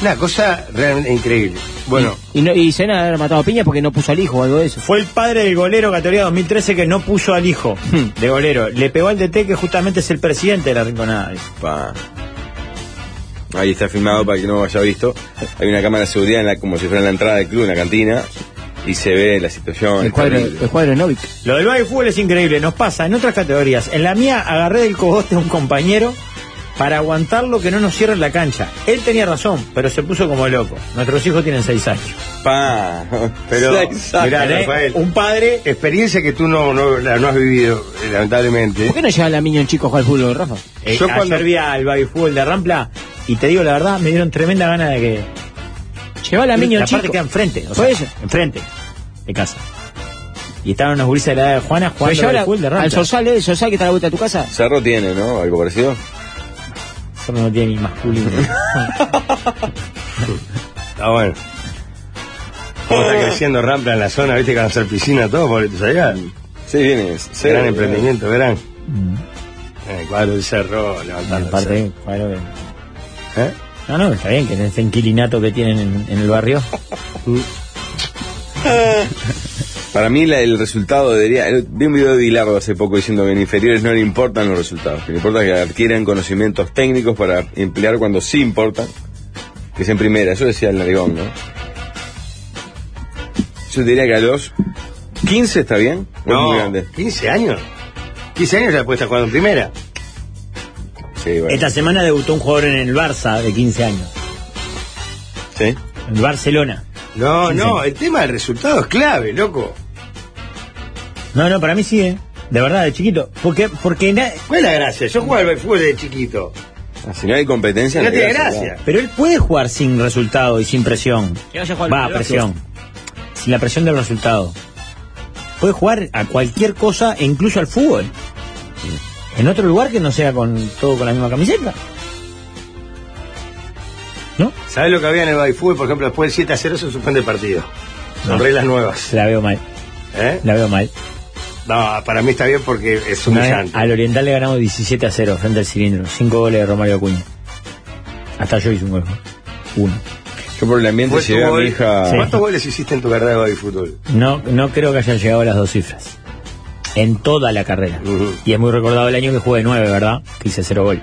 Speaker 6: Una cosa realmente increíble. Bueno,
Speaker 8: Y, no, y se han haber matado a piña porque no puso al hijo o algo de eso.
Speaker 5: Fue el padre del golero categoría 2013 que no puso al hijo
Speaker 8: Hmm.
Speaker 5: de golero. Le pegó al DT que justamente es el presidente de la rinconada.
Speaker 4: Pa. Ahí está filmado para que no haya visto. Hay una cámara de seguridad en la, como si fuera en la entrada del club, en la cantina, y se ve la situación.
Speaker 8: El cuadro,
Speaker 4: terrible.
Speaker 8: el cuadro de Novik.
Speaker 5: Lo del baile fútbol es increíble, nos pasa en otras categorías. En la mía agarré del cogote a un compañero para aguantarlo que no nos cierren la cancha. Él tenía razón, pero se puso como loco. Nuestros hijos tienen seis años.
Speaker 4: Pa.
Speaker 6: Pero,
Speaker 4: Exacto.
Speaker 6: mirá,
Speaker 5: ¿Entendés?
Speaker 6: Rafael.
Speaker 5: Un padre
Speaker 8: eh,
Speaker 6: experiencia que tú no, no, la- no has vivido, eh, lamentablemente.
Speaker 8: ¿Por qué no lleva la Minion chico a jugar al fútbol, Rafa?
Speaker 5: Eh,
Speaker 6: Yo
Speaker 5: ayer
Speaker 6: cuando-
Speaker 5: vi al baby fútbol de Rampla y te digo la verdad, me dieron tremenda gana de que.
Speaker 8: Lleva la Minion
Speaker 5: la parte
Speaker 8: chico.
Speaker 5: queda enfrente, o
Speaker 8: Por
Speaker 5: sea,
Speaker 8: eso.
Speaker 5: enfrente de casa. Y estaban unos gurises de la edad de Juana
Speaker 8: Pues
Speaker 5: jugando
Speaker 8: lleva
Speaker 5: al
Speaker 8: la-
Speaker 5: fútbol de Rampla.
Speaker 8: al Sorsal, ¿eh? El Sorsal que está a la vuelta de tu casa.
Speaker 4: Cerro tiene, ¿no? Algo parecido.
Speaker 5: Eso no tiene ni masculino.
Speaker 6: Ah, bueno. ¿Cómo está creciendo Rampla en la zona? ¿Viste que van a hacer piscina todo? Por tú sabías.
Speaker 4: Sí, eh. Mm. viene. Cerro,
Speaker 6: gran
Speaker 4: ¿no?
Speaker 6: emprendimiento, verán. En el cuadro del cerro, levantando. el
Speaker 5: Aparte, claro que-
Speaker 6: cerro. ¿Eh?
Speaker 5: No, no, está bien que en este inquilinato que tienen en, en el barrio.
Speaker 4: eh, Para mí la- el resultado debería... el- Vi un video de Bilardo hace poco diciendo que en inferiores no le importan los resultados, que le importa que adquieran conocimientos técnicos para emplear cuando sí importan, que es en primera. Eso decía el narigón, ¿no? Yo diría que a los 15 está bien. ¿O es muy grande?
Speaker 6: 15 años. 15 años ya puede estar jugando en primera.
Speaker 4: Sí, bueno.
Speaker 5: Esta semana debutó un jugador en el Barça de 15 años,
Speaker 4: Sí.
Speaker 5: en Barcelona.
Speaker 6: No,
Speaker 5: Sí,
Speaker 6: no, el tema del resultado es clave, loco.
Speaker 5: No, no, para mí sí, ¿eh? De verdad, de chiquito. Porque, porque na-
Speaker 6: ¿Cuál es la gracia? Yo jugaba al fútbol de chiquito.
Speaker 4: Ah, Si no hay competencia...
Speaker 6: No tiene
Speaker 4: hay
Speaker 6: gracia.
Speaker 4: claro.
Speaker 5: Pero él puede jugar sin resultado y sin presión. Va, presión. Sin la presión del resultado. Puede jugar a cualquier cosa, e incluso al fútbol. En otro lugar que no sea con todo con la misma camiseta. ¿No?
Speaker 6: ¿Sabes lo que había en el baby fútbol? Por ejemplo, después del 7 a 0 se suspende el partido. Son
Speaker 5: No.
Speaker 6: reglas nuevas.
Speaker 5: Se la veo mal,
Speaker 6: ¿eh?
Speaker 5: la veo mal.
Speaker 6: No, para mí está bien porque es
Speaker 5: Una vez
Speaker 6: humillante.
Speaker 5: al Oriental le ganamos 17 a 0 frente al cilindro. 5 goles de Romario Acuña. Hasta yo hice un gol. Uno.
Speaker 4: Yo por el ambiente
Speaker 6: Fue tu
Speaker 4: llevé a mi
Speaker 6: gol.
Speaker 4: hija...
Speaker 5: Sí.
Speaker 6: ¿Cuántos goles hiciste en tu carrera de baby fútbol?
Speaker 5: No, no creo que hayan llegado a las dos cifras. En toda la carrera.
Speaker 6: Ujú. Ah,
Speaker 5: Y es muy recordado el año que jugué nueve, ¿verdad? Que hice cero gol.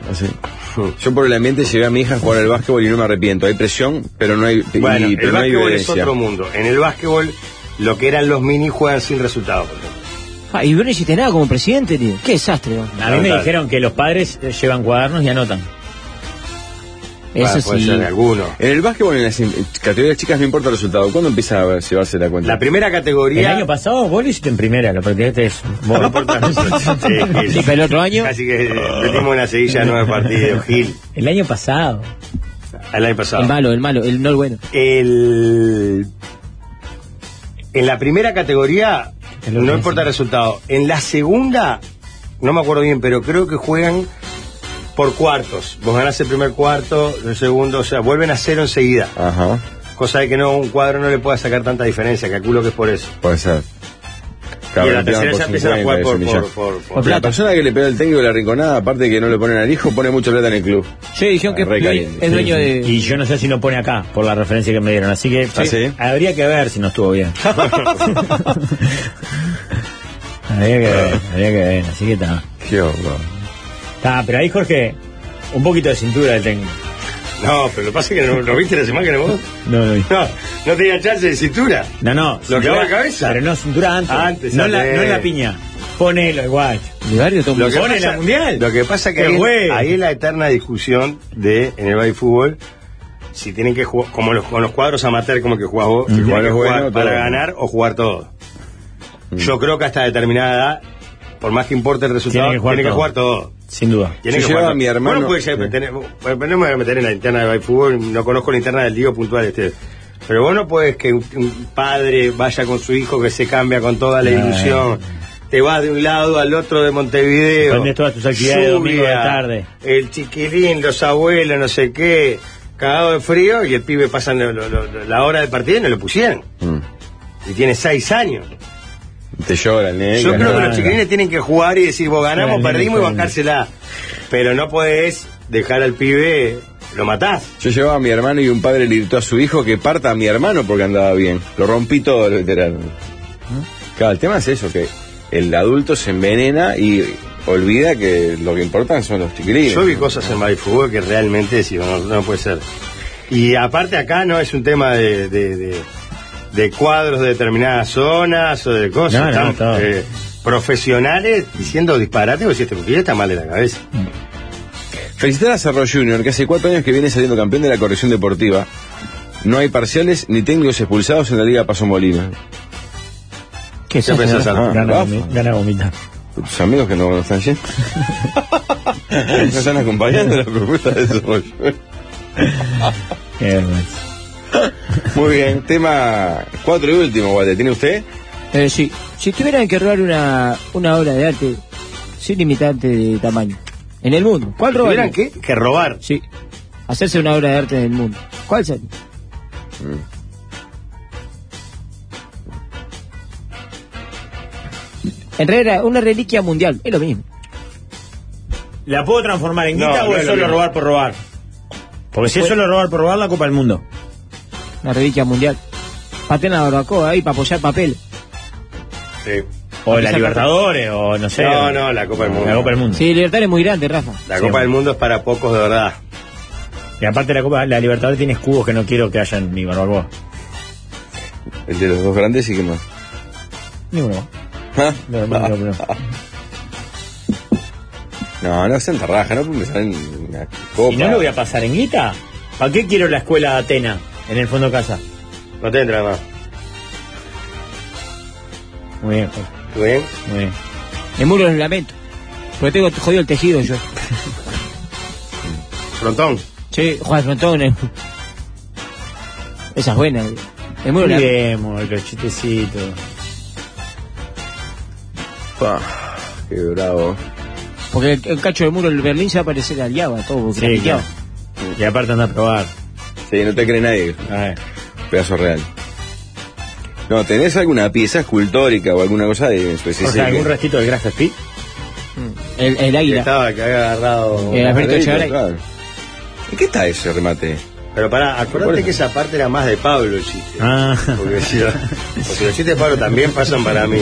Speaker 4: Yo por el ambiente llevé a mi hija a jugar al básquetbol y no me arrepiento. Hay presión, pero no hay, y-
Speaker 6: Bueno,
Speaker 4: pero
Speaker 6: el
Speaker 4: no hay
Speaker 6: básquetbol es
Speaker 4: violencia.
Speaker 6: otro mundo. En el básquetbol, lo que eran los mini juegan sin resultado, por ejemplo.
Speaker 8: Ah, y vos no hiciste nada como presidente, tío. Qué desastre, vos.
Speaker 5: A mí me dijeron que los padres eh, llevan cuadernos y anotan.
Speaker 8: Eso
Speaker 6: Ah, puede
Speaker 8: sí.
Speaker 6: ser alguno.
Speaker 4: En el básquetbol, en las in- categorías chicas, no importa el resultado. ¿Cuándo empieza a llevarse la cuenta?
Speaker 6: La primera
Speaker 5: El
Speaker 6: categoría.
Speaker 5: año pasado vos lo hiciste en primera, lo practicaste eso. Vos.
Speaker 8: Y
Speaker 6: Sí,
Speaker 8: para el otro año,
Speaker 6: Así que metimos una seguilla de nueve partidos, Gil.
Speaker 5: El año pasado.
Speaker 6: El año
Speaker 8: el
Speaker 6: pasado.
Speaker 8: malo, el malo, el no el bueno.
Speaker 6: El... En la primera categoría,
Speaker 5: Te lo voy
Speaker 6: no
Speaker 5: a
Speaker 6: importa el
Speaker 5: decir.
Speaker 6: resultado. En la segunda, no me acuerdo bien, pero creo que juegan por cuartos. Vos ganás el primer cuarto, el segundo, o sea, vuelven a cero enseguida.
Speaker 4: Ajá,
Speaker 6: Cosa de que no, un cuadro no le pueda sacar tanta diferencia, calculo que es por eso.
Speaker 4: puede ser.
Speaker 6: y en
Speaker 4: Claro,
Speaker 6: la tercera ya empiezan a jugar
Speaker 4: 50,
Speaker 6: por,
Speaker 4: es un
Speaker 6: por,
Speaker 4: millón.
Speaker 6: por- por-
Speaker 8: Por
Speaker 4: La
Speaker 8: plata.
Speaker 4: persona que le pega el técnico de la rinconada, aparte de que no le ponen al hijo, pone mucho plata en el club. Ah,
Speaker 8: Sí, dijeron que es,
Speaker 4: Re
Speaker 8: dueño-
Speaker 4: caliente,
Speaker 8: es
Speaker 4: sí,
Speaker 8: dueño
Speaker 4: sí.
Speaker 8: de...
Speaker 5: Y yo no sé si lo pone acá, por la referencia que me dieron. Así que
Speaker 4: ¿Ah, sí?
Speaker 5: habría que ver si no estuvo bien. habría que ver, habría que ver. Así que está.
Speaker 4: Qué horror.
Speaker 5: Está, pero ahí Jorge, un poquito de cintura del técnico.
Speaker 6: No, pero lo que pasa es que no, ¿lo viste la semana que no vos?
Speaker 5: No, no,
Speaker 6: No, no tenía chance de cintura.
Speaker 5: no. no
Speaker 6: Lo que
Speaker 5: cintura-
Speaker 6: va a la cabeza.
Speaker 5: Pero no, cintura antes.
Speaker 6: Antes,
Speaker 5: no, en la,
Speaker 6: antes.
Speaker 5: no en la piña. Ponelo igual.
Speaker 8: Libario toma-
Speaker 6: Lo que
Speaker 5: Pone la mundial.
Speaker 6: Lo que pasa que
Speaker 5: Qué
Speaker 6: ahí,
Speaker 5: güey.
Speaker 6: ahí es la eterna discusión de en el baby fútbol si tienen que jugar como los, con los cuadros amateur como que jugás vos, si tienen
Speaker 4: Jugar
Speaker 6: que
Speaker 4: es
Speaker 6: jugar Mm.
Speaker 4: bueno,
Speaker 6: para
Speaker 4: todo.
Speaker 6: ganar o jugar todo. Yo creo que hasta determinada edad, por más que importe el resultado,
Speaker 5: Tienen que
Speaker 6: tienen
Speaker 5: jugar todo.
Speaker 6: todo.
Speaker 5: Sin duda.
Speaker 6: Tiene
Speaker 4: Yo
Speaker 6: que
Speaker 4: llevaba
Speaker 6: jugar.
Speaker 4: a mi hermano-
Speaker 6: Bueno, puede ser,
Speaker 4: Sí.
Speaker 6: tenés- bueno, no me voy a meter en la interna del fútbol, no conozco la interna del lío puntual este. Pero vos no puedes que un, un padre vaya con su hijo que se cambia con toda la
Speaker 5: No.
Speaker 6: ilusión. Te vas de un lado al otro de Montevideo.
Speaker 5: Suspendes todas tus actividades de domingo de tarde.
Speaker 6: El chiquilín, los abuelos, no sé qué, cagado de frío y el pibe pasa lo- lo- lo- la hora del partido y no lo pusieron.
Speaker 4: Mm.
Speaker 6: Y tiene seis años.
Speaker 4: Te lloran, ¿eh?
Speaker 6: Yo creo que
Speaker 5: claro.
Speaker 6: los chiquilines tienen que jugar y decir, vos ganamos,
Speaker 5: Claro,
Speaker 6: perdimos y
Speaker 5: claro.
Speaker 6: bancársela. Pero no podés dejar al pibe, lo matás.
Speaker 4: Yo llevaba a mi hermano y un padre le gritó a su hijo que parta a mi hermano porque andaba bien. Lo rompí todo, literal.
Speaker 8: ¿Ah?
Speaker 4: Claro, el tema es eso, que el adulto se envenena y olvida que lo que importan son los chiquilines.
Speaker 6: Yo vi cosas en Madrid Fútbol que realmente decís, no, no puede ser. Y aparte acá no es un tema de, de- de- de cuadros de determinadas zonas o de
Speaker 5: No,
Speaker 6: cosas.
Speaker 5: no,
Speaker 6: Están,
Speaker 5: todo.
Speaker 6: eh, profesionales diciendo disparate o si este pibe está mal de la cabeza.
Speaker 4: Felicitar a Cerro Junior, que hace cuatro años que viene saliendo campeón de la corrección deportiva. No hay parciales ni técnicos expulsados en la Liga Paso Molina.
Speaker 8: ¿Qué es
Speaker 6: ¿Qué
Speaker 8: eso?
Speaker 6: pensás, Alfredo?
Speaker 5: Gana,
Speaker 4: Rafa.
Speaker 5: gomi- gana gomita.
Speaker 4: Tus amigos que no están yendo. no están acompañando la propuesta de Cerro Junior.
Speaker 5: Qué vergüenza.
Speaker 4: Muy bien, tema cuatro y último, Walter. ¿Tiene usted?
Speaker 8: Eh, sí. Si tuvieran que robar una, una obra de arte sin limitante de tamaño en el mundo, ¿cuál robarían?
Speaker 6: ¿Tuvieran qué? Que robar.
Speaker 8: Sí. Hacerse una obra de arte en el mundo. ¿Cuál sería?
Speaker 5: Mm.
Speaker 8: En realidad, era una reliquia mundial. Es lo mismo.
Speaker 5: ¿La puedo transformar en
Speaker 6: No,
Speaker 5: guita
Speaker 6: no
Speaker 5: o
Speaker 6: es
Speaker 5: es
Speaker 6: lo
Speaker 5: solo
Speaker 6: mismo.
Speaker 5: robar por robar? Porque
Speaker 8: Pues-
Speaker 5: si es solo robar por robar, la Copa del Mundo.
Speaker 8: Una reliquia mundial. Paten la barbacoa ahí para apoyar papel.
Speaker 6: Sí.
Speaker 5: O la
Speaker 8: Esa
Speaker 5: Libertadores, o no sé.
Speaker 6: No,
Speaker 5: o-
Speaker 6: no, la Copa del Mundo.
Speaker 5: La Copa del Mundo.
Speaker 8: Sí, libertad es muy grande, Rafa.
Speaker 6: La Copa del Mundo es para pocos de verdad.
Speaker 5: Y aparte la Copa, la Libertadores tiene escudos que no quiero que hayan ni Barbacoa.
Speaker 4: El de los dos grandes y qué más.
Speaker 5: Ni uno.
Speaker 4: ¿Ah?
Speaker 5: No, no, no, no.
Speaker 4: No, no sean tarraja, no pueden pensar en una copa.
Speaker 5: ¿Y no lo voy a pasar en guita? ¿Para qué quiero la escuela de Atena en el fondo casa?
Speaker 6: No te entra más.
Speaker 5: Muy bien, Jorge,
Speaker 6: ¿Tú bien?
Speaker 5: muy bien.
Speaker 8: El muro los lamento. Porque tengo jodido el tejido yo.
Speaker 6: Frontón.
Speaker 8: Sí, Juan Frontón. eh. Esa es buena. eh. El muro los lamento.
Speaker 5: Miremos los chistecitos.
Speaker 4: Pa, Qué bravo.
Speaker 8: Porque el, el cacho del muro del Berlín se va a parecer al Java, todo
Speaker 5: Sí, claro.
Speaker 8: craniqueado.
Speaker 5: Y aparte anda a probar.
Speaker 4: Sí, no te cree nadie.
Speaker 5: A ver.
Speaker 4: Pedazo real. No, ¿tenés alguna pieza escultórica o alguna cosa de
Speaker 5: O
Speaker 4: específica?
Speaker 5: sea, algún restito del Grass Speed.
Speaker 8: El, el
Speaker 6: Que
Speaker 8: águila.
Speaker 6: estaba que había agarrado.
Speaker 8: Eh, Alberto Echegaray.
Speaker 4: Claro. ¿En qué está ese remate?
Speaker 6: Pero pará, acuérdate que esa parte era más de Pablo el chiste.
Speaker 5: Ah.
Speaker 6: Porque, si lo- porque los chistes de Pablo también pasan para mí.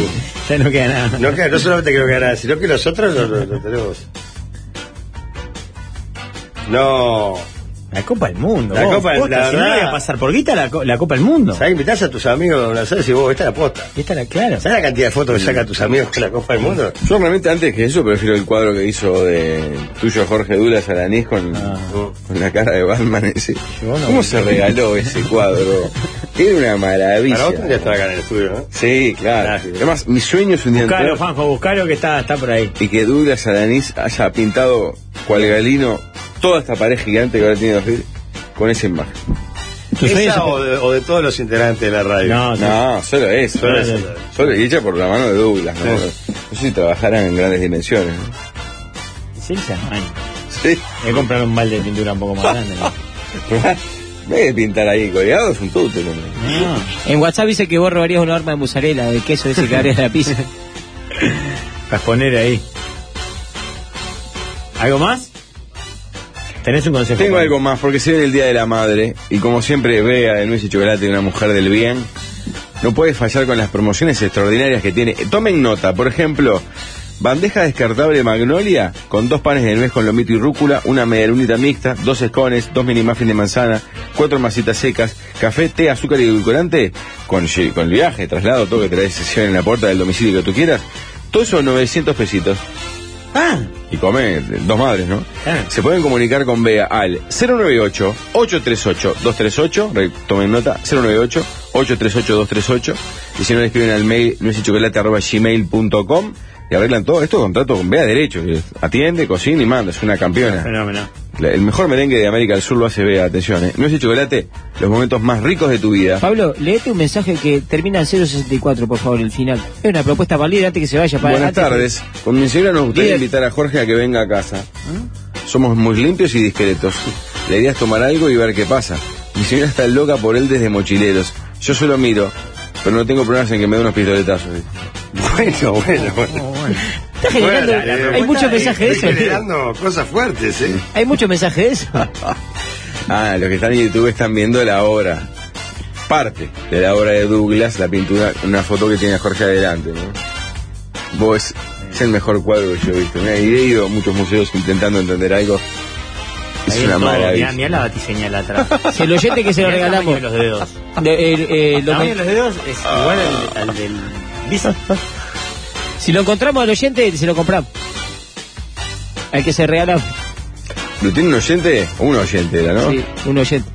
Speaker 5: Ya no queda nada.
Speaker 6: No, que, no solamente creo que era, sino que nosotros lo, lo- lo tenemos. No.
Speaker 5: La Copa del Mundo.
Speaker 6: La
Speaker 5: vos,
Speaker 6: Copa del-
Speaker 5: posta,
Speaker 6: la
Speaker 5: si no
Speaker 6: verdad-
Speaker 5: voy a pasar por guita la, co- la Copa del Mundo.
Speaker 6: ¿Sabes? Invitás a tus amigos a un asado y decís, vos, esta es la posta.
Speaker 5: Esta la claro.
Speaker 6: ¿Sabes la cantidad de fotos que saca tus amigos con la Copa del Mundo?
Speaker 4: Yo realmente antes que eso prefiero el cuadro que hizo de tuyo Jorge Dulas Alanís con, con la cara de Batman ese.
Speaker 5: Yo Ah. no-
Speaker 4: ¿Cómo se regaló ese cuadro? Era una
Speaker 6: Para vos tendrías
Speaker 4: maravilla.
Speaker 6: estar acá en el estudio, ¿no?
Speaker 4: Sí, claro.
Speaker 6: Gracias.
Speaker 4: Además, mi sueño es un día
Speaker 5: Buscalo,
Speaker 4: entrar
Speaker 5: Juanjo, buscalo que está, está por ahí.
Speaker 4: y que Douglas Alanís haya pintado cual galino toda esta pared gigante que ahora tiene Brasil con esa imagen.
Speaker 5: ¿Tu sueño es-
Speaker 6: ¿Esa o de, o de todos los integrantes de la radio?
Speaker 5: No, no.
Speaker 4: No, solo eso.
Speaker 6: ¿Ah, Solo eso.
Speaker 4: Solo y hecha por la mano de Douglas, ¿no? No sé si trabajaran en grandes dimensiones. ¿no?
Speaker 5: Sí, ya, man.
Speaker 4: Sí.
Speaker 5: Voy a comprar un balde de pintura un poco más grande. ¿no?
Speaker 4: En vez de pintar ahí colgado, es un tute. ¿no?
Speaker 5: No.
Speaker 8: En WhatsApp dice que vos robarías una arma de mozzarella, de queso ese que abre la pizza.
Speaker 5: Cajonera ahí. ¿Algo más? ¿Tenés un consejo?
Speaker 4: Tengo
Speaker 5: Juan?
Speaker 4: algo más, porque se ve el Día de la Madre, y como siempre, Vega de Nuez y Chocolate, una mujer del bien, no puede fallar con las promociones extraordinarias que tiene. Tomen nota, por ejemplo, bandeja descartable Magnolia, con dos panes de nuez con lomito y rúcula, una medialunita mixta, dos escones, dos mini muffins de manzana, cuatro masitas secas, café, té, azúcar y edulcorante, con, lle- con viaje, traslado, todo que traes sesión en la puerta del domicilio que tú quieras, todo eso 900 pesitos.
Speaker 5: Ah,
Speaker 4: y come eh, dos madres, ¿no?
Speaker 5: Claro.
Speaker 4: Se pueden comunicar con Bea al 098-838-238, re- tomen nota, 098-838-238, y si no le escriben al mail gmail.com y arreglan todo esto contrato con Bea Derecho, que atiende, cocina y manda, es una campeona.
Speaker 5: fenómeno.
Speaker 4: La- el mejor merengue de América del Sur lo hace Bea, atención, ¿eh? Nuez y chocolate, los momentos más ricos de tu vida.
Speaker 8: Pablo, leete un mensaje que termina en 064, por favor, el final. Es una propuesta válida antes que se vaya para
Speaker 4: Buenas
Speaker 8: antes que-
Speaker 4: tardes. Con mi señora nos gustaría
Speaker 8: Líder.
Speaker 4: invitar a Jorge a que venga a casa.
Speaker 6: ¿Ah?
Speaker 4: Somos muy limpios y discretos. La idea es tomar algo y ver qué pasa. Mi señora está loca por él desde mochileros. Yo solo miro, pero no tengo problemas en que me dé unos pistoletazos.
Speaker 6: Bueno, bueno, bueno.
Speaker 8: Está generando-
Speaker 6: Bueno, la- la
Speaker 8: hay
Speaker 6: propuesta
Speaker 8: muchos
Speaker 6: es-
Speaker 8: mensajes de eso.
Speaker 6: estoy eh, generando cosas fuertes, ¿eh?
Speaker 8: Hay muchos mensajes de eso.
Speaker 4: Ah, los que están en YouTube están viendo la obra. Parte de la obra de Douglas, la pintura, una foto que tiene a Jorge adelante. ¿no? Vos es el mejor cuadro que yo he visto. Mirá, y he ido a muchos museos intentando entender algo. Es
Speaker 5: Ahí
Speaker 4: una
Speaker 5: en todo. Mirá,
Speaker 4: maravilla.
Speaker 5: mirá la batiseñal atrás.
Speaker 8: Se lo oyente que se lo
Speaker 5: Mirá el tamaño
Speaker 8: regalamos.
Speaker 5: de los dedos.
Speaker 8: De- el- el-
Speaker 5: El
Speaker 8: lo-
Speaker 5: tamaño de los dedos es igual al, al del Visa.
Speaker 8: si lo encontramos al oyente, se lo compramos. Al que se regala.
Speaker 4: ¿Lo tiene un oyente? Un oyente era, ¿no?
Speaker 8: Sí, un oyente.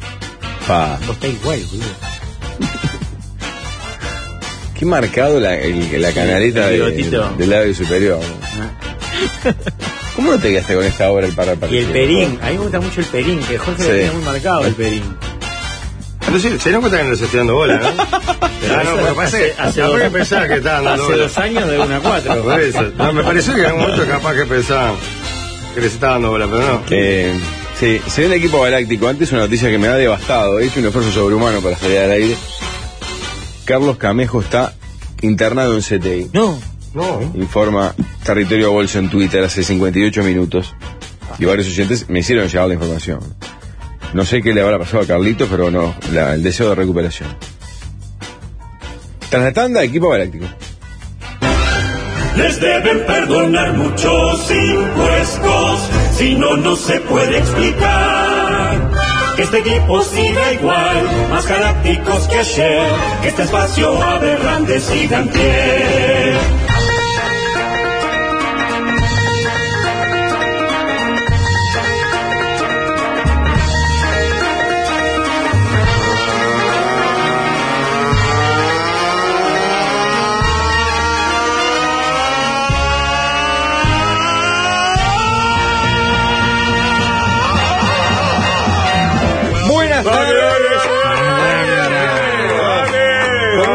Speaker 4: Pa.
Speaker 5: Vos está igual, boludo.
Speaker 4: Qué marcado la, el- la canaleta
Speaker 5: el
Speaker 4: de-
Speaker 5: bigotito. Ah.
Speaker 4: del labio superior. ¿Cómo no te quedaste con esta obra el para
Speaker 5: Y el perín. A mí me gusta mucho el perín, que Jorge
Speaker 4: Sí.
Speaker 5: lo tiene muy marcado el perín.
Speaker 6: Entonces, se dieron cuenta que no les estoy dando bola, ¿no? ah, no, pero pasa que
Speaker 5: hace
Speaker 6: capaz
Speaker 5: dos-
Speaker 6: que pensaba que estaban dando
Speaker 5: Hace
Speaker 6: bola.
Speaker 5: dos años de Ah, una a cuatro.
Speaker 6: Por eso. No, me pareció que en algún momento capaz que pensaban que les estaba dando bola, pero no.
Speaker 4: Eh, sí, se ve el equipo galáctico. Antes una noticia que me ha devastado. He hecho un esfuerzo sobrehumano para salir al aire. Carlos Camejo está internado en CTI.
Speaker 8: No,
Speaker 6: No.
Speaker 4: Informa Territorio Bolso en Twitter hace 58 minutos. Y varios oyentes me hicieron llegar la información. No sé qué le habrá pasado a Carlitos, pero no, la- el deseo de recuperación. Tras la tanda, equipo galáctico.
Speaker 1: Les deben perdonar muchos impuestos, si no, no se puede explicar. Que este equipo siga igual, más galácticos que ayer, que este espacio aberrante siga en pie.
Speaker 4: Buenas Con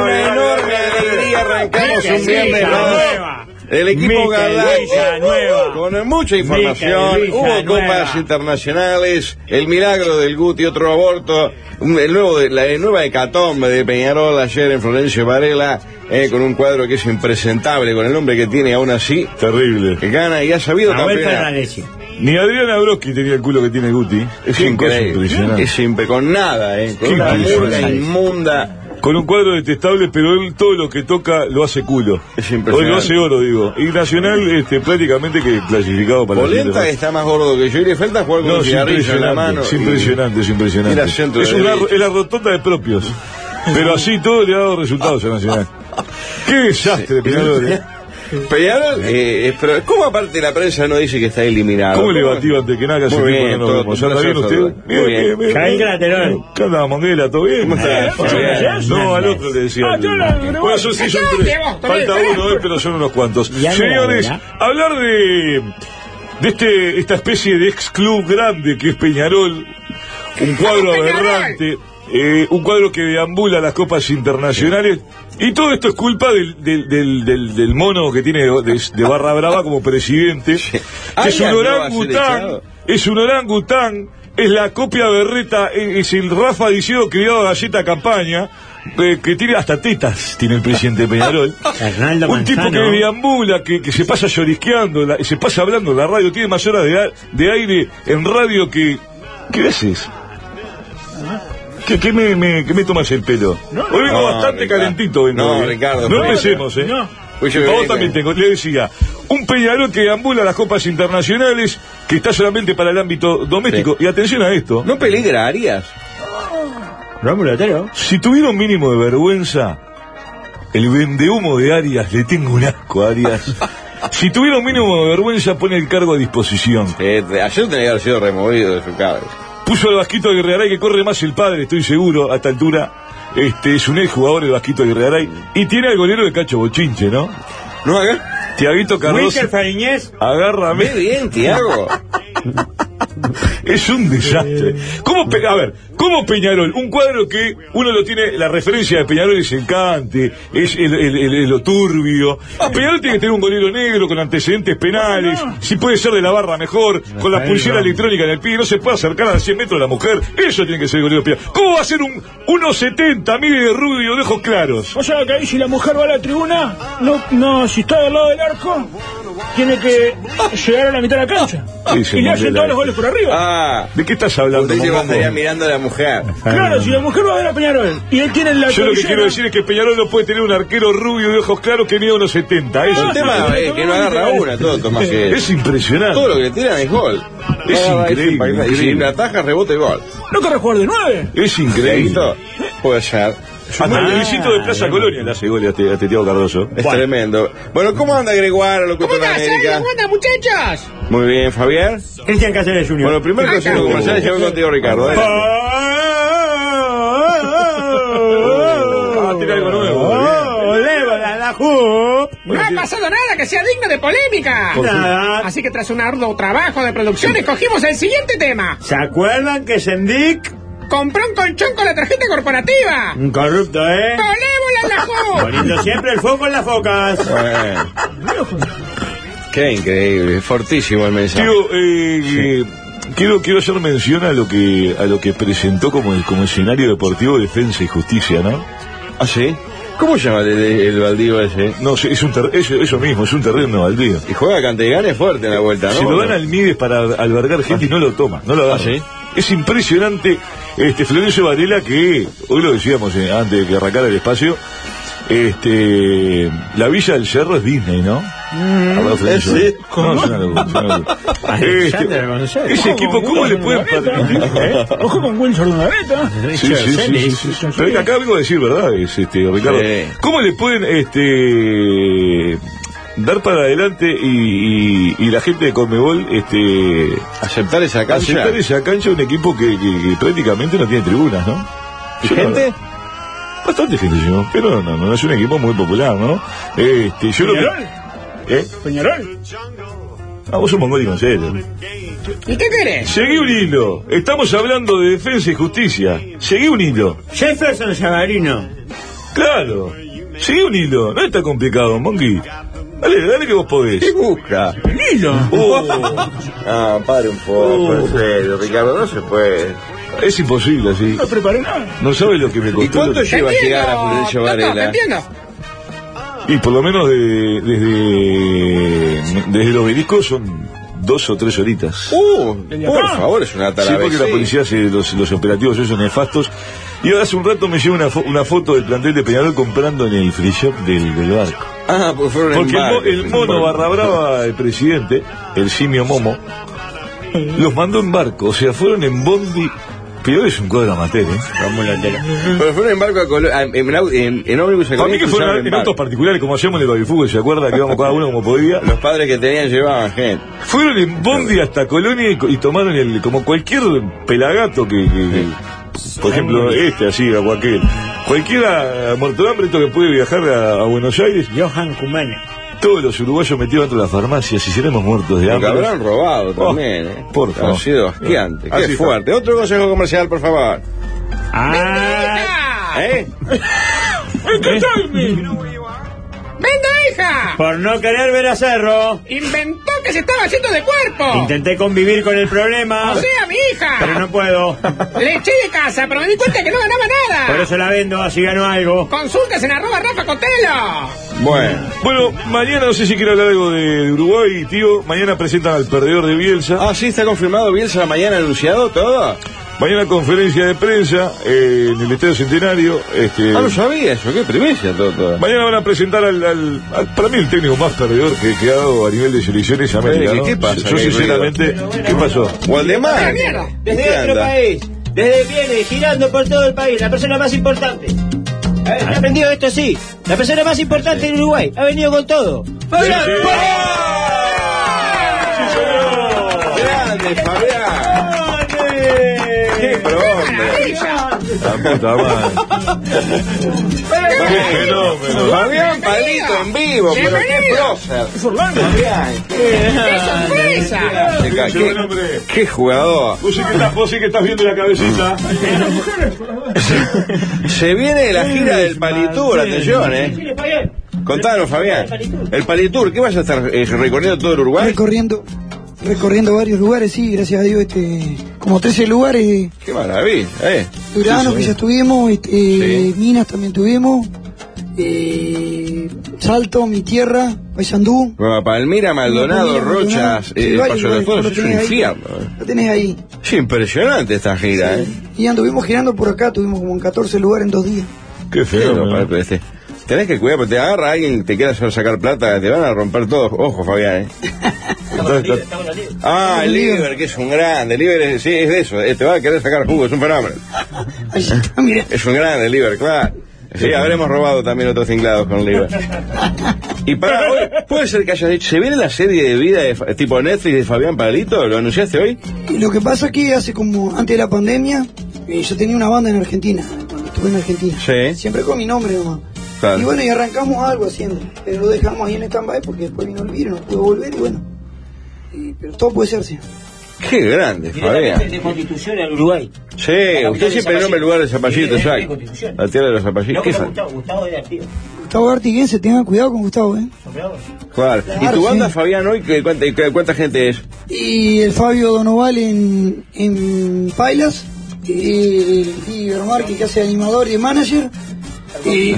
Speaker 4: una enorme alegría arrancamos un viernes más. El equipo
Speaker 5: Mikel
Speaker 4: galáctico
Speaker 5: Villanueva.
Speaker 4: con mucha información,
Speaker 5: Mikel
Speaker 4: hubo
Speaker 5: Villanueva.
Speaker 4: copas internacionales, el milagro del Guti, otro aborto, un- el nuevo de, la nueva hecatombe de Peñarol ayer en Florencio Varela, eh, con un cuadro que es impresentable, con el hombre que tiene aún así,
Speaker 11: Terrible.
Speaker 4: que gana y ha sabido
Speaker 5: Nahuel
Speaker 4: campeonar.
Speaker 5: Fernández.
Speaker 11: Ni Adriana Broski tenía el culo que tiene Guti.
Speaker 4: Es
Speaker 11: Qué cosa
Speaker 4: increíble.
Speaker 11: impresionante.
Speaker 4: Es impresionante. Con nada, ¿eh? Con
Speaker 11: Qué
Speaker 4: una murga
Speaker 11: impresionante.
Speaker 4: inmunda.
Speaker 11: con un cuadro detestable, pero él todo lo que toca lo hace culo.
Speaker 4: Es
Speaker 11: O
Speaker 4: impresionante.
Speaker 11: lo hace oro, digo. Y Nacional, este, prácticamente que clasificado para la siguiente
Speaker 4: Polenta
Speaker 11: fase.
Speaker 4: está más gordo que yo y le falta jugar con
Speaker 11: No,
Speaker 4: un
Speaker 11: es
Speaker 4: cigarrillo en la
Speaker 11: impresionante,
Speaker 4: mano.
Speaker 11: es impresionante, es impresionante.
Speaker 4: Mira, centro
Speaker 11: Es,
Speaker 4: de
Speaker 11: una-
Speaker 4: derecha.
Speaker 11: es la rotonda de propios. Pero así todo le ha dado resultados a Nacional. ¡Qué desastre, Peñarol! eh!
Speaker 4: Peñarol, eh, es- pero ¿cómo aparte la prensa no dice que está eliminado?
Speaker 11: ¿Cómo le batió antes que nada que hace
Speaker 4: Muy
Speaker 11: tiempo
Speaker 4: bien,
Speaker 11: que no
Speaker 4: todo,
Speaker 11: vemos? ¿Anda
Speaker 4: un
Speaker 11: bien
Speaker 4: placer,
Speaker 11: usted?
Speaker 4: Fernando. Muy bien.
Speaker 5: Javier Craterol.
Speaker 11: ¿Qué andaba, Monguela? ¿Todo bien?
Speaker 4: ¿Cómo estás?
Speaker 11: Eh,
Speaker 4: Bien.
Speaker 11: Fernández. No, al otro le decía.
Speaker 5: Ah, yo la-
Speaker 11: Bueno, yo sí, son
Speaker 5: Acá
Speaker 11: tres.
Speaker 5: tenemos tres,
Speaker 11: Falta
Speaker 5: tres.
Speaker 11: uno, eh, pero son unos cuantos.
Speaker 5: Ya no era
Speaker 11: Señores,
Speaker 5: buena.
Speaker 11: hablar de, de este, esta especie de ex club grande que es Peñarol, un cuadro aberrante, eh, un cuadro que deambula las copas internacionales. Y todo esto es culpa del, del, del, del- del mono que tiene de, de Barra Brava como presidente, que es
Speaker 4: Arias
Speaker 11: un
Speaker 4: no va a ser
Speaker 11: orangután,
Speaker 4: echado.
Speaker 11: es un orangután, es la copia berreta, es, es el Rafa Diceo criado a galleta campaña, eh, que tiene hasta tetas, tiene el presidente de Peñarol.
Speaker 5: Hernaldo
Speaker 11: Un tipo que
Speaker 5: Manzano.
Speaker 11: deambula, que, que se pasa llorisqueando, la- se pasa hablando en la radio, tiene más horas de, a- de aire en radio que... ¿Qué haces? ¿Qué, qué me, me- qué me tomas el pelo? Hoy vengo
Speaker 4: No,
Speaker 11: bastante
Speaker 4: Ricardo.
Speaker 11: calentito. Vengo,
Speaker 4: No,
Speaker 11: hoy.
Speaker 4: Ricardo,
Speaker 11: No
Speaker 4: por
Speaker 11: empecemos, ¿eh?
Speaker 4: Pues yo
Speaker 11: A
Speaker 4: me
Speaker 11: vos
Speaker 4: vengo.
Speaker 11: también tengo. Le decía, un Peñarol que deambula las copas internacionales, que está solamente para el ámbito doméstico. Y atención a esto.
Speaker 4: ¿No peligra Arias?
Speaker 5: Rómulo Otero.
Speaker 11: Si tuviera un mínimo de vergüenza, el vendehumo de Arias, le tengo un asco a Arias. si tuviera un mínimo de vergüenza, pone el cargo a disposición.
Speaker 4: Eh, te- ayer tenía que haber sido removido de su cabeza.
Speaker 11: Puso al Vasquito Aguirrearay, que corre más el padre, estoy seguro, a esta altura. Este, es un ex jugador el Vasquito Aguirrearay. Y tiene al golero de Cacho Bochinche, ¿no?
Speaker 4: ¿No acá?
Speaker 11: Tiaguito Cardoso,
Speaker 5: Wilker Fariñez.
Speaker 11: agárrame.
Speaker 4: Ve bien, Tiago.
Speaker 11: Es un desastre. ¿Cómo Pe- a ver, ¿cómo Peñarol? Un cuadro que uno lo tiene, la referencia de Peñarol es el cante, es el, el- el- el- lo turbio. Ah, Peñarol tiene que tener un golero negro con antecedentes penales, si puede ser de la barra mejor, con la
Speaker 5: ahí
Speaker 11: pulsera
Speaker 5: vamos.
Speaker 11: electrónica en el pie, no se puede acercar a 100 metros a la mujer. Eso tiene que ser el golero de Peñarol. ¿Cómo va a ser un 1,70, mire de rubio, de ojos claros?
Speaker 5: O sea que ahí si la mujer va a la tribuna, no, no, si está del lado del arco, tiene que llegar a la mitad de la cancha.
Speaker 11: Dice Mandela.
Speaker 5: por arriba.
Speaker 4: Ah,
Speaker 11: ¿De qué estás hablando,
Speaker 4: usted se
Speaker 11: Momomo?
Speaker 4: estaría mirando a la mujer.
Speaker 5: Claro, si la mujer va a ver a Peñarol y él tiene la
Speaker 11: Yo lo que
Speaker 5: tobillera,
Speaker 11: quiero decir es que Peñarol no puede tener un arquero rubio de ojos claros que mida unos 70. Eso
Speaker 4: El
Speaker 11: es lo que-
Speaker 4: tema es que no agarra una, todo Tomás que
Speaker 11: Es impresionante.
Speaker 4: Todo lo que le tiran es gol.
Speaker 11: Es
Speaker 4: Ah,
Speaker 11: increíble,
Speaker 4: impactante. Y si
Speaker 11: increíble.
Speaker 4: la ataja, rebote y gol.
Speaker 5: no corre jugar de nueve.
Speaker 11: Es increíble.
Speaker 4: Tiaguito, puede ser. Ah.
Speaker 11: Hasta Ah,
Speaker 5: Ah,
Speaker 11: el visito de Plaza Colonia le hace goles a este, a este Tiago Cardoso.
Speaker 4: Es tremendo. Bueno, ¿cómo anda Gregoire, locutor de América?
Speaker 8: muchachas?
Speaker 4: Muy bien, Fabián.
Speaker 5: Cristian Cáceres Jr.
Speaker 4: Bueno, primero que hacemos comerciales, ya voy contigo, Ricardo. Adelante.
Speaker 11: Ah, tiene algo nuevo.
Speaker 5: No ha pasado
Speaker 1: nada que sea digno de polémica.
Speaker 5: Ah, nada.
Speaker 1: Así que tras un arduo trabajo de producción escogimos el siguiente tema.
Speaker 5: ¿Se acuerdan que Sendik?
Speaker 1: Compró un colchón con la tarjeta corporativa.
Speaker 5: Un corrupto, ¿eh?
Speaker 1: ¡Polémola en la Ju!
Speaker 5: Bonito siempre el foco en las focas.
Speaker 4: Bueno. Qué increíble, fortísimo el mensaje.
Speaker 11: Tío, eh, quiero, quiero hacer mención a lo que, a lo que presentó como, el- como escenario deportivo Defensa y Justicia, ¿no?
Speaker 4: ¿Ah, sí? ¿Cómo se llama el, el, el baldío ese?
Speaker 11: No, sí, es un ter- eso, eso mismo, es un terreno baldío.
Speaker 4: Y juega Cantegane fuerte en la vuelta, ¿no?
Speaker 11: Se lo dan al Mides para albergar gente y no lo toma, no lo agarra.
Speaker 4: Ah, ¿sí?
Speaker 11: Es impresionante este Florencio Varela que, hoy lo decíamos eh, antes de que arrancara el espacio, este la Villa del Cerro es Disney, ¿no?
Speaker 5: Mm,
Speaker 11: Hablaba Florencio
Speaker 4: ¿Sí?
Speaker 5: eh,
Speaker 11: Varela. No, es una locura, es una locura.
Speaker 5: Alexander
Speaker 11: Este,
Speaker 5: González.
Speaker 11: ese
Speaker 5: Ojo
Speaker 11: equipo,
Speaker 5: con
Speaker 11: ¿cómo le
Speaker 5: Wilson
Speaker 11: pueden
Speaker 5: Navarrete, ¿eh? Ojo con Wilson Navarrete.
Speaker 11: Sí, sí, sí, sí, sí. Pero que acá vengo a decir verdades, este, Ricardo.
Speaker 4: Sí.
Speaker 11: ¿Cómo le pueden este dar para adelante y, y- y la gente de Conmebol este
Speaker 4: Aceptar esa cancha.
Speaker 11: aceptar esa cancha un equipo que, que- que prácticamente no tiene tribunas, ¿no?
Speaker 4: ¿Y
Speaker 11: Yo no-
Speaker 4: gente?
Speaker 11: bastante gente, yo, pero no, no, no es un equipo muy popular, ¿no? Este, yo lo
Speaker 5: ¿Peñarol?
Speaker 11: que... ¿Eh?
Speaker 5: Peñarol.
Speaker 11: Ah, vos sos mongólico en serio.
Speaker 1: ¿Y qué querés?
Speaker 11: Seguí un hilo. Estamos hablando de defensa y justicia. Seguí un hilo.
Speaker 5: Jefferson Savarino.
Speaker 11: Claro. Seguí un hilo. No está complicado, Mongi. Dale, dale que vos
Speaker 4: ¿Qué
Speaker 11: podés.
Speaker 4: busca? Uh.
Speaker 11: Oh,
Speaker 4: Ah, pare un poco, en serio, Ricardo, no se puede.
Speaker 11: es imposible así.
Speaker 5: No preparó nada.
Speaker 11: No sabes lo que me costó.
Speaker 4: ¿Y cuánto
Speaker 11: lo-
Speaker 4: lleva llegar a Florencio
Speaker 1: Toto, te
Speaker 4: Varela?
Speaker 1: entiendo.
Speaker 11: Y por lo menos de- desde, desde el obelisco son dos o tres horitas.
Speaker 4: Uh, por favor, es una
Speaker 11: Sí,
Speaker 4: talavera.
Speaker 11: porque la policía hace los, los operativos esos nefastos Y ahora hace un rato me llegó una, fo- una foto del plantel de Peñarol comprando en el free shop del, del barco.
Speaker 4: Ah, porque fueron en
Speaker 11: Porque el, mo-
Speaker 4: barco,
Speaker 11: el
Speaker 4: en
Speaker 11: mono
Speaker 4: barco.
Speaker 11: barra brava, el presidente, el simio momo, los mandó en barco, o sea, fueron en bondi. Peor es un cuadro amateur, ¿eh?
Speaker 4: Pero fueron en barco a Colo- a- en, au- en- en ómnibus a
Speaker 11: Para mí que fueron
Speaker 4: Colombia cruzaron
Speaker 11: en
Speaker 4: barco.
Speaker 11: autos particulares, como hacíamos en el fútbol, ¿se acuerda? Que íbamos cada uno como podía.
Speaker 4: Los padres que tenían llevaban gente.
Speaker 11: Fueron en bondi hasta Colonia y, co- y tomaron el como cualquier pelagato que, que- por ejemplo este así o aquel. Cualquiera eh, muerto de hambre esto que puede viajar a, a Buenos Aires,
Speaker 5: Johan Cumane.
Speaker 11: todos los uruguayos metidos dentro de las farmacias y seremos muertos de
Speaker 4: Lo que
Speaker 11: hambre.
Speaker 4: habrán robado
Speaker 11: Oh,
Speaker 4: también, ¿eh?
Speaker 11: por favor. Ah,
Speaker 4: Ha sido asqueante.
Speaker 11: Así
Speaker 4: Qué
Speaker 11: está.
Speaker 4: fuerte. Otro consejo comercial, por favor.
Speaker 11: Ah.
Speaker 4: ¿Eh?
Speaker 1: ¡Venga, hija!
Speaker 5: Por no querer ver a Cerro,
Speaker 1: Inventó que se estaba haciendo de
Speaker 11: Oh.
Speaker 1: cuerpo.
Speaker 5: intenté convivir con el problema,
Speaker 11: Ah,
Speaker 1: O sea, mi
Speaker 5: pero
Speaker 1: hija.
Speaker 5: no puedo.
Speaker 1: Le eché de casa, pero me di cuenta que no ganaba
Speaker 5: Por
Speaker 1: nada.
Speaker 5: eso la vendo, así gano algo.
Speaker 1: Consultas en arroba Rafa Cotelo.
Speaker 4: Bueno.
Speaker 11: Bueno, mañana no sé si quiero hablar algo de, de Uruguay, tío. Mañana presentan al perdedor de Bielsa.
Speaker 4: Ah, sí, está confirmado Bielsa mañana anunciado todo. Ah,
Speaker 11: Mañana conferencia de prensa eh, en el Estadio Centenario. Este,
Speaker 4: Ah, no sabía eso, qué primicia todo. todo.
Speaker 11: Mañana van a presentar al, al- al- para mí el técnico más perdedor que, que ha dado a nivel de selecciones
Speaker 4: Fede,
Speaker 11: América. ¿no?
Speaker 4: Eh, ¿qué pasa?
Speaker 11: Yo
Speaker 4: ¿Qué
Speaker 11: sinceramente, ¿qué pasó?
Speaker 4: Waldemar. ¿Qué anda?
Speaker 8: país, desde que viene girando por todo el país, la persona más importante. A
Speaker 5: ¿Eh?
Speaker 8: ver, ¿te ha aprendido esto sí. La persona más importante en Uruguay ha venido con todo.
Speaker 4: Grande, Fabián. Qué profe.
Speaker 11: La puta madre. Qué fenómeno.
Speaker 4: Fabián Palito en vivo, pero qué prócer.
Speaker 1: ¡Qué sorpresa!
Speaker 11: Qué buen hombre.
Speaker 4: Qué jugador.
Speaker 11: Vos sí que estás, vos sí que estás viendo la cabecita.
Speaker 4: Se viene la gira del Palitour, atención, eh. Contanos, Fabián. El Palitour, ¿qué vas a estar eh, recorriendo todo el Uruguay?
Speaker 12: Recorriendo, recorriendo varios lugares, sí, gracias a Dios, este, como 13 lugares,
Speaker 4: Qué maravilla, eh.
Speaker 12: Durano que ya estuvimos, este,
Speaker 4: Sí.
Speaker 12: Minas también tuvimos, eh, Salto, mi tierra, Paysandú.
Speaker 4: Nueva Palmira, Maldonado,
Speaker 12: Palmira, Maldonado.
Speaker 4: Rochas, eh,
Speaker 12: Sí, varios
Speaker 4: Paso de los
Speaker 12: lugares,
Speaker 4: Toros,
Speaker 12: lo
Speaker 4: es un
Speaker 12: tenés ahí.
Speaker 4: infierno. eh.
Speaker 12: Lo tenés ahí.
Speaker 4: Es impresionante esta gira, eh.
Speaker 12: Y anduvimos girando por acá, tuvimos como en 14 lugares en dos días.
Speaker 11: Qué
Speaker 4: Pero,
Speaker 11: fenómeno.
Speaker 4: pa- este, tenés que cuidar, porque te agarra alguien y te quiere hacer sacar plata, te van a romper todos. Ojo, Fabián, ¿eh? Ah, el Liver, que es un grande. El Liver es, sí, es de eso. eh, te va a querer sacar jugo, es un fenómeno.
Speaker 12: Ahí está, mira.
Speaker 4: Es un grande el Liver, claro. Sí, habremos robado también otros tinglados con Liver. Y para hoy, puede ser que hayas dicho, ¿se viene la serie de vida de Fa- tipo Netflix de Fabián Palito? ¿Lo anunciaste hoy?
Speaker 12: Y lo que pasa es que hace como, antes de la pandemia, eh, yo tenía una banda en Argentina, cuando estuve en Argentina.
Speaker 4: Sí.
Speaker 12: Siempre con mi nombre nomás.
Speaker 4: Claro.
Speaker 12: Y bueno, y arrancamos algo haciendo, pero lo dejamos ahí en stand-by porque después vino el virus, no pudo volver y bueno. Y- pero todo puede ser, sí.
Speaker 4: Qué grande, Fabián.
Speaker 8: constitución al Uruguay.
Speaker 4: Sí, usted siempre nombra el lugar de Zapallito, exacto. La tierra de los Zapallitos. ¿Qué fa-
Speaker 8: Gustavo era activo.
Speaker 12: Gustavo Artiguense, tengan cuidado con Gustavo, ¿eh?
Speaker 4: Claro. ¿Y tu
Speaker 12: sí.
Speaker 4: banda, Fabián, hoy qué- cuánta, qué- cuánta gente es?
Speaker 12: Y el Fabio Donoval en, en Pailas, y el Iber Márquez que hace animador y manager, y,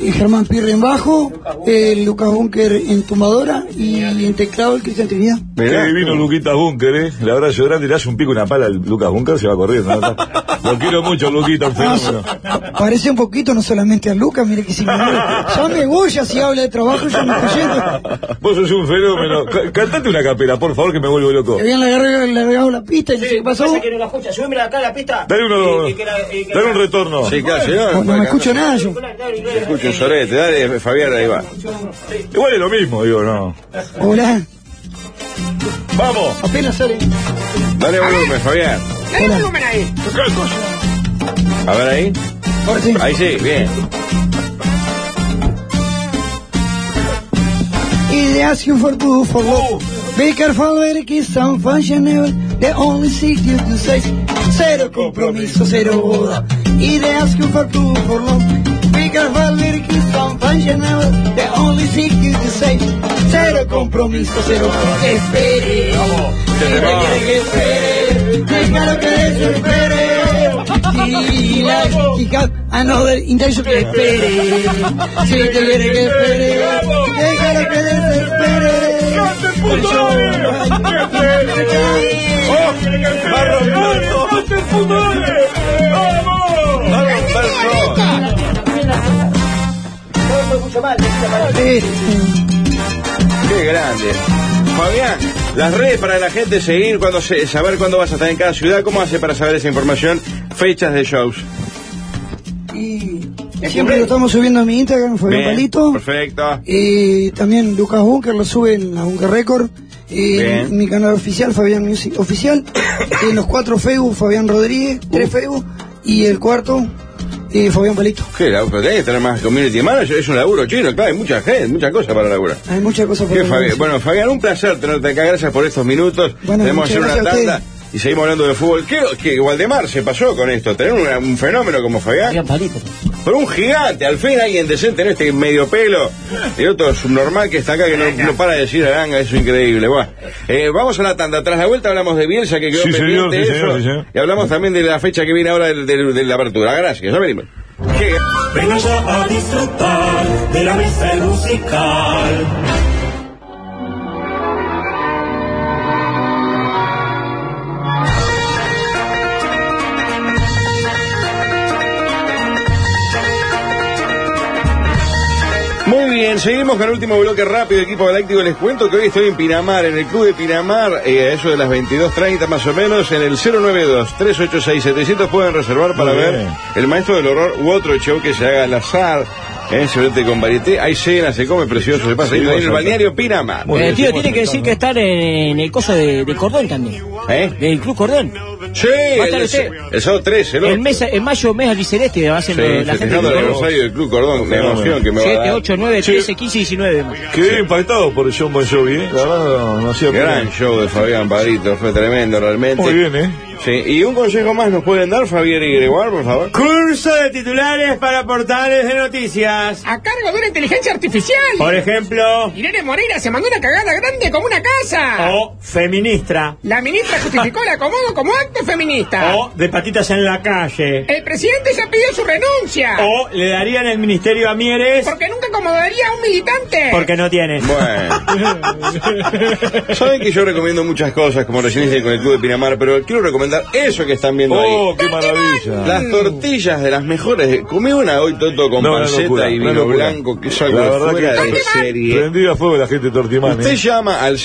Speaker 12: y Germán Pirre en bajo, el Lucas Bunker en tumbadora y en teclado el Cristian Trinidad.
Speaker 11: Qué divino Luquita Bunker, ¿eh? Le abrazo grande, le hace un pico y una pala al Lucas Bunker, se va corriendo. ¿no? Lo quiero mucho, Luquita, un fenómeno.
Speaker 12: Parece un poquito no solamente a Lucas, mire que si me ya me voy, ya si habla de trabajo yo me estoy yendo.
Speaker 11: Vos sos un fenómeno. Ca- Cantate una capela, por favor, que me vuelvo loco.
Speaker 12: Le habían largado, largado la pista y no sé qué pasó.
Speaker 8: no la escucha, subime acá a la pista.
Speaker 11: Dale, uno, dale un retorno.
Speaker 4: Sí, claro, si Oh, no,
Speaker 12: No, no me
Speaker 4: acá
Speaker 12: escucho nada yo.
Speaker 4: se escucha un sorete. Dale, Fabián, ahí va.
Speaker 11: Igual es lo mismo, digo, no.
Speaker 12: Hola,
Speaker 11: ¡Vamos!
Speaker 12: apenas sale.
Speaker 4: Dale volumen, Fabián.
Speaker 1: Dale volumen ahí.
Speaker 4: A ver ahí.
Speaker 12: Ahora sí.
Speaker 4: Ahí sí, bien.
Speaker 12: is asking for boo for love. Baker Fowler que is unfashionable. The only thing you do say cero compromiso, cero boda. Y they ask you for boo for love. Baker Fowler que is unfashionable. The only thing you do say cero compromiso, cero boda. Espere. Si me quiere que espere, déjalo que espere. Y la chica, another intention que espere. Si te quiere que espere, déjalo que espere.
Speaker 11: ¡Vamos!
Speaker 4: Qué grande. Fabián, las redes para la gente seguir, cuando se- saber cuándo vas a estar en cada ciudad, ¿cómo hace para saber esa información? Fechas de shows.
Speaker 12: Siempre lo estamos subiendo a mi Instagram, Fabián
Speaker 4: Bien,
Speaker 12: Palito.
Speaker 4: Perfecto.
Speaker 12: Y también Lucas Bunker lo sube en la Bunker Record. Y
Speaker 4: Bien.
Speaker 12: Eh, mi canal oficial, Fabián Music Oficial. en los cuatro Facebook, Fabián Rodríguez, tres Facebook. Y el cuarto, eh, Fabián Palito.
Speaker 4: Qué laburo, pero tenés que tener más community manager, es un laburo chino, claro, hay mucha gente, muchas cosas para laburar.
Speaker 12: Hay muchas cosas por
Speaker 4: Qué
Speaker 12: hablar.
Speaker 4: Fabián, bueno, Fabián, un placer tenerte acá, gracias por estos minutos.
Speaker 12: Bueno,
Speaker 4: Tenemos que hacer
Speaker 12: muchas
Speaker 4: una
Speaker 12: gracias a
Speaker 4: tanda y seguimos hablando de fútbol. ¿Qué, qué Waldemar se pasó con esto? Tener una- un fenómeno como Fabián. Pero un gigante, al fin alguien decente en este medio pelo. El otro subnormal que está acá que no, no para de decir aranga, eso es increíble. Bueno, eh, vamos a la tanda. Tras la vuelta hablamos de Bielsa que quedó
Speaker 11: Sí, señor,
Speaker 4: pendiente
Speaker 11: sí,
Speaker 4: eso.
Speaker 11: señor, sí, señor.
Speaker 4: Y hablamos también de la fecha que viene ahora del- del- de la apertura. Gracias, ya venimos.
Speaker 1: Venga ya a disfrutar de la mesa musical.
Speaker 4: Muy bien, seguimos con el último bloque rápido de Equipo Galáctico. Les cuento que hoy estoy en Pinamar, en el Club de Pinamar, eh, a eso de las 22.30 más o menos, en el 092-386-700 pueden reservar para
Speaker 11: Muy
Speaker 4: ver
Speaker 11: bien.
Speaker 4: el Maestro del Horror u otro show que se haga al azar, eh, seguramente con varieté. Hay cena, se come precioso, se pasa
Speaker 11: Sí,
Speaker 4: ahí en el
Speaker 11: exacto.
Speaker 4: balneario Pinamar.
Speaker 8: el tío tiene que decir que estar en el coso de, de Cordón también.
Speaker 4: ¿Eh?
Speaker 8: Del Club Cordón.
Speaker 4: Sí,
Speaker 8: Va a estar
Speaker 4: el,
Speaker 8: usted.
Speaker 4: el sábado 13, ¿no?
Speaker 8: El mes, en mayo, mes albiceleste va a ser
Speaker 4: Sí,
Speaker 8: lo- la gente.
Speaker 4: festejando el aniversario del Club Cordón, la emoción que me va a
Speaker 8: 7,
Speaker 4: dar.
Speaker 8: 8, 9, 13, 15, 19.
Speaker 11: Quedé impactado por el John Bon Jovi, ¿eh? La verdad no, no hacía
Speaker 4: Gran show de Fabián Padrito, fue tremendo realmente.
Speaker 11: Muy bien, ¿eh?
Speaker 4: Sí, y un consejo más nos pueden dar, Fabián y Gregoire, por favor.
Speaker 13: Curso de titulares para portales de noticias.
Speaker 14: A cargo de una inteligencia artificial.
Speaker 13: Por ejemplo,
Speaker 14: Irene Moreira se mandó una cagada grande como una casa.
Speaker 13: o feministra,
Speaker 14: La ministra justificó el acomodo como acto feminista.
Speaker 13: o de patitas en la calle,
Speaker 14: El presidente ya pidió su renuncia.
Speaker 13: o le darían el ministerio a Mieres
Speaker 14: Porque nunca acomodaría a un militante.
Speaker 13: porque no tienes.
Speaker 4: Bueno. Saben que yo recomiendo muchas cosas, como recién hice con el Club de Pinamar, pero quiero recomendar eso que están viendo
Speaker 11: Oh,
Speaker 4: ahí.
Speaker 11: qué maravilla.
Speaker 4: Las tortillas de las mejores. Comí una hoy todo con
Speaker 11: No, una
Speaker 4: panceta
Speaker 11: locura,
Speaker 4: y
Speaker 11: una
Speaker 4: vino
Speaker 11: locura.
Speaker 4: blanco, que es algo
Speaker 11: La verdad
Speaker 4: fuera
Speaker 11: que-
Speaker 4: de serie.
Speaker 11: Prendida a fuego la gente de Tortimán.
Speaker 4: Usted
Speaker 11: ¿eh?
Speaker 4: llama al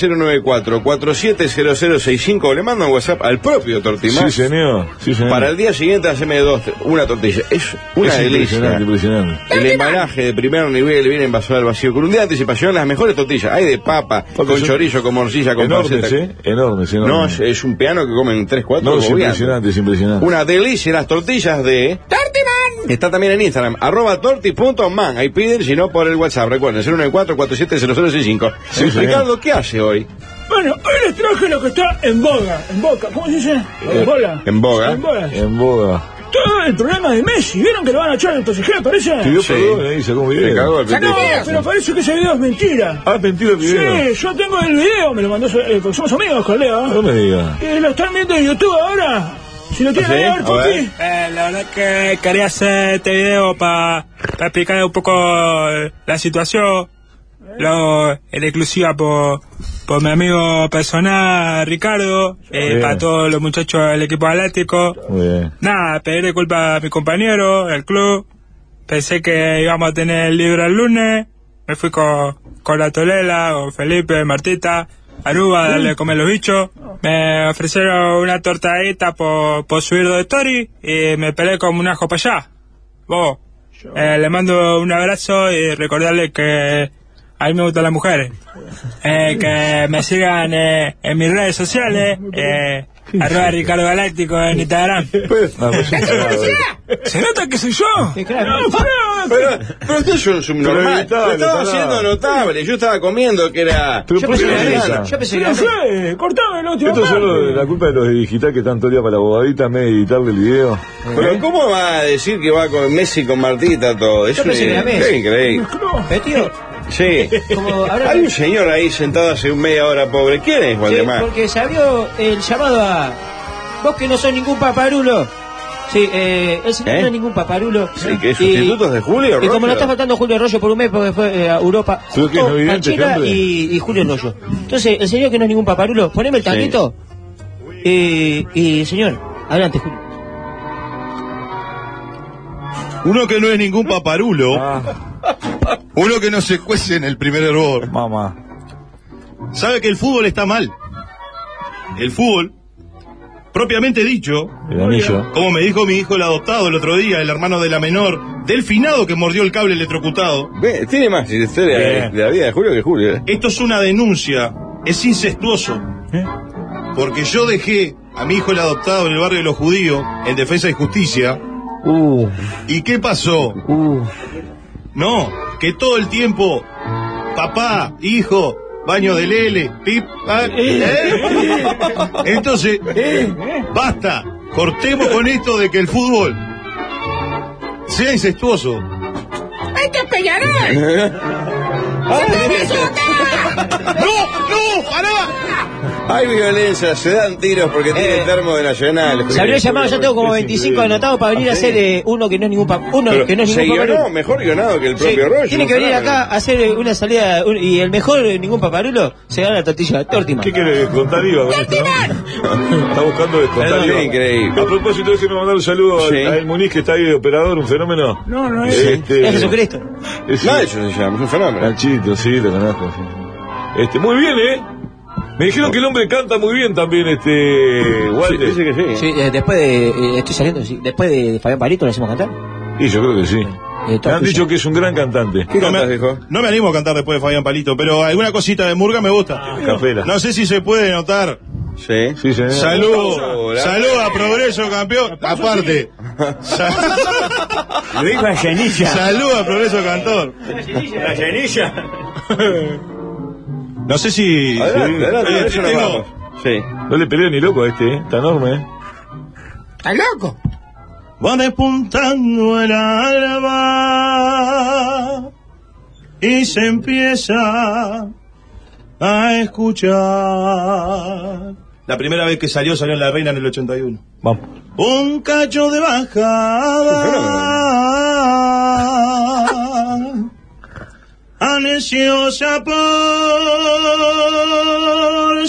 Speaker 4: 094-470065 o le manda un WhatsApp al propio Tortimán.
Speaker 11: Sí, señor. Sí, señor.
Speaker 4: Para el día siguiente haceme dos, una tortilla. Es una
Speaker 11: es
Speaker 4: delicia.
Speaker 11: impresionante, impresionante.
Speaker 4: El embalaje de primer nivel viene envasado al vacío. Con un día de anticipación, las mejores tortillas. Hay de papa, con
Speaker 11: son
Speaker 4: chorizo, con morcilla, con
Speaker 11: Enormes,
Speaker 4: panceta.
Speaker 11: ¿eh? Enormes,
Speaker 4: No,
Speaker 11: enormes.
Speaker 4: es, es un piano que comen 3, 4
Speaker 11: No, es impresionante, es impresionante.
Speaker 4: Una delicia las tortillas de... ¡Tortiman! Está también en Instagram, arroba torti.man. Ahí piden, si no, por el WhatsApp. Recuerden, 094-470065.
Speaker 11: Sí, señor.
Speaker 4: Ricardo, ¿qué hace hoy?
Speaker 13: Bueno, hoy les traje lo que está en boga, en boca, ¿cómo se dice? En bola.
Speaker 4: En boga.
Speaker 13: En bola.
Speaker 11: En boda.
Speaker 13: Todo el problema de Messi, ¿vieron que lo van a echar entonces? ¿Qué parece?
Speaker 11: Pidió
Speaker 4: Sí.
Speaker 11: perdón, ¿eh? Y sacó un video.
Speaker 4: Se cagó al
Speaker 13: No,
Speaker 4: pendejo.
Speaker 13: pero parece que ese video es mentira.
Speaker 11: Ah, mentira el video.
Speaker 13: Sí, yo tengo el video, me lo mandó, eh, porque somos amigos con
Speaker 11: Ah, No
Speaker 13: Leo.
Speaker 11: me diga.
Speaker 13: Eh, lo están viendo en YouTube ahora. Si lo tienen
Speaker 4: ¿Sí?
Speaker 13: ahí, a ver,
Speaker 4: ¿eh? A
Speaker 13: Tuti.
Speaker 4: ver.
Speaker 14: la verdad que quería hacer este video para explicar un poco la situación. Lo, en exclusiva por, por mi amigo personal Ricardo,
Speaker 11: Bien.
Speaker 14: para todos los muchachos del equipo galáctico.
Speaker 11: Muy bien.
Speaker 14: Nada, pedirle culpa a mi compañero, el club. Pensé que íbamos a tener libre el lunes. Me fui con, con la Tolela, con Felipe, Martita, Aruba, a darle de comer los bichos. Me ofrecieron una tortadita por, por subir de story y me peleé como un ajo para allá. Vos, eh, le mando un abrazo y recordarle que a mí me gustan las mujeres. Eh, que me sigan eh, en mis redes sociales, eh, arroba Ricardo Galáctico en Instagram.
Speaker 11: Ah, pues sí, claro.
Speaker 14: ¿Se nota que soy yo? No, pará.
Speaker 4: Pero, pero usted es un subnormal.
Speaker 11: Pero evitable,
Speaker 4: Lo estaba
Speaker 11: pará.
Speaker 4: haciendo notable. Yo estaba comiendo que era...
Speaker 11: Pero
Speaker 8: Yo
Speaker 11: ¿por qué
Speaker 8: pensé que
Speaker 11: no
Speaker 8: era
Speaker 11: avisa?
Speaker 8: esa. Yo pensé que
Speaker 13: No
Speaker 8: era esa.
Speaker 13: sé, cortame la última
Speaker 11: Esto es
Speaker 13: parte.
Speaker 11: solo de la culpa de los de digital que están todo el día para la bobadita en vez de editarle el video.
Speaker 4: Pero ¿cómo va a decir que va con Messi con Martita todo? Es
Speaker 8: Yo pensé
Speaker 4: un-
Speaker 8: que era Messi.
Speaker 4: es increíble.
Speaker 8: Pero tío,
Speaker 4: Sí.
Speaker 8: como habrá
Speaker 4: Hay un señor ahí sentado hace media hora, pobre. ¿Quién es
Speaker 8: Sí,
Speaker 4: Waldemar?
Speaker 8: porque se abrió el llamado a vos que no sos ningún paparulo. Sí, eh, el señor
Speaker 4: ¿Eh?
Speaker 8: no es ningún paparulo.
Speaker 4: Sí, que es sustitutos de Julio,
Speaker 8: Y como
Speaker 4: Rollo.
Speaker 8: no está faltando Julio Rollo por un mes porque fue eh, a Europa,
Speaker 11: Creo que
Speaker 8: justo
Speaker 11: es evidente,
Speaker 8: Panchera
Speaker 11: este hombre.
Speaker 8: y, y Julio Rollo. Entonces, el señor que no es ningún paparulo, poneme el tanguito. Eh, y señor, adelante, Julio.
Speaker 15: Uno que no es ningún paparulo.
Speaker 11: Ah,
Speaker 15: Uno que no se cuece en el primer hervor.
Speaker 14: Mamá.
Speaker 15: Sabe que el fútbol está mal. El fútbol, propiamente dicho,
Speaker 5: El anillo.
Speaker 15: como me dijo mi hijo el adoptado el otro día, el hermano de la menor, del finado que mordió el cable electrocutado.
Speaker 4: Ve, tiene más historia de,
Speaker 15: Bien.
Speaker 4: de la vida de Julio que Julio. eh.
Speaker 15: Esto es una denuncia, es incestuoso. Porque yo dejé a mi hijo el adoptado en el barrio de los judíos, en defensa y justicia. ¿Y qué pasó? No, que todo el tiempo, papá, hijo, baño de Lele, pip, ah, ¿eh? Entonces, basta, cortemos con esto de que el fútbol sea incestuoso.
Speaker 1: ¡Hay que pegarle!
Speaker 15: ¡No! ¡No! ¡Pará!
Speaker 4: Hay violencia, se dan tiros porque tiene termo de Nacional.
Speaker 8: Eh, Se habría llamado, yo tengo como 25 anotados para venir a hacer eh, uno que no es ningún pa- uno
Speaker 4: Pero
Speaker 8: que no es
Speaker 4: se
Speaker 8: ningún
Speaker 4: guionó,
Speaker 8: paparulo.
Speaker 4: mejor guionado que el
Speaker 8: Sí,
Speaker 4: propio Roger.
Speaker 8: Tiene que venir acá a hacer eh, una salida un- y el mejor eh, ningún paparulo se gana la tortilla tórtima. ¿Qué
Speaker 11: quiere contar Iba con esto, no? Está buscando descontar
Speaker 4: Perdón.
Speaker 11: Iba.
Speaker 4: Increíble.
Speaker 11: A propósito, déjeme mandar un saludo al-
Speaker 4: Sí.
Speaker 11: a, El Muniz que está ahí de operador, un fenómeno.
Speaker 14: No, no
Speaker 11: es. Este-
Speaker 8: Es Jesucristo.
Speaker 11: No, eso se llama, un fenómeno. Nachito, sí, lo conozco. sí. Este, muy bien, ¿eh? Me dijeron que el hombre canta muy bien también, este. Walter.
Speaker 8: Sí, eh, después de. eh, estoy saliendo, sí, después de, de Fabián Parito lo hacemos cantar.
Speaker 11: Y yo creo que sí.
Speaker 8: Me
Speaker 11: han dicho que es un gran cantante.
Speaker 15: No me, no me animo a cantar después de Fabián Palito, pero alguna cosita de Murga me gusta.
Speaker 11: capela.
Speaker 15: No sé si se puede notar.
Speaker 4: Sí.
Speaker 11: Sí, señor.
Speaker 15: Salud, salud a Progreso campeón. Aparte,
Speaker 5: Lo dijo a Yanilla.
Speaker 15: salud a Progreso Cantor.
Speaker 5: La llenilla.
Speaker 15: No sé si.
Speaker 11: Adelante,
Speaker 15: si-
Speaker 11: adelante,
Speaker 15: Oye,
Speaker 11: eso nos
Speaker 15: tengo-
Speaker 11: vamos. Sí. No le peleo ni loco a este, ¿eh? Está enorme, ¿eh?
Speaker 1: ¡Está loco!
Speaker 15: va despuntando el alba y se empieza a escuchar. La primera vez que salió, salió en La Reina en el 81.
Speaker 11: Vamos.
Speaker 15: Un cacho de bajada. Ansiosa por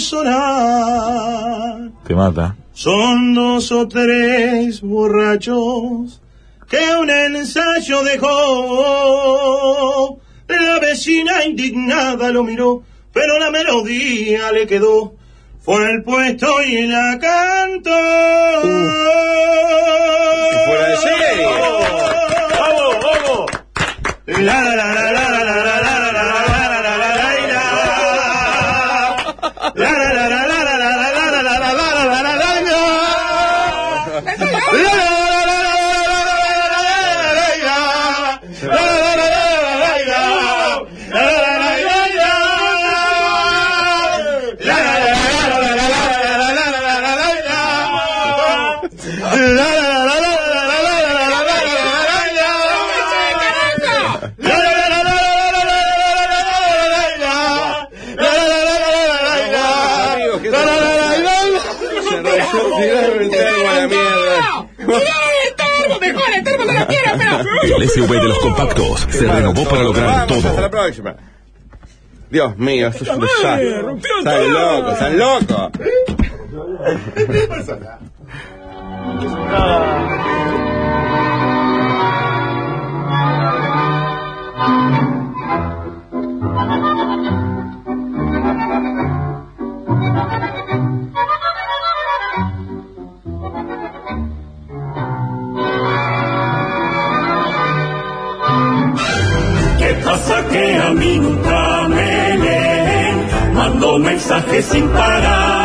Speaker 15: sonar.
Speaker 11: Te mata.
Speaker 15: Son dos o tres borrachos que un ensayo dejó. La vecina indignada lo miró, pero la melodía le quedó. Fue el puesto y la cantó.
Speaker 1: Uh.
Speaker 15: ¡Fuera de serie!
Speaker 8: ¡Oh!
Speaker 15: ¡Vamos, vamos! La la la la la la la la la la la
Speaker 1: ¡Mejor, el termo de la tierra,
Speaker 16: El SUV de los compactos se renovó para lograr
Speaker 4: Vamos,
Speaker 16: todo.
Speaker 4: Hasta la próxima. Dios mío, esto es un
Speaker 1: Puta madre,
Speaker 4: desastre.
Speaker 1: rompió
Speaker 4: Están
Speaker 1: todo.
Speaker 4: locos, están locos.
Speaker 1: ¿Qué pasa que a mí nunca me leen? Mando mensajes sin parar.